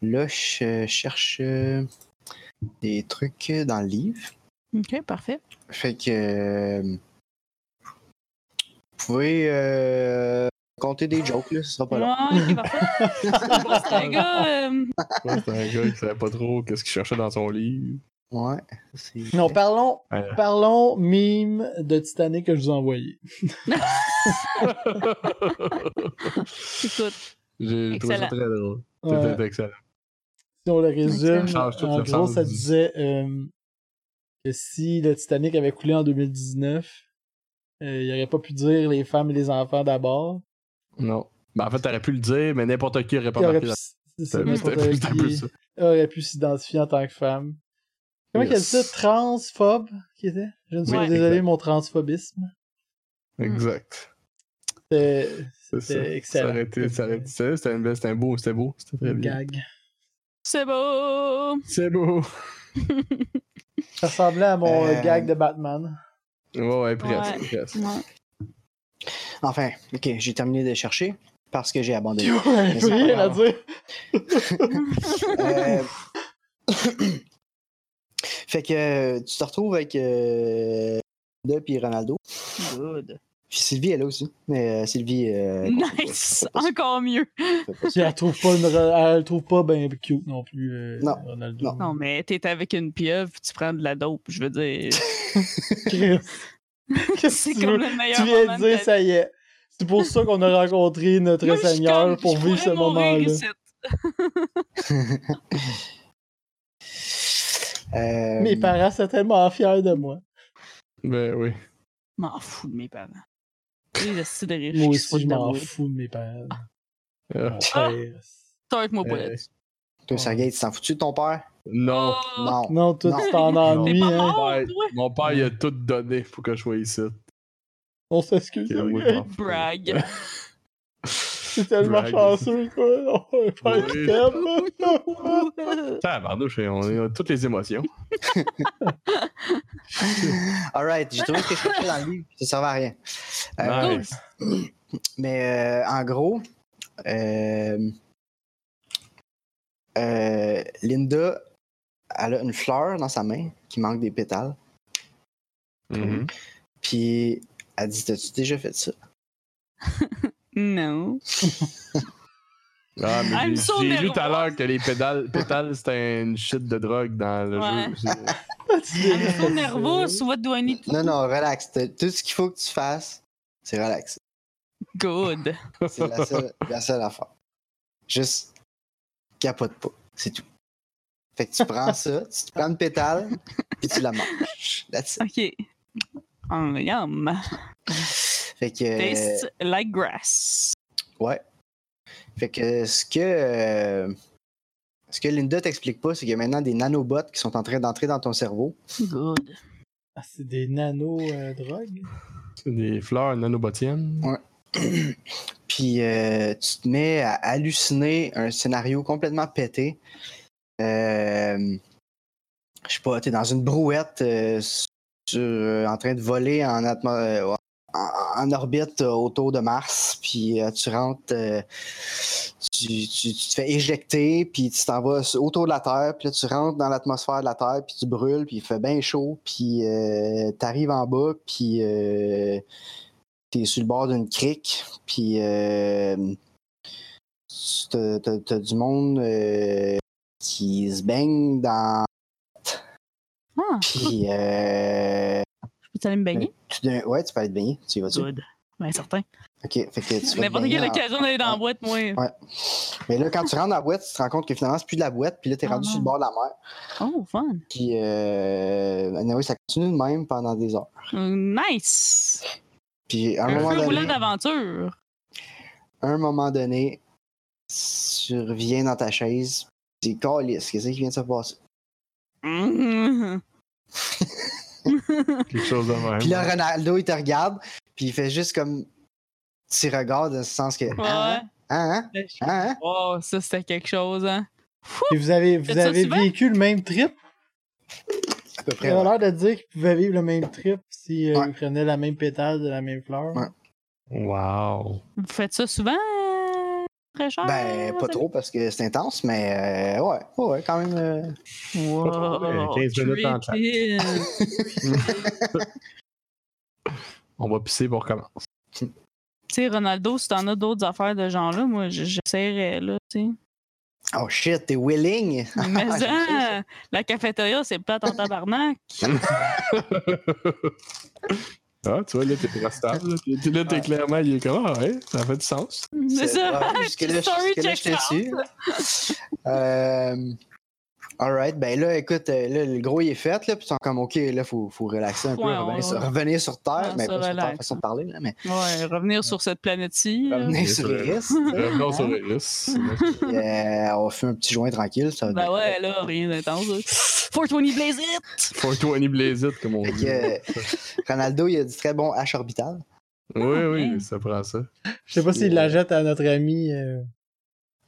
D: là, je cherche euh, des trucs dans le livre.
B: Ok, parfait.
D: Fait que. euh, Vous pouvez euh, compter des jokes, là, ce sera pas long.
B: Ouais, ok, parfait. Je pense que le gars, euh,
C: Ouais, C'est un gars qui savait pas trop qu'est-ce qu'il cherchait dans son livre.
D: Ouais. c'est-
A: Non, parlons,
C: Ouais.
A: parlons mime de Titanic que je vous ai envoyé.
B: Écoute,
C: J'ai j'ai trouvé ça
B: Excellent.
C: très drôle.
A: Ouais.
C: C'était excellent.
A: Si on le résume,
C: Change tout
A: en
C: le
A: gros,
C: sens
A: ça
C: du-
A: disait euh, que si le Titanic avait coulé en 2019, euh, il aurait pas pu dire les femmes et les enfants d'abord.
C: Non. Ben, en fait, t'aurais pu le dire, mais n'importe qui aurait pas
A: Il aurait
C: marqué
A: pu
C: dans
A: s- c'est
C: C'était
A: n'importe
C: c'était un peu
A: qui
C: ça.
A: aurait pu s'identifier en tant que femme. Comment
C: Yes.
A: qu'elle dit ça? Transphobe, qui était? Je ne suis
B: Ouais.
A: désolé, mon transphobisme.
C: Exact.
A: C'était
C: C'est ça.
A: Mm. c'était excellent.
C: Ça aurait été- ça aurait été- ça, C'était une belle- c'était un beau, c'était beau, c'était très
A: une
C: bien.
A: gag.
B: c'est beau!
C: C'est beau.
A: Ça ressemblait à mon euh,
D: Euh,
A: gag de Batman.
C: Ouais, ouais, presque.
B: Ouais.
C: presque.
B: Ouais.
D: Enfin, ok, j'ai terminé de chercher parce que j'ai abandonné.
A: J'ai
D: c'est pas
A: rien à
D: grave.
A: dire.
D: Euh, fait que euh, tu te retrouves avec euh... Linda puis Ronaldo.
B: Good.
D: Puis Sylvie est là aussi. Mais euh, Sylvie. euh,
B: Nice! Encore mieux!
D: fait pas ça.
A: Puis elle trouve pas une re- elle trouve pas ben cute non plus euh,
D: Non,
A: Ronaldo.
D: non.
B: Non, mais t'es avec une pieuvre, tu prends de la dope, je veux dire.
A: Chris,
B: c'est
A: tu
B: comme
A: veux?
B: le meilleur
A: tu viens
B: moment
A: de dire
B: ta
A: ça y est. C'est pour ça qu'on a rencontré notre
B: Moi, je suis
A: Seigneur
B: comme,
A: pour
B: je
A: vivre ce
B: pourrais mourir
A: moment-là.
B: ici.
D: Euh,
A: Mes parents sont tellement fiers de moi.
C: Ben oui.
B: M'en fous de mes parents. Les assis de riches.
A: Moi
B: qui se
A: aussi, je
B: foutent de
A: m'en
B: moi.
A: fous de mes parents.
C: Ah.
B: Ah.
A: Chris.
B: Tarte-moi pas
C: Euh,
B: là-dessus.
D: Toi, Sergei, tu t'en fous-tu de ton père?
C: Non.
A: Ah.
B: Oh,
D: Non.
A: Non, toi,
D: Non.
A: tu t'en
C: Non.
A: ennuies,
B: T'es pas
A: hein.
B: mort.
C: Mon père-
B: Oh, ouais.
C: Mon père, il a tout donné pour que je sois ici.
A: On s'excuse. hein.
C: Ok, moi, je
A: Sergei.
C: m'en fous.
A: Euh.
B: Brag.
A: T'es tellement
C: Brag.
A: chanceux, quoi. On va faire
C: Oui.
B: Ah,
A: le thème.
C: Tabarnouche, on a toutes les émotions.
D: Alright, j'ai trouvé ce que je cherchais dans le livre. Ça servait à rien. Euh,
C: Nice.
D: Mais euh, en gros, euh, euh, Linda, elle a une fleur dans sa main qui manque des pétales.
C: Mhm.
D: Puis elle dit T'as-tu déjà fait ça
B: Non.
C: Ah, mais
B: I'm
C: j'ai
B: so
C: j'ai lu tout à
B: nervous.
C: l'heure que les pédales, pétales c'était une shit de drogue dans le
B: Ouais.
C: jeu. C'est-
B: I'm so nervous. What do I need to
D: Non, non, relax. T'as- Tout ce qu'il faut que tu fasses, c'est relax.
B: Good.
D: C'est la seule, la seule affaire. Juste capote pas. C'est tout. Fait que tu prends ça, tu te prends une pétale, puis tu la manges. That's it.
B: OK. Oh, yum.
D: Fait que. euh,
B: Taste like grass.
D: Ouais. Fait que ce que, euh, ce que Linda t'explique pas, c'est qu'il y a maintenant des nanobots qui sont en train d'entrer dans ton cerveau.
B: Good.
A: Ah, c'est des euh, nano-drogues?
C: C'est des fleurs nanobotiennes.
D: Ouais. Puis euh, tu te mets à halluciner un scénario complètement pété. Euh, Je sais pas, t'es dans une brouette euh, sur- euh, en train de voler en, atmo- euh, en, en orbite euh, autour de Mars. Puis euh, tu rentres, euh, tu, tu- tu te fais éjecter, puis tu t'en vas sur- autour de la Terre. Puis là, tu rentres dans l'atmosphère de la Terre, puis tu brûles, puis il fait bien chaud. Puis euh, t'arrives en bas, puis... euh, t'es sur le bord d'une crique, puis euh, tu- t'as, t'as- t'as du monde euh, qui se baigne dans.
B: Ah,
D: Puis euh,
B: peux-tu aller me baigner?
A: Euh,
D: tout d'un- ouais, tu peux aller te baigner. Tu y vas-tu?
B: Good. Ben, certain.
D: Ok, fait que tu vas te
B: N'importe
D: baigner
B: quelle
D: en-
B: occasion d'aller dans la boîte, moi.
D: Mais là, quand tu rentres dans la boîte, tu te rends compte que finalement, c'est plus de la boîte, puis là, t'es
B: Ah
D: rendu
B: non.
D: sur le bord de la mer.
A: Ah.
B: Oh, fun.
D: Puis, euh, anyway, ça continue de même pendant des heures.
B: Euh, Nice.
D: Puis, à un
B: Un
D: moment
B: feu
D: donné.
B: roulant d'aventure.
D: un moment donné, tu reviens dans ta chaise, c'est calisse, qu'est-ce qui vient de se passer?
B: Mhm.
C: Quelque chose de même.
D: Puis là, Ronaldo, il te regarde, puis il fait juste comme petit regard dans ce sens que.
B: Ouais.
D: Ah, hein, hein,
B: Ben, je-
D: hein, hein.
B: Oh, ça, c'était quelque chose, hein?
A: Et vous avez, vous
B: Faites ça
A: avez
B: souvent?
A: vécu le même trip?
D: À peu près.
A: Vous avez l'air de dire qu'ils pouvaient vivre le même trip si euh,
D: Ouais.
A: ils prenaient la même pétale de la même fleur.
D: Ouais.
C: Wow.
B: Vous faites ça souvent, euh, très cher?
D: Ben,
B: vos
D: pas
B: amis?
D: trop parce que c'est intense, mais euh, ouais, ouais, quand même. euh,
B: Wow,
C: trop, mais 15 minutes en chat.
B: trippy.
C: On va pisser pour commencer.
B: Tu sais, Ronaldo, si t'en as d'autres affaires de genre-là, moi, j- j'essaierais, là, tu sais.
D: Oh shit, t'es willing?
B: Mais
D: J'aime ça,
B: hein, la cafétéria, c'est plate en tabarnak.
C: Ah, tu vois, là, t'es très stable. là. T'es- t'es- Là, t'es clairement, il est comme, ah, ouais, ça fait du sens.
B: C'est ça.
D: ouais, jusque-là,
B: Sorry,
D: jusque-là,
B: check out.
D: j'étais dessus. Euh, Alright, ben là, écoute, euh, là, le gros il est fait, là, puis ils sont comme, ok, là, faut, faut relaxer un peu,
B: Ouais,
D: revenir,
B: ouais,
D: sur,
B: ouais.
D: revenir sur Terre,
B: Ouais,
D: mais
B: ça
D: pas sur Terre,
B: relaxe.
D: façon de parler, là, mais
B: Ouais, revenir sur cette planète-ci. là.
D: revenir sur
C: sûr.
D: Iris, tu sais,
C: Revenons Euh, sur
D: hein,
C: Iris.
D: puis, euh, on fait un petit joint tranquille, ça va
B: Ben
D: bien.
B: ouais, là, rien d'intense. là. 420 Blaze It!
C: 420 Blaze It, comme on
D: Fait
C: dit.
D: que, euh, Ronaldo, il a du très bon H orbital.
C: Oui, oui, ça prend ça.
A: Je sais pas s'il
D: euh,
A: la jette à notre ami. euh,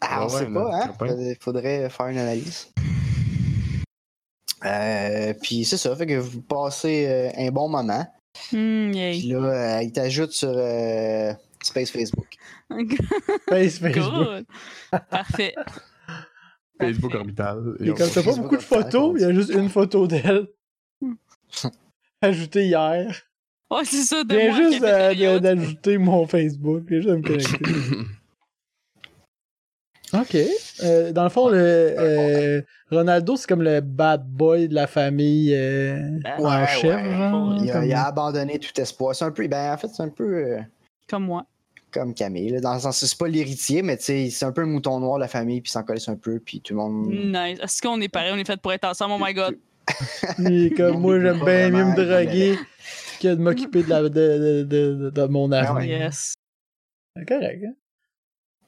D: Ah, on
C: Ouais,
D: sait
C: ouais,
D: pas,
C: notre
D: hein?
C: copain.
D: Faudrait- Faudrait faire une analyse. Euh, puis c'est ça, fait que vous passez euh, un bon moment.
B: Hmm,
D: Puis
B: yay.
D: là, euh, il t'ajoute sur euh, Space Facebook.
A: Face Facebook.
B: Good. Parfait.
C: Facebook orbital.
A: Et comme t'as pas beaucoup de photos, il y a juste une photo d'elle. Ajoutée hier.
B: Ouais, c'est ça, de
A: Viens
B: Ben, moi,
A: juste euh,
B: cafétéria.
A: de- d'ajouter mon Facebook. Viens juste de me connecter. OK. Euh, dans le fond, le, euh, Ronaldo, c'est comme le bad boy de la famille euh,
B: Ah,
A: en
D: Ouais,
A: chef,
D: ouais.
A: genre.
D: Il a,
A: comme-
D: il a abandonné tout espoir. C'est un peu, ben en fait, c'est un peu euh,
B: Comme moi.
D: comme Camille, là, dans le sens, c'est pas l'héritier, mais tu sais, c'est un peu le mouton noir de la famille, puis il s'en collait un peu, puis tout le monde.
B: Nice. Est-ce qu'on est pareil? On est fait pour être ensemble? Oh my god.
A: Il est comme
D: Non,
A: moi,
D: il
A: j'aime bien
D: veut pas
A: mieux me
D: vraiment, il veut
A: draguer que de m'occuper de, la- de, de, de, de- de mon avenir.
D: Ah ouais.
B: Yes.
A: C'est Correct, hein?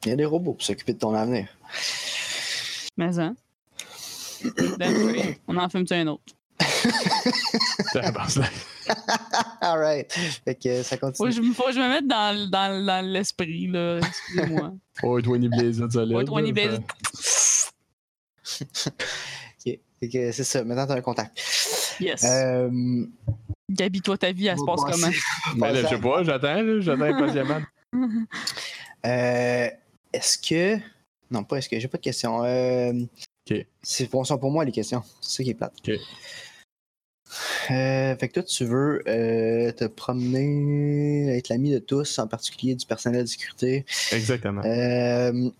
D: Il y a des robots pour s'occuper de ton avenir.
B: Mais hein. That's great. On en filme-tu un autre?
D: Alright. Fait que ça
B: Faut
D: continue.
B: que je, me- faut que je me mette dans, l- dans, l- dans l'esprit, là. Excusez-moi.
C: 420 Blaze It, solide.
B: 420 Blaze
C: là,
D: Ok. Fait que c'est ça. Maintenant, t'as un contact.
B: Yes.
D: Euh,
B: Gabi, toi, ta vie, elle se
D: on va
B: passe
D: passer-
B: comment?
C: ça- Mais là, je sais pas, j'attends, là, j'attends impatiemment.
D: Euh, est-ce que. Non, pas est-ce que. J'ai pas de questions. Euh...
C: Ok.
D: C'est bon, sont pour moi les questions. C'est ça qui est plate.
C: Ok.
D: Euh, fait que toi, tu veux euh, te promener, être l'ami de tous, en particulier du personnel de sécurité.
C: Exactement.
D: Euh,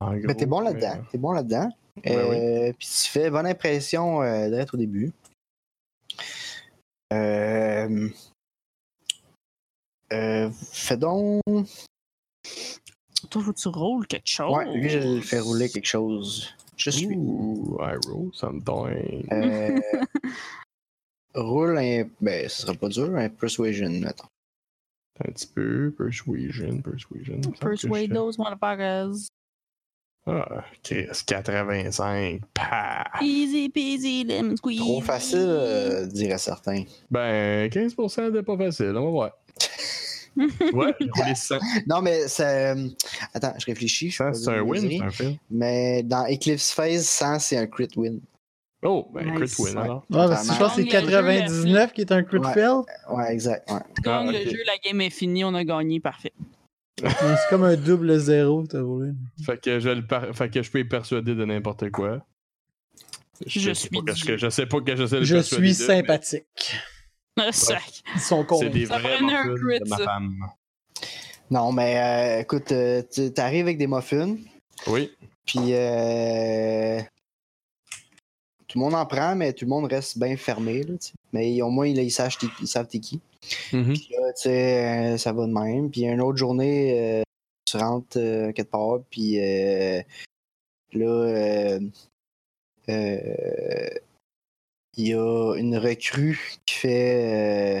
C: En gros, euh, Ben
D: mais t'es bon là-dedans. T'es bon là-dedans.
C: Ouais,
D: Euh, Puis tu fais bonne impression euh, d'être au début. Euh, euh, fais donc.
B: Toi, faut que tu roules quelque chose.
D: Ouais, lui, je le fais rouler quelque chose. Je suis.
C: Ouh, Iroh, ça me donne.
D: Euh, roule un. Ben, ce sera pas dur, un persuasion, mettons.
C: Un petit peu. Persuasion, persuasion. il me semble que je
B: Persuade
C: fais-
B: those motherfuckers.
C: Ah, Chris, 85. Paf!
B: Easy peasy lemon squeeze.
D: Trop facile, euh, dirait certains.
C: Ben, 15% de pas facile, on va voir. ouais, j'ai roulé 100.
D: Non, mais ça. euh, Attends, je réfléchis. je suis
C: Ça,
D: pas
C: c'est un win,
D: organisé.
C: c'est un film.
D: Mais dans Eclipse Phase, 100, c'est un crit win.
C: Oh, ben,
B: Nice.
C: crit win,
D: Ouais.
C: alors.
A: Ouais, parce que je pense que c'est
B: Totalement.
A: 99 qui est un coup de
D: Ouais.
A: fail.
D: Ouais, exact. ouais.
B: Comme
C: Ah,
B: le
C: ok.
B: jeu, la game est finie, on a gagné, parfait.
A: Ouais, C'est comme un double zéro, t'as roulé.
C: Fait que je, le par- fait que je peux y persuader de n'importe quoi.
B: Je
C: sais
B: suis
C: pas que-
B: Dieu.
C: que- je sais pas que j'essaie de
A: Je
C: persuader
A: suis
C: de,
A: sympathique.
B: Un sac.
A: Ils sont
C: mais C'est
A: cons.
C: des
B: Ça
C: vrais
B: prenait un
C: morceaux
B: crit,
C: de ma
B: ça.
C: femme.
D: Non, mais euh, écoute, euh, tu- t'arrives avec des muffins,
C: Oui.
D: puis. euh, Tout le monde en prend, mais tout le monde reste bien fermé. Là, tu sais. mais au moins, là, ils, sachent t'es- ils savent t'es qui. Là, tu sais, euh, ça va de même. Puis une autre journée, euh, tu rentres euh, quelque part, puis euh, là, euh, euh, il y a une recrue qui fait euh,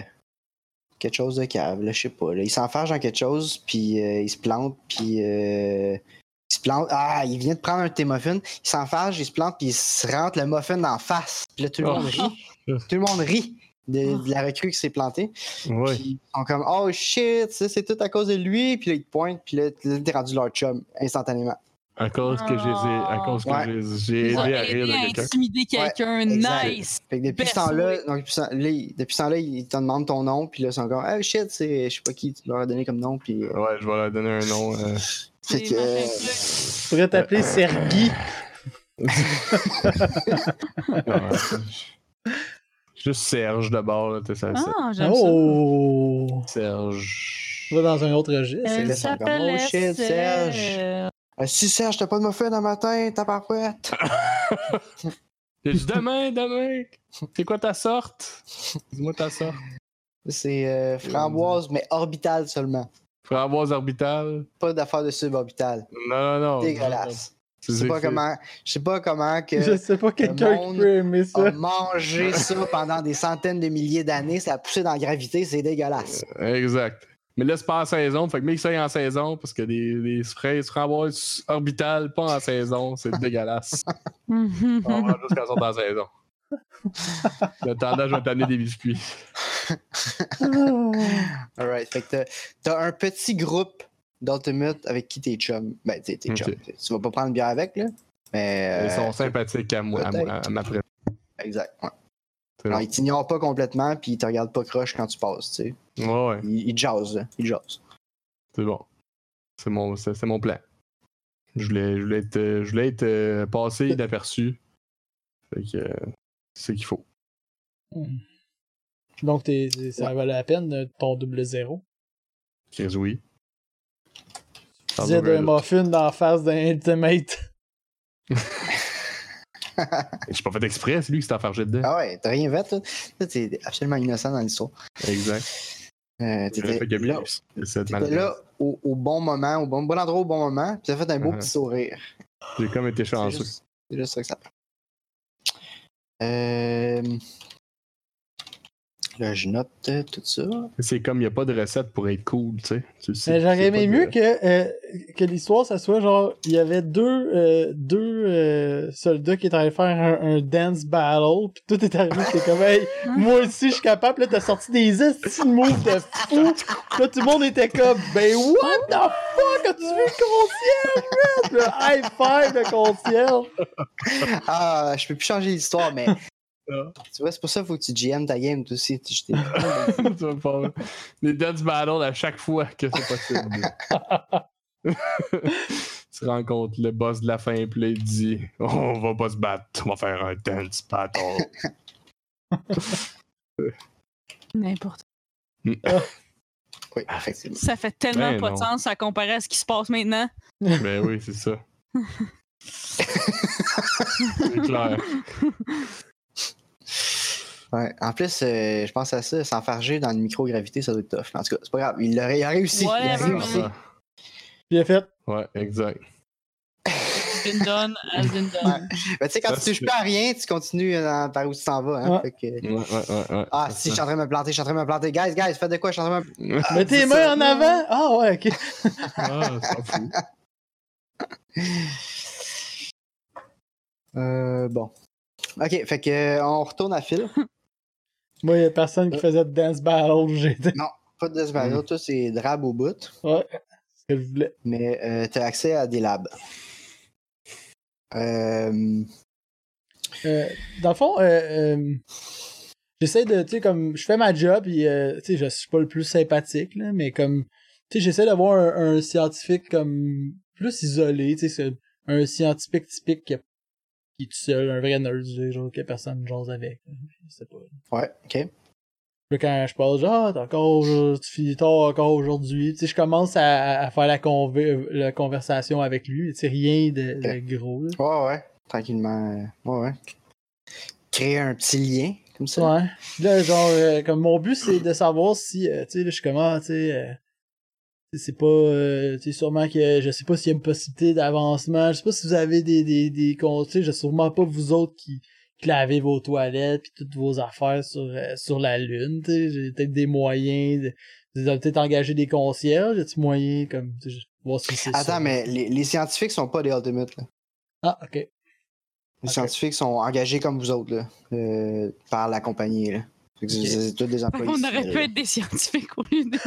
D: quelque chose de cave, là, je sais pas. Là. Il s'enfarge dans quelque chose, puis euh, il se plante, puis euh, il se plante. Ah, il vient de prendre un de tes muffins, il s'enfarge, il se plante, puis il se rentre le muffin d'en face. Puis là, tout le
C: Oh.
D: monde rit. Tout le monde rit de, de la recrue qui s'est plantée.
C: Oui.
D: Puis ils sont comme Oh shit, ça, c'est tout à cause de lui. Puis là, ils te pointent, puis là, t- là, t'es rendu leur chum instantanément.
C: À cause que j'ai à cause que
D: Ouais.
B: Ah.
C: j'ai- j'ai
B: Ils ont
C: aidé à rire
B: aidé à
C: de quelqu'un.
B: intimider quelqu'un.
D: exact.
B: nice.
D: Fait que depuis ce
B: Best
D: temps-là,
B: way.
D: donc, depuis ce temps- là, ils- depuis ce temps-là, ils te demandent ton nom, puis là, ils sont comme Oh shit, c'est je sais pas qui, tu leur as donné comme nom, puis. euh,
C: Ouais, je vais leur donner un nom. euh,
D: Fait
B: Des
D: que, euh,
B: machins bleus.
A: Tu pourrais t'appeler Sergi.
C: ouais. euh, Juste Serge d'abord, là, t'es ça. c'est
B: Ah, j'aime
A: Oh!
C: Serge.
A: Je vais Oh! dans un autre registre.
B: ça.
D: Elle
A: Euh,
B: Elle
D: s'appelle
B: s'appelle
D: Serge.
B: Serge.
D: Euh, si Serge, t'as pas de muffin demain matin, ta parouette.
C: J'ai dit, demain, demain. C'est quoi ta sorte? Dis-moi ta sorte.
D: C'est euh, framboise, mais orbitale seulement.
C: Framboise orbitale.
D: Pas d'affaire de suborbital.
C: Non, non, Oh, non.
D: Dégueulasse.
C: C'est-
D: Je sais pas
C: c'est-
D: comment. Je sais pas comment
A: Je
D: que.
A: sais pas quelqu'un qui
D: Euh, monde
A: peut aimer
D: a
A: ça.
D: mangé ça pendant des centaines de milliers d'années, ça a poussé dans la gravité, c'est dégueulasse.
C: Exact. Mais là, c'est pas en saison. Fait que mets ça en saison parce que des, des fraises framboises orbitales, pas en saison, c'est dégueulasse.
B: Mhm.
C: On va juste qu'elles sont en saison. Le tendage va t'amener des biscuits.
D: Alright, fait que t'as- t'as un petit groupe d'Ultimate avec qui t'es chum. Ben, t'es t'es chum. Tu vas pas prendre une bière avec, là. Mais.
C: Ils
D: euh,
C: sont sympathiques à moi, à, moi- à ma présence.
D: Exact. ouais.
C: C'est
D: Non,
C: vrai.
D: ils t'ignorent pas complètement, puis ils te regardent pas croche quand tu passes, tu sais.
C: Ouais, ouais,
D: Ils, ils te jasent, là. Ils te jasent.
C: c'est bon. C'est mon, c'est c'est mon plan. Je voulais, je voulais être, euh, je voulais être euh, passé inaperçu. Fait que euh, c'est ce qu'il faut.
A: Donc, t'es- t'es- ça valait la peine euh, ton double zéro.
C: Chris, oui.
A: Tu disais d'un muffin dans la face d'un intimate.
C: J'ai pas fait exprès, c'est lui qui s'est enfargé dedans.
D: Ah ouais, t'as rien fait, là. Là, t'es absolument innocent dans l'histoire.
C: Exact.
D: Euh,
C: C'est le
D: t'étais
C: fait qu'il y a
D: là,
C: eu cette- cette
D: t'étais
C: maladie.
D: là au, au bon moment, au bon, bon endroit au bon moment, puis t'as fait un beau
C: Ah.
D: petit sourire.
C: J'ai comme été
D: C'est
C: chanceux.
D: juste, c'est juste ça que ça prend. Euh, Là, je note euh, tout ça.
C: C'est comme il n'y a pas de recette pour être cool, tu sais. Tu sais,
A: Mais
C: c'est
A: Euh, j'aurais aimé
C: pas de-
A: mieux que, euh, que l'histoire, ça soit genre, il y avait deux, euh, deux euh, soldats qui étaient allés faire un, un dance battle, pis tout est arrivé, pis t'es comme, hey, moi aussi je suis capable, Pis là t'as sorti des esti de moves de fou, Pis là tout le monde était comme, ben what the fuck, as-tu vu le concierge, man? Le high five de concierge!
D: Ah, je peux plus changer l'histoire, mais.
C: Ah.
D: tu vois, c'est pour ça qu'il faut que tu GM ta game, toi aussi. Tu- je t'ai-
C: Tu vas pas- Les dance battles à chaque fois que c'est possible. tu rencontres le boss de la fin, puis là, il te dit On va pas se battre, on va faire un dance battle.
B: N'importe.
D: Oui,
C: Ah,
D: effectivement.
B: Ça fait tellement
C: Ben
B: pas
C: non.
B: de sens à comparer à ce qui se passe maintenant.
C: ben oui, c'est ça. c'est clair.
D: Ouais. En plus, euh, je pense à ça, s'enfarger dans une microgravité, ça doit être tough. En tout cas, c'est pas grave. Il, l'a- il a réussi. Il a
B: Whatever,
D: réussi.
B: man.
A: Pis il a fait,
C: Ouais, exact.
B: It's been done, has been done.
D: Mais tu sais, quand
C: Ça,
D: tu touches
C: c'est-
D: pas à rien, tu continues euh, par où tu t'en vas. Hein,
A: Ouais.
D: Fait que-
C: Ouais, Mm. ouais, ouais. ouais.
D: Ah, si, je suis en train de me planter, je suis en train de me planter. Guys, guys, faites de quoi? Je suis en train de me...
A: mets tes
D: c'est
A: mains
D: ça.
A: en avant! Ah ouais, ok.
C: ah, s'en fout.
D: Euh, bon. OK, fait que euh, on retourne à Phil.
A: Moi, il y a personne qui faisait de dance battle, j'étais.
D: Pas de Desvalio, tout c'est drabe au bout,
A: Ouais. Ce que je voulais.
D: mais euh, t'as accès à des labs. Euh,
A: Euh, dans le fond, euh, euh, j'essaie de, tu sais, comme, je fais ma job, et, euh, tu sais, je suis pas le plus sympathique, là, mais comme, tu sais, j'essaie d'avoir un, un scientifique comme plus isolé, tu sais, c'est un scientifique typique qui, a- qui est tout seul, un vrai nerd, genre, que personne jase avec. là, Je sais pas.
D: ouais, ok.
A: Puis quand je parle, genre, Ah, t'as encore, euh, tu finis tard encore aujourd'hui. Tu sais, je commence à, à faire la, conver- la conversation avec lui. Tu sais, rien de, de gros. là.
D: Ouais, ouais, tranquillement. euh, ouais, ouais. Créer un petit lien, comme ça.
A: Ouais. Puis Là, genre, euh, comme mon but, c'est de savoir si, euh, tu sais, là, je suis comme, ah, tu sais, euh, tu sais, c'est pas, euh, tu sais, sûrement que je sais pas s'il y a une possibilité d'avancement. Je sais pas si vous avez des, des, des con- tu sais, je sais sûrement pas vous autres qui, qui lavez vos toilettes puis toutes vos affaires sur, euh, sur la Lune, tu sais. J'ai peut-être des moyens de, vous avez peut-être engagé des concierges. J'ai-tu moyen, comme, tu sais, je- voir si c'est ça.
D: Attends, mais les, les scientifiques sont pas des Ultimates, là.
A: Ah, ok.
D: Les
A: Ok.
D: scientifiques sont engagés comme vous autres, là, euh, par la compagnie, là. Fait que
A: Ok.
D: c'est- c'est tous des employés.
B: On aurait
D: là.
B: pu être des scientifiques au lieu de.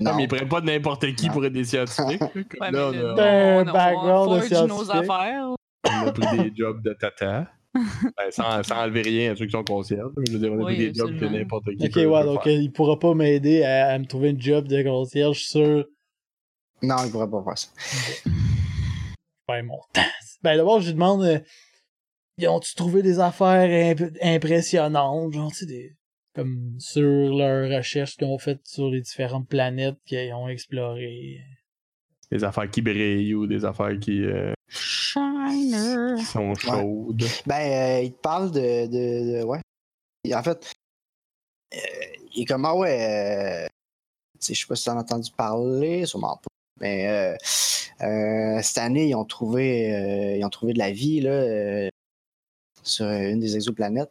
C: Non,
D: Non,
C: mais ils prennent pas de n'importe qui
D: Non.
C: pour être des scientifiques. là, comme
B: Ouais,
C: là,
B: mais
C: on a-
B: le-
A: D'un
B: on- on
A: background de
B: forge nos
A: scientifique.
B: affaires.
C: On a pris des jobs de tata. Ben, sans, sans enlever rien à ceux qui sont conscients. Je veux dire, on a
B: Oui,
C: pris des jobs que
B: absolument.
C: n'importe qui.
A: Ok,
C: peut-
A: ouais,
C: peut
A: donc euh,
C: faire.
A: il pourra pas m'aider à, à me trouver une job de concierge sur
D: non, ils pourraient pas faire ça.
A: ben, mon temps. Ben, d'abord, je lui demande euh, Ils ont-tu trouvé des affaires imp- impressionnantes Genre, tu sais, des, comme sur leurs recherches qu'ils ont faites sur les différentes planètes qu'ils ont explorées.
C: Des affaires qui brillent ou des affaires qui, euh,
B: Shiner.
C: qui sont chaudes.
D: Ben, euh, il te parle de, de- de- Ouais. Et en fait, euh, il est comme, ah ouais. euh, tu sais, je sais pas si t'en as entendu parler, sûrement pas. Mais euh, euh, cette année, ils ont trouvé, euh, ils ont trouvé de la vie là, euh, sur euh, une des exoplanètes.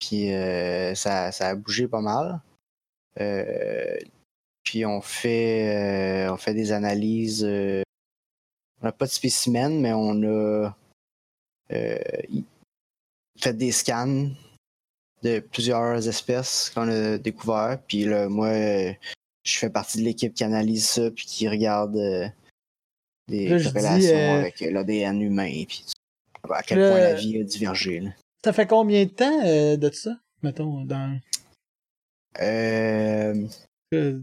D: Puis euh, ça, ça a bougé pas mal. Euh, puis on fait, euh, on fait des analyses. euh, on n'a pas de spécimens, mais on a euh, il- fait des scans de plusieurs espèces qu'on a découvert. Puis là, moi, euh, je fais partie de l'équipe qui analyse ça puis qui regarde euh, des
A: Là, je dis,
D: corrélations
A: euh,
D: avec l'ADN humain. Puis Ah bah, à quel
A: Le-
D: point la vie a divergé. là.
A: Ça fait combien de temps euh, de ça? Mettons, dans.
D: Euh,
A: Euh,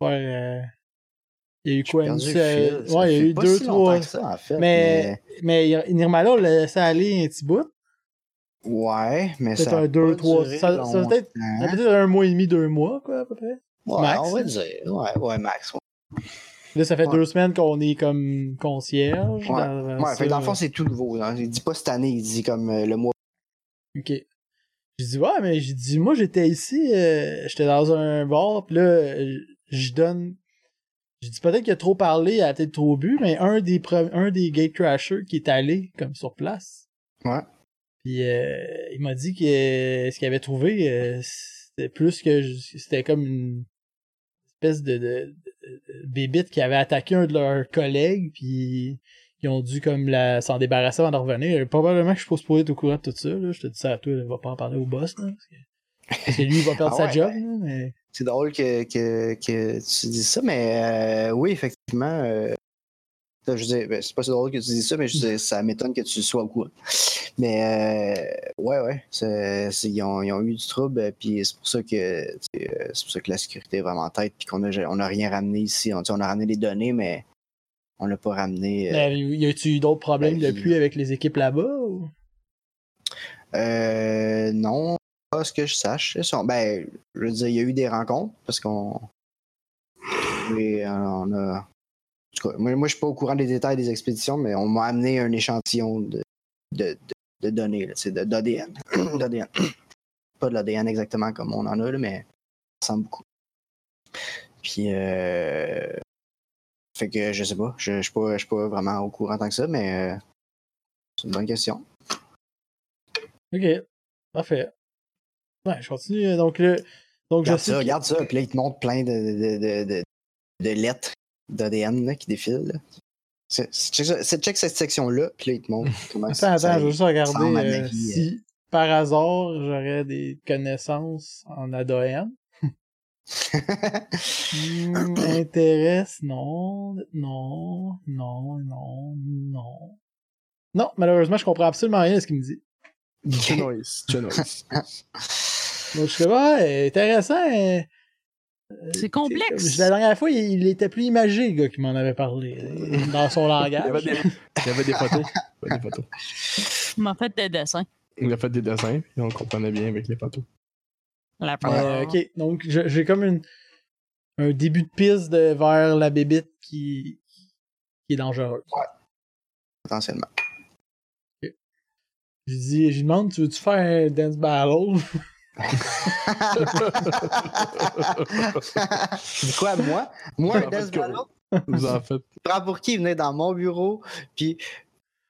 A: ouais, euh, Il y a eu quoi? une-
D: perdu le
A: euh,
D: fil. Ça
A: ouais, il y a
D: fait
A: eu
D: pas
A: deux,
D: si longtemps
A: trois.
D: que ça, en fait,
A: Mais, mais il- Nirmala on l'a laissé aller un petit bout.
D: mais- Ouais, mais
A: Peut-être
D: ça. a
A: un, deux,
D: pas
A: trois.
D: duré
A: Ça, ça va peut-être
D: longtemps. Hein?
A: ça va peut-être un mois et demi, deux mois, quoi, à peu près.
D: Ouais,
A: max,
D: on va
A: là.
D: dire. Ouais, ouais, max. ouais.
A: Là, ça fait
D: Ouais.
A: deux semaines qu'on est comme concierge.
D: Ouais,
A: dans-
D: Ouais, fait que
A: ça.
D: dans le fond, c'est tout nouveau. hein. Il dit pas cette année, il dit comme euh, le mois.
A: Ok. J'ai dit, ouais, mais j'ai dit, moi, j'étais ici, euh, j'étais dans un bar, puis là, euh, je donne. J'ai dit, peut-être qu'il a trop parlé, il a peut-être trop bu, mais un des, pre- un des gatecrashers qui est allé, comme sur place.
D: Ouais.
A: Puis euh, il m'a dit que euh, ce qu'il avait trouvé, euh, c'était plus que. je- C'était comme une espèce de, de, de- de bébite qui avait attaqué un de leurs collègues, puis ils ont dû comme la s'en débarrasser avant de revenir. Et probablement que je suis pas supposé être au courant de tout ça. Là. Je te dis ça à toi, va pas en parler au boss. Là, parce, que... parce que lui, il va perdre
D: Ah
A: sa
D: ouais,
A: job.
D: ben.
A: là, mais...
D: C'est drôle que, que, que tu dis ça, mais euh, oui, effectivement. euh, je veux dire, ben, c'est pas si drôle que tu dis ça, mais je veux dire, ça m'étonne que tu sois au courant. Mais euh, ouais, ouais. c'est- c'est- ils, ont, ils ont eu du trouble, euh, puis c'est pour ça que tu sais, euh, c'est pour ça que la sécurité est vraiment en tête, puis qu'on a, on a rien ramené ici. On, tu sais, on a ramené les données, mais on n'a pas ramené. euh,
A: Ben, y a-tu eu d'autres problèmes
D: ben,
A: depuis avec les équipes là-bas? ou-
D: Euh, non, pas ce que je sache. Ils sont- ben, je veux dire, il y a eu des rencontres parce qu'on. Oui, euh, on a. En tout cas, moi, moi, je suis pas au courant des détails des expéditions, mais on m'a amené un échantillon de, de, de, de données, là, tu sais, de- d'ADN. d'ADN. pas de l'ADN exactement comme on en a, là, mais ça ressemble beaucoup. Puis, euh, fait que je sais pas, je je suis pas, je suis pas vraiment au courant tant que ça, mais euh, c'est une bonne question.
A: Ok, parfait. Ouais, je continue. euh, Donc, le... Donc je
D: Regarde
A: sais
D: ça,
A: que-
D: regarde ça. Puis là, il te montre plein de, de, de, de, de lettres d'ADN là, qui défilent. là. C'est- c'est- Check, ça- c'est- check cette section-là, puis là, il te montre comment
A: Attends, attends, je vais juste regarder
D: ressemble à ma
A: euh,
D: vie, euh.
A: si par hasard j'aurais des connaissances en ADN. Hmm, intéresse, non, non, non, non, non. Non, malheureusement, je comprends absolument rien de ce qu'il me dit.
C: Chenoise, chenoise.
A: Donc, je suis comme, ah, intéressant. euh,
B: C'est
A: tu sais,
B: complexe.
A: La dernière fois, il, il était plus imagé, le gars, qui m'en avait parlé, euh, dans son
C: Il y avait
A: langage.
C: des, il y avait des photos. Il y avait des photos.
B: Tu m'as fait des dessins.
C: Il a fait des dessins, puis on comprenait bien avec les photos.
B: La première.
A: Euh, ok, donc je- j'ai comme une, un début de piste de, vers la bébite qui, qui est dangereuse.
D: potentiellement.
A: Je lui dis, je lui demande, tu veux-tu faire un dance battle?
D: Tu dis quoi, moi? Moi, un
C: En fait,
D: death ballon?
C: Vous en faites.
D: prends pour qui? Il venait dans mon bureau, puis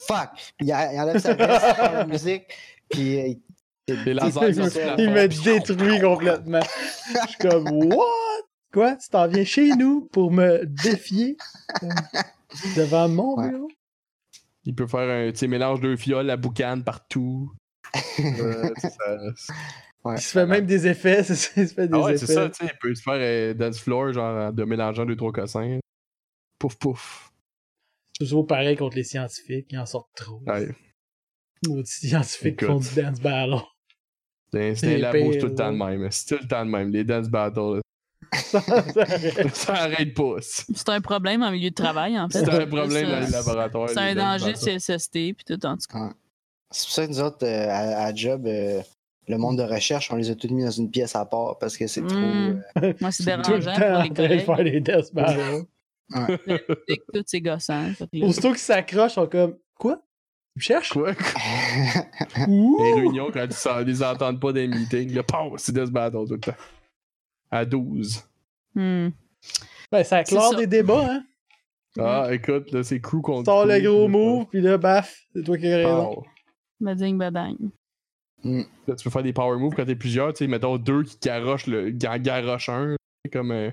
D: fuck! Il, en- il enlève sa veste, il prend la musique, puis euh, il-
C: Les lasers,
A: il
C: ils sont sur la
A: me- il me
C: porte.
A: détruit complètement. Je suis comme, what? Quoi? Tu t'en viens chez nous pour me défier euh, devant mon
D: Ouais.
A: bureau?
C: Il peut faire un petit mélange de fioles à boucane partout. Euh, tu sais, ça-
A: Il se fait même des effets, c'est ça, il se fait des
C: Ah ouais, c'est
A: effets.
C: ça, tu sais, il peut se faire euh, dance floor, genre de mélangeant deux, trois cossins. Pouf, pouf.
A: Toujours pareil contre les scientifiques, ils en sortent trop.
C: Ouais.
A: Maudits scientifiques qui font
C: Écoute.
A: du dance battle.
C: C'est
A: Les
C: c'est la bouche
A: pires,
C: tout le temps de même. C'est tout le temps de même. Les dance battles, là. ça arrête pas. C'est
B: C'est un problème en milieu de travail, en fait.
C: c'est un problème dans les laboratoires.
B: C'est
C: les
B: un
C: dance
B: danger de
C: battles.
B: CSST, puis tout en tout cas.
D: C'est pour ça que nous autres, euh, à, à Job, euh, le monde de recherche, on les a tous mis dans une pièce à part parce que c'est
B: Mm.
D: trop.
A: Hmm.
D: euh,
B: Moi, c'est
A: Tout le
B: dérangeant
A: temps en
B: pour les
A: train de
B: collègues.
A: faire des death battles.
B: Fait que Tout c'est gossant. Fait que là,
A: Aussitôt qu'ils s'accrochent, ils sont comme Quoi Tu me cherches
C: Quoi?
A: Ouh!
C: Les réunions, quand ils ne les entendent pas dans les meetings, là, pow, c'est des battle tout le temps. À 12.
B: hmm.
A: Ben, ça clore
B: ça.
A: des débats, hein.
C: Ah, écoute, là, c'est crew contre.
A: Sors le
C: crew,
A: gros
C: là,
A: move, puis là, baf, c'est toi qui as raison.
C: pow.
B: Bading, badang.
C: Là, tu peux faire des power moves quand t'es plusieurs, tu sais, mettons deux qui garochent le ga- garochent un, c'est comme un,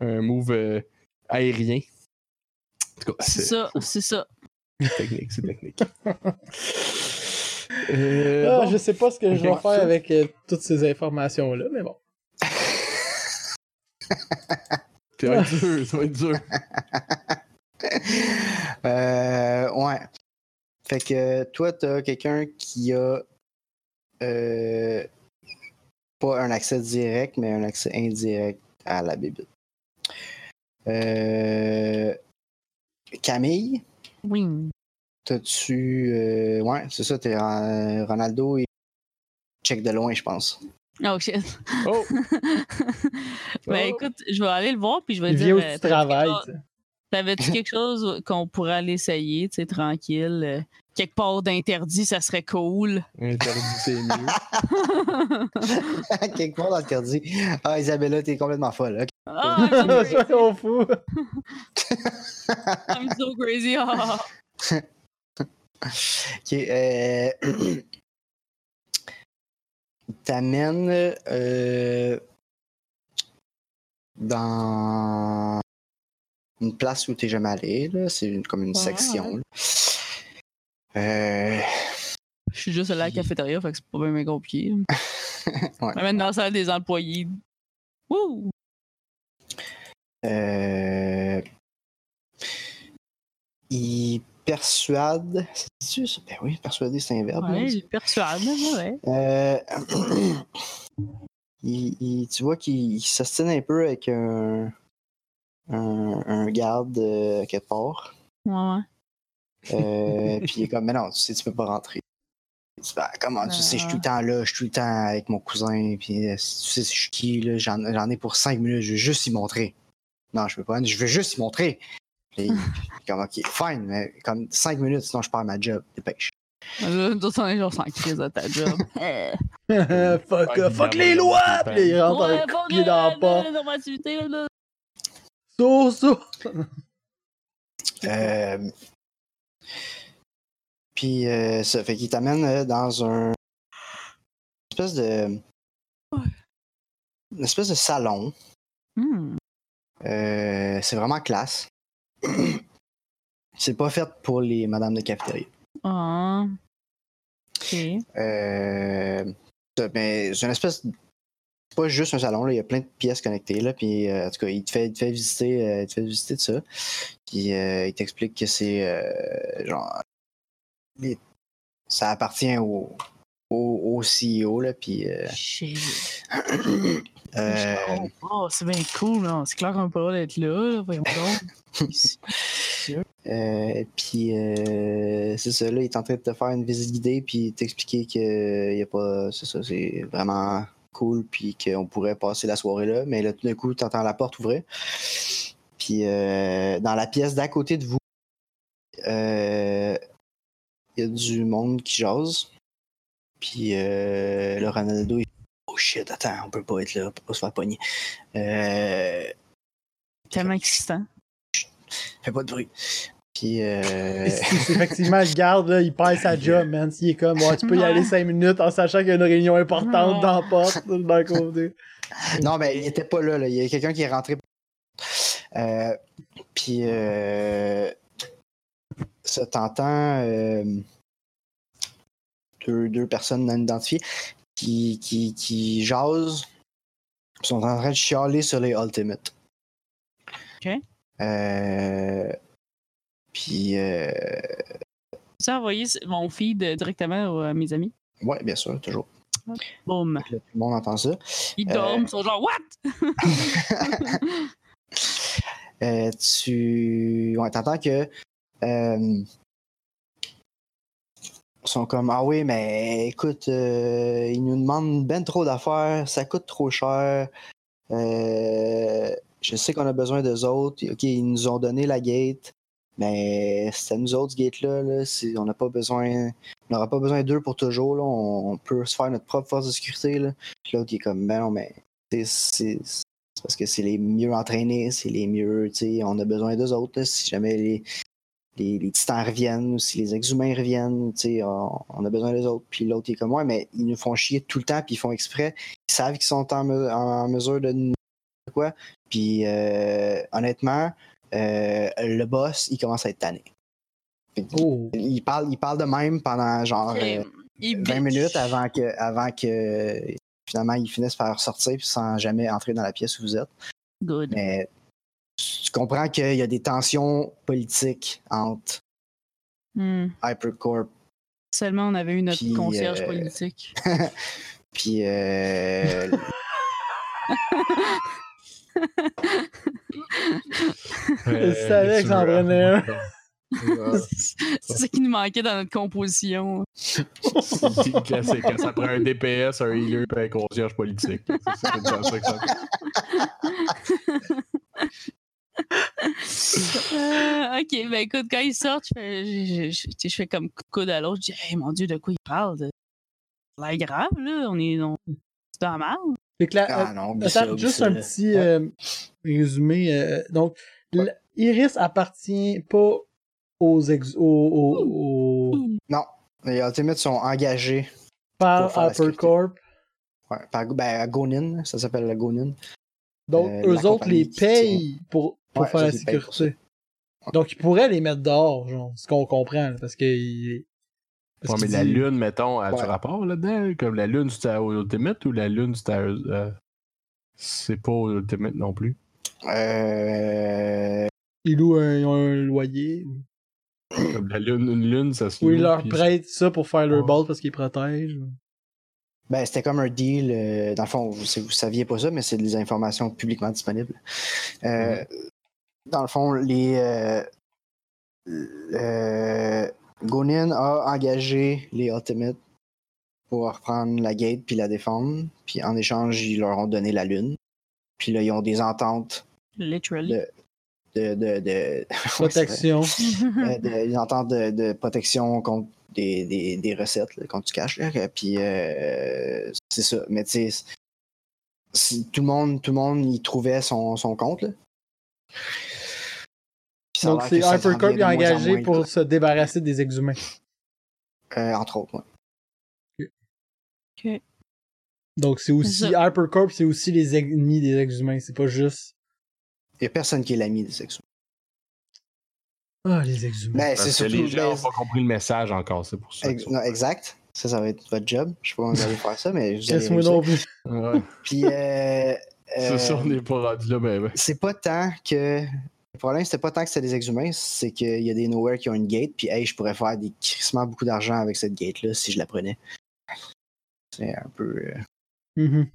C: un move euh, aérien. En tout cas,
B: C'est
C: c'est
B: ça, c'est ça.
C: technique, c'est technique. Euh,
A: Ah,
C: bon.
A: Je sais pas ce que je vais
C: Ok.
A: faire avec euh, toutes ces informations-là, mais bon.
C: Ça va être dur, ça va être dur.
D: Euh, ouais. Fait que toi, t'as quelqu'un qui a euh, pas un accès direct, mais un accès indirect à la bible. Euh, Camille,
B: Oui.
D: t'as-tu. euh, ouais, c'est ça, t'es Ron- Ronaldo et check de loin, je pense.
B: Oh shit.
C: Oh!
B: ben
C: Oh.
B: écoute, je vais aller le voir puis je vais
A: Il vient
B: dire.
A: où
B: euh,
A: tu travailles, tu sais.
B: T'avais-tu quelque chose qu'on pourrait aller essayer, tu sais, tranquille? euh, quelque part d'interdit, ça serait cool.
C: Interdit, c'est mieux.
D: Quelque part dans le cardi. Ah, Isabella, t'es complètement folle. ok.
B: Ah, I'm so crazy.
A: on fout.
B: I'm so crazy. ah.
D: Ok, euh, T'amènes euh, dans une place où t'es jamais allé, là. C'est une- comme une
B: Ah,
D: section. là. Euh,
B: Je suis juste allé à la cafétéria, fait que c'est pas bien bien compliqué.
D: Ouais.
B: Même dans la salle des employés. Wouh!
D: euh, il persuade. C'est-tu ça? Ben oui, persuader, c'est
A: Ah,
D: un verbe. là,
B: Ouais, je persuade, ouais.
D: Euh, il- il- tu vois qu'il il s'ostine un peu avec un, un, un garde euh, quelque part.
B: Ouais, ouais.
D: Euh, puis il est comme, mais non, tu sais, tu peux pas rentrer. Il dit, Ben, comment tu sais, je suis tout le temps là, je suis tout le temps avec mon cousin, puis euh, si tu sais, je suis qui, là, j'en j'en ai pour cinq minutes, je veux juste y montrer. Non, je peux pas, je veux juste y montrer. Puis, comme, ok, fine, mais comme cinq minutes, sinon je perds ma job, dépêche.
B: Là, Nous autres, on est genre sans crise à ta job. Eh.
A: fuck, off, fuck les lois! Puis là, il rentre
B: Ouais,
A: un coup
B: fuck
A: de pied
B: la-
A: dans
B: la-
A: la porte.
B: la euh, normativité, là, là.
A: So, so.
D: Euh, Puis euh, ça fait qu'il t'amène euh, dans un espèce de une espèce de salon.
B: Hmm.
D: Euh, c'est vraiment classe. C'est pas fait pour les madames de cafétéria.
B: Ah. Ok.
D: Euh, ça, mais c'est une espèce c'est pas juste un salon, là, il y a plein de pièces connectées. Là, puis, euh, en tout cas, il te fait, il te fait visiter, euh, il te fait visiter de ça. Puis euh, il t'explique que c'est euh, genre les- ça appartient au, au, au CEO. Là, puis, euh,
B: Shit.
D: euh,
B: Oh, c'est bien cool, là. C'est clair qu'on n'a pas le droit d'être là, là. Voyons donc.
D: euh, puis euh, c'est ça, là, il est en train de te faire une visite guidée, puis t'expliquer que euh, y a pas. C'est ça, c'est vraiment cool, puis qu'on pourrait passer la soirée là, mais là, tout d'un coup, t'entends la porte ouvrir. Puis euh, dans la pièce d'à côté de vous, euh, il y a du monde qui jase. Puis euh, le Ronaldo, il Oh shit, attends, on peut pas être là, on peut pas se faire pogner. Euh,
B: Tellement excitant.
D: fais pas de bruit. Puis. euh,
A: C'est- Effectivement, le garde, là, il perd sa job, man. S'il est comme, ouais, tu peux y aller 5 minutes en sachant qu'il y a une réunion importante
B: Ouais.
A: dans la porte, dans le côté.
D: Non, mais il était pas là. là. Il y a quelqu'un qui est rentré. Euh, puis, euh, ça t'entend euh, deux, deux personnes non identifiées qui, qui, qui jasent, qui sont en train de chialer sur les Ultimate.
B: Ok.
D: Euh, puis, euh,
B: J'ai envoyé mon feed euh, directement au- à mes amis.
D: ouais, bien sûr, toujours.
B: Boum.
D: Là, tout le monde entend ça.
B: Ils
D: Euh.
B: dorment, ils sont genre, what?
D: Euh, tu ouais, t'entends que euh, ils sont comme Ah oui, mais écoute, euh, ils nous demandent ben trop d'affaires, ça coûte trop cher. Euh, je sais qu'on a besoin d'eux autres. OK, ils nous ont donné la gate, mais c'est à nous autres, ce gate-là. là, c'est- on n'a pas besoin. On n'aura pas besoin d'eux pour toujours. Là, on, on peut se faire notre propre force de sécurité. Là. Puis l'autre, il est comme Ben non, mais c'est- c'est c'est parce que c'est les mieux entraînés, c'est les mieux. tu sais, On a besoin d'eux autres. là, si jamais les les, les titans reviennent ou si les exhumains reviennent, tu sais, on, on a besoin des autres. Puis l'autre est comme moi, mais ils nous font chier tout le temps, puis ils font exprès. Ils savent qu'ils sont en, me- en mesure de nous quoi. Puis euh, honnêtement, euh, le boss, il commence à être tanné.
A: Oh,
D: Il parle, il parle de même pendant genre euh,
B: il
D: 20
B: bitch.
D: minutes avant que, avant que finalement ils finissent par sortir puis sans jamais entrer dans la pièce où vous êtes.
B: Good.
D: Mais tu comprends qu'il y a des tensions politiques entre
B: Hmm.
D: Hypercorp
B: Seulement on avait eu notre
D: Puis,
B: concierge
D: euh,
B: politique.
D: Puis, euh,
C: Euh,
A: Je savais que j'en prenais un.
B: c'est ça qui nous manquait dans notre composition.
C: C'est classique. Quand ça prend un DPS, un healer et un concierge politique. C'est- C'est tout le temps ça que ça
B: Euh, ok, ben écoute, quand ils sortent, je fais, je, je- je- tu sais, je fais comme coude à l'autre. Je dis, hey, mon Dieu, de quoi ils parlent? de- Ça a l'air grave, là. On est on- c'est dans la merde.
A: c'est clair.
D: ah non, oublie ça,
A: euh, Attends,
D: oublie
A: juste
D: ça.
A: un petit euh, résumé. euh, donc, l- Iris appartient pas aux, ex- aux, aux- aux-
D: Les Ultimates sont engagés
A: par
D: Pour faire la
A: Hypercorp.
D: ouais, par ben, à Gonin, ça s'appelle la Gonin.
A: Donc,
D: Euh, la
A: eux autres
D: compagnie
A: les
D: qui tient.
A: payent pour, pour
D: Ouais,
A: faire
D: ça,
A: la
D: ils payent pour
A: sécurité. Donc, ils pourraient les mettre dehors, genre, ce qu'on comprend, là, parce que. ils- parce
C: Ouais, mais
A: qu'il
C: la
A: dit-
C: lune, mettons, a
D: Ouais.
C: du rapport là-dedans? Comme la lune, c'était au Ultimate ou la lune, c'était à eux- euh, C'est pas au Ultimate non plus.
D: Euh,
A: Ils louent un, ils ont un loyer. ou-
C: Comme la lune, une lune, ça se
A: Ou
C: loue,
A: ils leur
C: puis-
A: prêtent ça pour faire leur
C: Ouais.
A: ball parce qu'ils protègent. ou-
D: ben, c'était comme un deal. euh, dans le fond, vous, si vous saviez pas ça, mais c'est des informations publiquement disponibles. Euh, Dans le fond, les. euh, euh, Gonin a engagé les Ultimates pour reprendre la gate puis la défendre. Puis en échange, ils leur ont donné la lune. Puis là, ils ont des ententes
B: Literally.
D: de, de, de
A: Protection.
D: Euh, de- une entente de, de protection contre des, des, des recettes, là, contre du cash. là. Euh, Puis euh, c'est ça. Mais tu sais, si tout le monde, tout le monde y trouvait son, son compte. là. Puis ça a
A: Donc,
D: l'air
A: c'est
D: que ça s'en
A: Hypercorp
D: vient
A: qui est
D: de moins en
A: engagé
D: moins,
A: pour
D: là.
A: se débarrasser des exhumés.
D: Euh, entre autres, ouais.
A: Donc, c'est aussi.
B: C'est ça.
A: Hypercorp, c'est aussi les ennemis des exhumains. C'est pas juste.
D: Il n'y a personne qui est l'ami des sexes.
A: Ah, les exhumains.
D: Mais
C: Parce
D: Ben, c'est
C: que
D: surtout.
C: les gens
D: mais-
C: n'ont pas compris le message encore, c'est pour ça.
D: ex- non, exact. Ça, ça va être votre job. Je sais pas comment vous allez faire ça, mais vous allez
A: Laisse-moi
D: réussir.
A: non plus.
C: Ouais.
D: Puis, euh,
C: Ça, ça,
D: euh,
C: on n'est pas rendu là, ben, ben.
D: c'est pas tant que. Le problème, c'était pas tant que c'était des exhumains, c'est qu'il y a des nowhere qui ont une gate, puis hey, je pourrais faire des crissements beaucoup d'argent avec cette gate-là si je la prenais. C'est un peu. euh,
A: Mhm.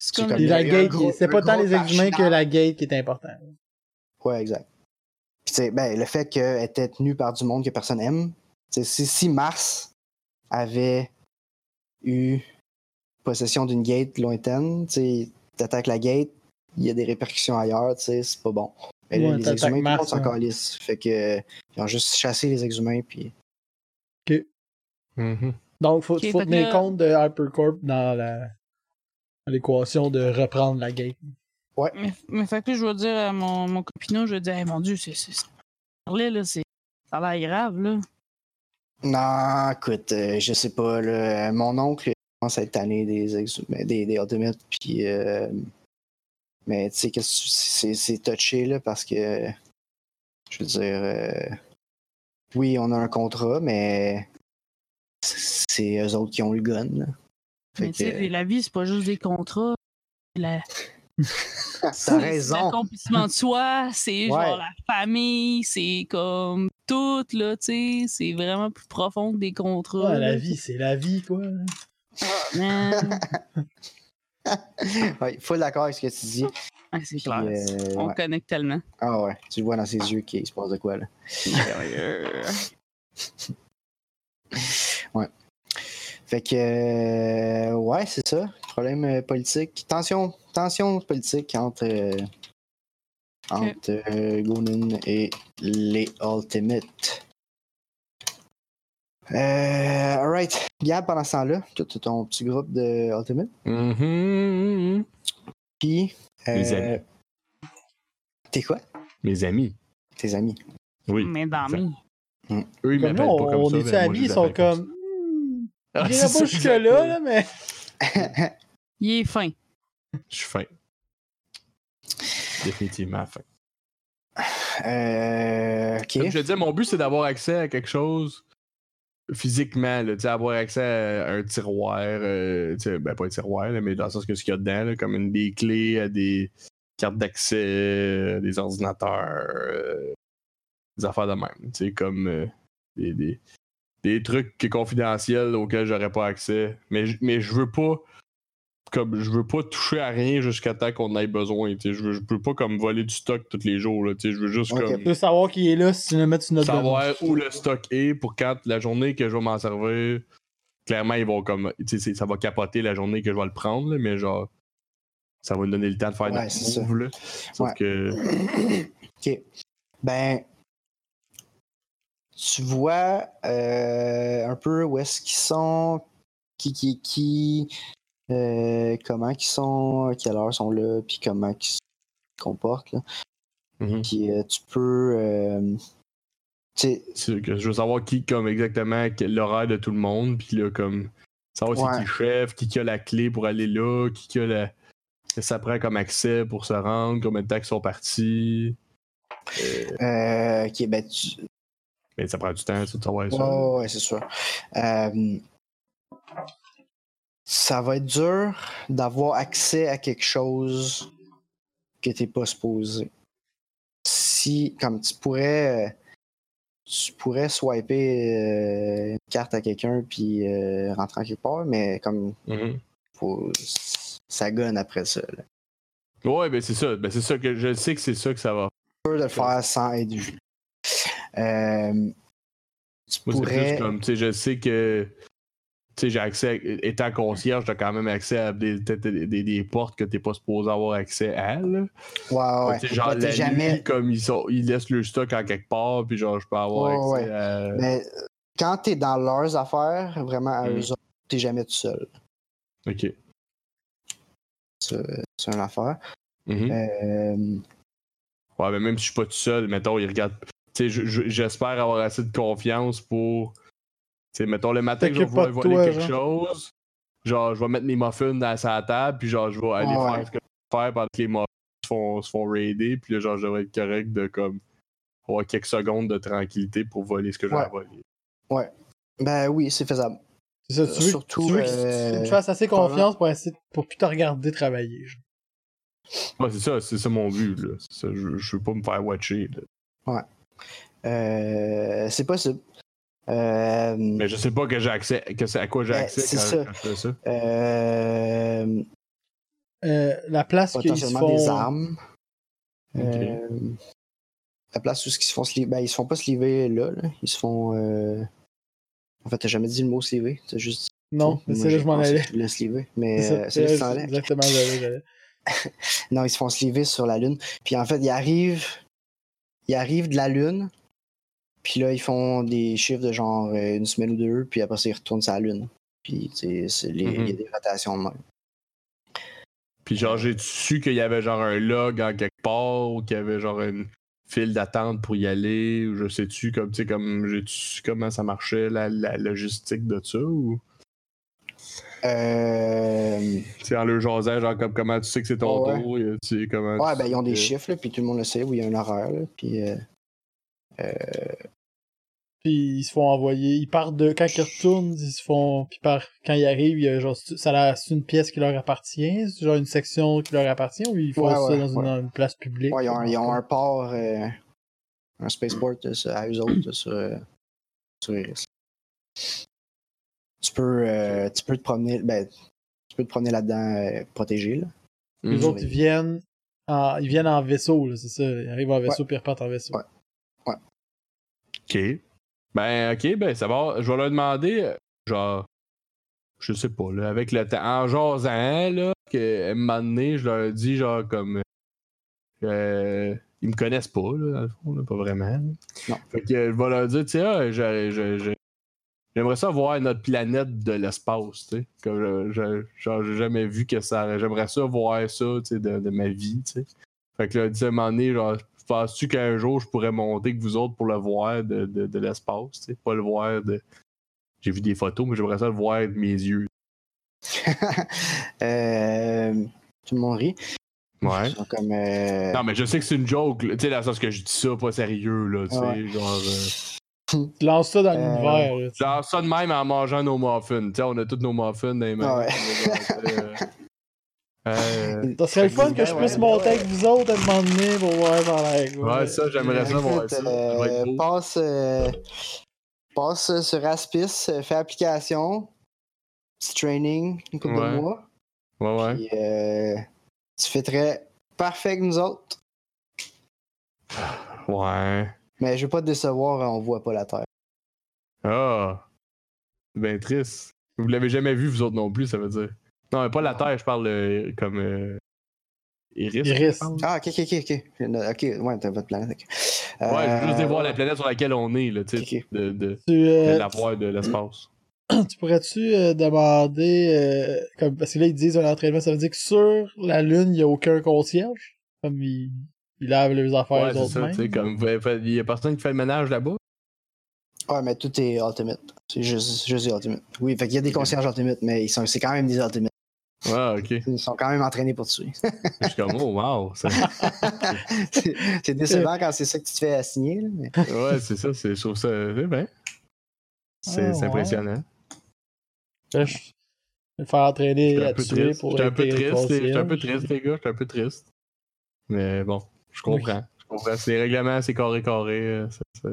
B: C'est
D: c'est
B: comme
D: comme
A: Et
B: le-
D: il y a
A: la
D: eu un
A: gate,
D: gros-
A: c'est
D: un
A: pas tant
D: gros
A: les exhumains
D: marchandage.
A: que la gate qui est importante.
D: Ouais, exact. Puis, tu sais, ben, le fait qu'elle était tenue par du monde que personne aime, tu sais, si, si Mars avait eu possession d'une gate lointaine, tu sais, t'attaques la gate, il y a des répercussions ailleurs, tu sais, c'est pas bon. Mais là,
A: Ouais,
D: les
A: t'attaques
D: exhumains, tout le monde
A: Mars,
D: s'en
A: ouais.
D: calisse. Fait que, euh, ils ont juste chassé les exhumains, puis.
C: Mhm.
A: Donc, faut,
B: Ok,
A: faut
B: fait que
A: tenir
B: là-
A: compte de Hypercorp dans la dans l'équation de reprendre la gate.
B: Mais, mais fait que là, je vais dire à mon, mon copineau, je vais dire, hey, mon Dieu, c'est. c'est- c'est- Parler, là, c'est. Ça a l'air grave, là.
D: Non, écoute, euh, je sais pas. là, euh, mon oncle commence à être tanné des, exhu- mais des, des Ultimates, puis. euh, mais tu sais, qu'est-ce que tu- c'est c'est touché, là, parce que. Je veux dire. euh, oui, on a un contrat, mais. C'est eux autres qui ont le gun, là. Fait
B: Mais tu sais,
D: que-
B: la vie, c'est pas juste des contrats. C'est la-
D: Ah, T'as
B: c'est
D: raison.
B: L'accomplissement de soi, c'est
D: Ouais.
B: genre la famille, c'est comme tout, là, tu sais. C'est vraiment plus profond que des contrats.
A: Ouais, Ah, la
B: là.
A: vie, c'est la vie, quoi.
B: Man,
D: Ouais, full d'accord avec ce que tu dis.
B: ah, c'est
D: puis,
B: clair.
D: euh,
B: On
D: ouais.
B: connecte tellement.
D: Ah ouais, tu le vois dans ses yeux qu'il se passe de quoi, là.
B: Sérieux.
D: Ouais, Fait que, euh, ouais, c'est ça. Problème euh, politique. Tension, tension politique entre, euh, entre euh, Goonin et les Ultimate. Euh, alright. Gab, pendant ce temps-là, t'as t'as ton petit groupe de Ultimate.
C: Mm-hmm. Mhm.
D: Puis. euh,
C: Mes amis.
D: T'es quoi?
C: Mes amis.
D: Tes amis.
C: Oui.
B: Mais dans mes-
C: Eux, ils
A: Comme
C: m'appellent
A: là,
C: pas
A: on,
C: comme
A: on
C: ça.
A: est-tu
C: mais moi,
A: amis,
C: je les
A: ils sont
C: appelle comme ça.
A: comme. Hmm,
C: Ah,
A: J'irai
C: c'est
A: pas
C: ça,
A: jusque-là, là, mais.
B: Il est fin.
C: Je suis fin. Définitivement fin.
D: Euh, ok.
C: Comme je le disais, mon but, c'est d'avoir accès à quelque chose physiquement, là, tu sais, avoir accès à un tiroir, euh, tu sais, ben pas un tiroir, là, mais dans le sens que ce qu'il y a dedans, là, comme une, des clés, à des cartes d'accès, euh, des ordinateurs, euh, des affaires de même. tu sais, comme euh, des, des, des trucs confidentiels auxquels j'aurais pas accès. Mais, je- mais je veux pas comme je veux pas toucher à rien jusqu'à temps qu'on ait besoin. tu sais. Je veux, je peux pas comme voler du stock tous les jours. Là, tu sais. je veux juste
D: Ok.
C: comme
A: Tu veux savoir qui est là si tu le mets sur notre
C: savoir où le stock est pour quand la journée que je vais m'en servir. Clairement, ils vont comme. Tu sais, c'est- ça va capoter la journée que je vais le prendre, là, mais genre. Ça va me donner le temps de faire
D: Ouais,
C: notre
D: c'est
C: move, là. Sauf
D: Ouais.
C: que.
D: ok. Ben, tu vois euh, un peu où est-ce qu'ils sont, qui, qui, qui, euh, comment qu'ils sont, à quelle heure ils sont là, puis comment ils se comportent. Là.
C: Mhm.
D: Puis euh, tu peux. euh, tu sais,
C: c'est que je veux savoir qui, comme exactement, quel- l'horaire de tout le monde, puis là, comme. Savoir c'est
D: Ouais.
C: qui le chef, qui, qui a la clé pour aller là, qui, qui a la. que ça prend comme accès pour se rendre, combien de temps qu'ils sont partis.
D: euh, ok, ben, tu,
C: Mais ça prend du temps, ça, de savoir
D: Ouais,
C: ça.
D: ouais, ouais, c'est sûr. Euh, ça va être dur d'avoir accès à quelque chose que t'es pas supposé. Si, comme tu pourrais, euh, tu pourrais swiper euh, une carte à quelqu'un puis euh, rentrer en quelque part, mais comme
C: Mhm.
D: faut- ça gonne après ça. là.
C: Ouais, ben c'est ça. Ben c'est ça que je sais que c'est ça que ça va
D: Dur de le faire sans être vu. Euh, tu
C: Moi, c'est
D: pourrais.
C: plus comme, tu sais, je sais que, tu sais, j'ai accès, à- étant concierge, j'ai quand même accès à des, des, des- des portes que t'es pas supposé avoir accès à, là.
D: Ouais, ouais.
C: Tu sais, genre,
D: Là, t'es
C: la
D: jamais-
C: nuit, comme ils, sont, ils laissent le stock en quelque part, puis genre, je peux avoir
D: Ouais,
C: accès à...
D: Mais euh, quand t'es dans leurs affaires, vraiment à
A: Hmm.
C: Mm.
D: eux autres, t'es jamais tout seul.
C: OK.
D: Ça, C'est une affaire.
C: Mhm.
A: Hmm.
D: Euh,
C: Ouais, mais même si je suis pas tout seul, mettons, ils regardent... Tu sais, je- je- j'espère avoir assez de confiance pour... Tu sais, mettons, le matin que je vais
A: T'occupe pas
C: vouloir
A: de toi,
C: voler quelque chose, genre, je vais mettre mes muffins dans sa table, puis genre, je vais aller
D: Ouais.
C: faire ce que je vais faire pendant que les muffins se font, se font raider, puis là, genre, je devrais être correct de, comme, avoir quelques secondes de tranquillité pour voler ce que j'ai
D: Ouais.
C: à voler.
D: ben oui, c'est faisable.
A: C'est ça, tu veux,
D: Surtout,
A: tu veux que
D: euh,
A: tu te fasses assez
D: probablement-
A: confiance pour essayer pour plus te regarder travailler. genre.
C: Ouais, c'est ça, c'est ça mon but, là. C'est ça, je, je veux pas me faire watcher, là.
D: Euh, c'est possible. Euh,
C: Mais je sais pas que j'ai accès, que c'est à quoi j'ai
D: Ben,
C: accès
D: c'est
C: quand,
D: ça.
C: quand je fais ça.
D: euh,
A: Euh, la place qu'ils se
D: potentiellement
A: font.
D: des armes. Euh, la place où ils se font se livrer. Ben, ils se font pas se livrer là. là. Ils se font. euh, En fait, t'as jamais dit le mot se livrer. T'as juste dit.
A: Non, mais
D: Moi,
A: c'est là
D: j'ai
A: que je m'en
D: pensé
A: allais.
D: que tu voulais se livrer, Mais
A: C'est ça,
D: euh,
A: c'est
D: c'est là que
A: là
D: tu t'en
A: que- exactement
D: allais.
A: j'allais, j'allais.
D: Non, ils se font se lever sur la Lune. Puis en fait, ils arrivent, ils arrivent de la Lune. Puis là, ils font des chiffres de genre euh, une semaine ou deux. Puis après ça, ils retournent sur la Lune. Puis tu sais, c'est les- il y a
C: Mhm.
D: des rotations de même.
C: Puis genre, j'ai su qu'il y avait genre un log en quelque part ou qu'il y avait genre une file d'attente pour y aller ou je sais-tu comme tu sais comme j'ai su comment ça marchait la, la logistique de ça ou
D: Euh,
C: tu sais en le jasant genre comme comment tu sais que c'est ton
D: Ouais.
C: tour et tu sais comment
D: Ouais,
C: tu
D: ben ils ont des
C: sais
D: chiffres, là, puis tout le monde le sait où il y a un horaire. là, puis euh,
A: Puis ils se font envoyer. Ils partent de. Quand ils retournent, ils se font. Puis par... quand ils arrivent, il y a genre. Ça leur... C'est une pièce qui leur appartient, c'est genre une section qui leur appartient, ou ils font
D: Ouais,
A: ça
D: ouais,
A: dans une,
D: ouais.
A: dans une place publique.
D: ouais, ils, ont, ils ont un port, euh, un spaceport là, sur- à eux autres là, sur, euh, sur Iris. Tu peux, euh, tu peux te promener, ben, tu peux te promener là-dedans euh, protégé. Là.
C: Mhm.
A: Les autres,
D: Mm.
A: ils viennent. En... Ils viennent en vaisseau, là, c'est ça. Ils arrivent en vaisseau, puis ils repartent en vaisseau.
D: Ouais.
C: OK. Ben, OK, ben, ça va. Je vais leur demander, euh, genre, je sais pas, là, avec le temps, en jasant, là, que, à un moment donné, je leur dis, genre, comme. euh, ils me connaissent pas, là, dans le fond, là, pas vraiment.
D: Non.
C: Fait que euh, je vais leur dire, tu sais, ah, j'ai- j'ai- j'ai- j'aimerais ça voir notre planète de l'espace, tu sais. Comme je- je- genre, j'ai jamais vu que ça. J'aimerais ça voir ça, tu sais, de, de ma vie, tu sais. Fait que là, tu sais, à un moment donné, genre, penses-tu qu'un jour je pourrais monter avec vous autres pour le voir de, de, de l'espace, tu sais, pas le voir de. J'ai vu des photos, mais j'aimerais ça le voir de mes yeux.
D: Euh, tout le monde rit.
C: Ouais.
D: Ils sont comme. euh,
C: Non, mais je sais que c'est une joke, là. tu sais, dans le sens que je dis ça, pas sérieux, là, tu sais,
D: Ouais.
C: genre. euh,
A: Tu lances ça dans
D: Euh,
A: l'univers. là, tu sais.
C: Genre ça de même en mangeant nos muffins. Tu sais, on a tous nos muffins dans les mains.
D: Ah Ouais.
C: Euh, euh,
A: Ça serait le fun que je
D: Ouais,
A: puisse
D: ouais.
A: monter avec vous autres à un moment donné pour voir ça a l'air,
C: ouais, ça, j'aimerais ça voir
D: écoute,
C: ça.
D: euh,
C: Ça va être beau.
D: passe, euh, passe, euh, sur Aspis, euh, fais application, petit training, une couple
C: Ouais.
D: de mois.
C: Ouais, ouais.
D: Puis, euh, tu fais très parfait avec nous autres,
C: Ouais.
D: mais je veux pas te décevoir, on voit pas la Terre.
C: Ah. C'est bien triste. Vous l'avez jamais vu, vous autres non plus, ça veut dire. Non, mais pas
A: Ah.
C: la Terre, je parle euh, comme. euh, Iris.
A: Iris.
C: je parle.
D: Ah, ok, ok, ok, ok. Je note- Ok, ouais, t'as votre planète. ok.
C: Ouais, je veux
D: Euh,
C: juste dire voir la planète sur laquelle on est, là, tu sais.
D: ok,
C: De, de,
A: Tu,
C: de
A: Ah. euh,
C: la voir de l'espace.
A: tu pourrais-tu euh, demander, euh, comme, parce que là ils disent un entraînement, ça veut dire que sur la Lune, il n'y a aucun concierge, comme ils, ils lavent leurs affaires
C: Ouais,
A: eux
C: c'est
A: autres
C: ça, tu sais,
A: mêmes.
C: comme. Il y a personne qui fait le ménage là-bas.
D: Ouais, mais tout est ultimate. C'est juste, juste des ultimate. Oui, fait qu'il y a des concierges ultimate, mais ils sont, c'est quand même des ultimate.
C: Ouais, Ah, ok.
D: Ils sont quand même entraînés pour tuer.
C: Je suis comme, oh, wow. ça-
D: C'est- c'est décevant quand c'est ça que tu te fais assigner. Là, mais...
C: Ouais, c'est ça, c'est, je trouve ça. C'est bien. C'est,
A: Ah,
C: c'est
A: ouais.
C: impressionnant.
A: Là, je je vais me faire entraîner
C: J'étais
A: à
C: un peu
A: tuer
C: triste.
A: pour
C: J'étais un peu
A: intégrer le
C: triste, les- j'étais un peu
A: concierge.
C: triste, les gars. J'étais un peu triste. Mais bon, je comprends. Je comprends. C'est les règlements, c'est carré, carré. euh, C'est, c'est...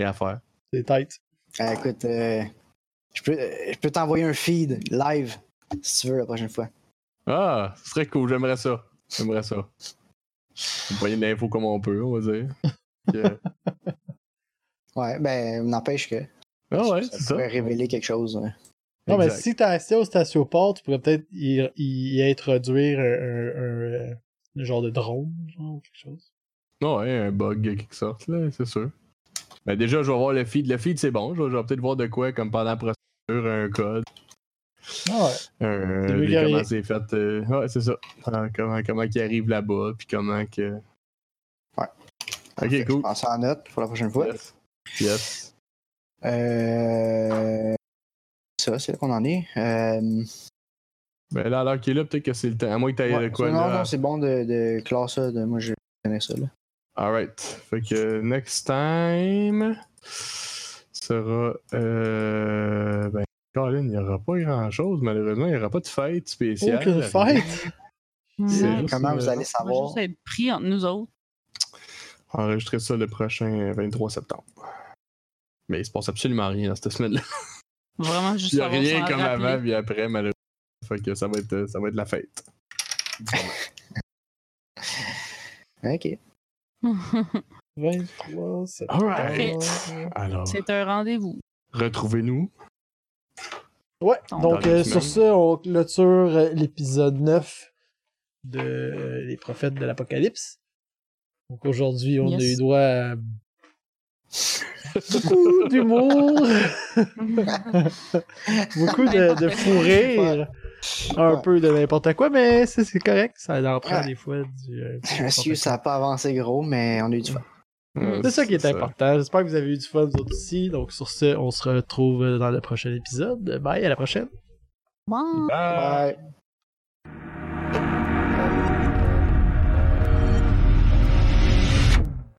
C: Et à faire.
A: C'est tête.
D: Ah, écoute, euh, je peux, euh, je peux t'envoyer un feed live si tu veux la prochaine fois.
C: Ah, ce serait cool. J'aimerais ça. J'aimerais ça. On voyait de l'info comme on peut, on va dire. Puis, euh,
D: Ouais, ben, n'empêche que
C: Ah ouais, c'est ça.
D: pourrait révéler quelque chose. hein.
A: Non, mais
C: Exact.
A: si t'as accès au statioport, tu pourrais peut-être y, y- y introduire un, un- un, euh, genre de drone, genre, ou quelque chose.
C: Ah Ouais, un bug de quelque sorte, là, c'est sûr. Mais déjà, je vais voir le feed. Le feed, c'est bon. Je vais, je vais peut-être voir de quoi, comme pendant la procédure, un code.
A: Ah ouais.
C: Euh,
A: C'est mieux
C: les-
A: qu'il y a rien.
C: comment c'est fait. euh, ouais, c'est ça. Euh, comment comment qu'ils arrivent là-bas, puis comment que.
D: Fait que
C: cool.
D: Je pense en note pour la prochaine fois.
C: Yes. Yes.
D: Euh... Ça, c'est là qu'on en est. Euh...
C: Ben là, à l'heure qu'il est là, peut-être que c'est le temps. À moins que t'ailles
D: ouais,
C: de quoi
D: non,
C: là.
D: non, c'est bon de, de clore ça. de- Moi, je connais ça. Là.
C: Alright. Fait que euh, next time sera. Euh, ben, Colin, il n'y aura pas grand-chose. Malheureusement, il n'y aura pas de fête spéciale.
A: Aucune fête!
C: C'est
B: Ouais.
C: juste,
D: Comment
C: euh,
D: vous allez
B: On va
D: savoir?
B: juste être pris entre nous autres.
C: Enregistrer ça le prochain 23 septembre. Mais il se passe absolument rien dans cette semaine-là.
B: Vraiment juste
C: Il n'y a
B: savoir
C: rien
B: s'en
C: comme
B: rappeler.
C: avant, puis après, malheureusement. Fait que ça va être, euh, ça va être la fête.
D: Ok.
A: 23 septembre.
C: Alright. Alors,
B: C'est un rendez-vous.
C: retrouvez-nous.
A: Ouais,
B: Dans
A: donc
C: la
A: euh,
C: semaine.
A: sur ce, on clôture euh, l'épisode 9 de euh, Les prophètes de l'Apocalypse. Donc aujourd'hui, on a
B: Yes.
A: eu droit à beaucoup d'humour, beaucoup de, de fou rire, un peu de n'importe quoi, mais c'est c'est correct, ça en prend
D: Ouais.
A: des fois du... euh,
D: Je m'excuse, ça
A: n'importe
D: n'a pas avancé gros, mais on a eu du fun.
A: quoi. C'est ça qui est important. J'espère que vous avez eu du fun, vous autres aussi. Donc sur ce, on se retrouve dans le prochain épisode. Bye, à la prochaine!
B: Wow.
D: Bye.
C: Bye.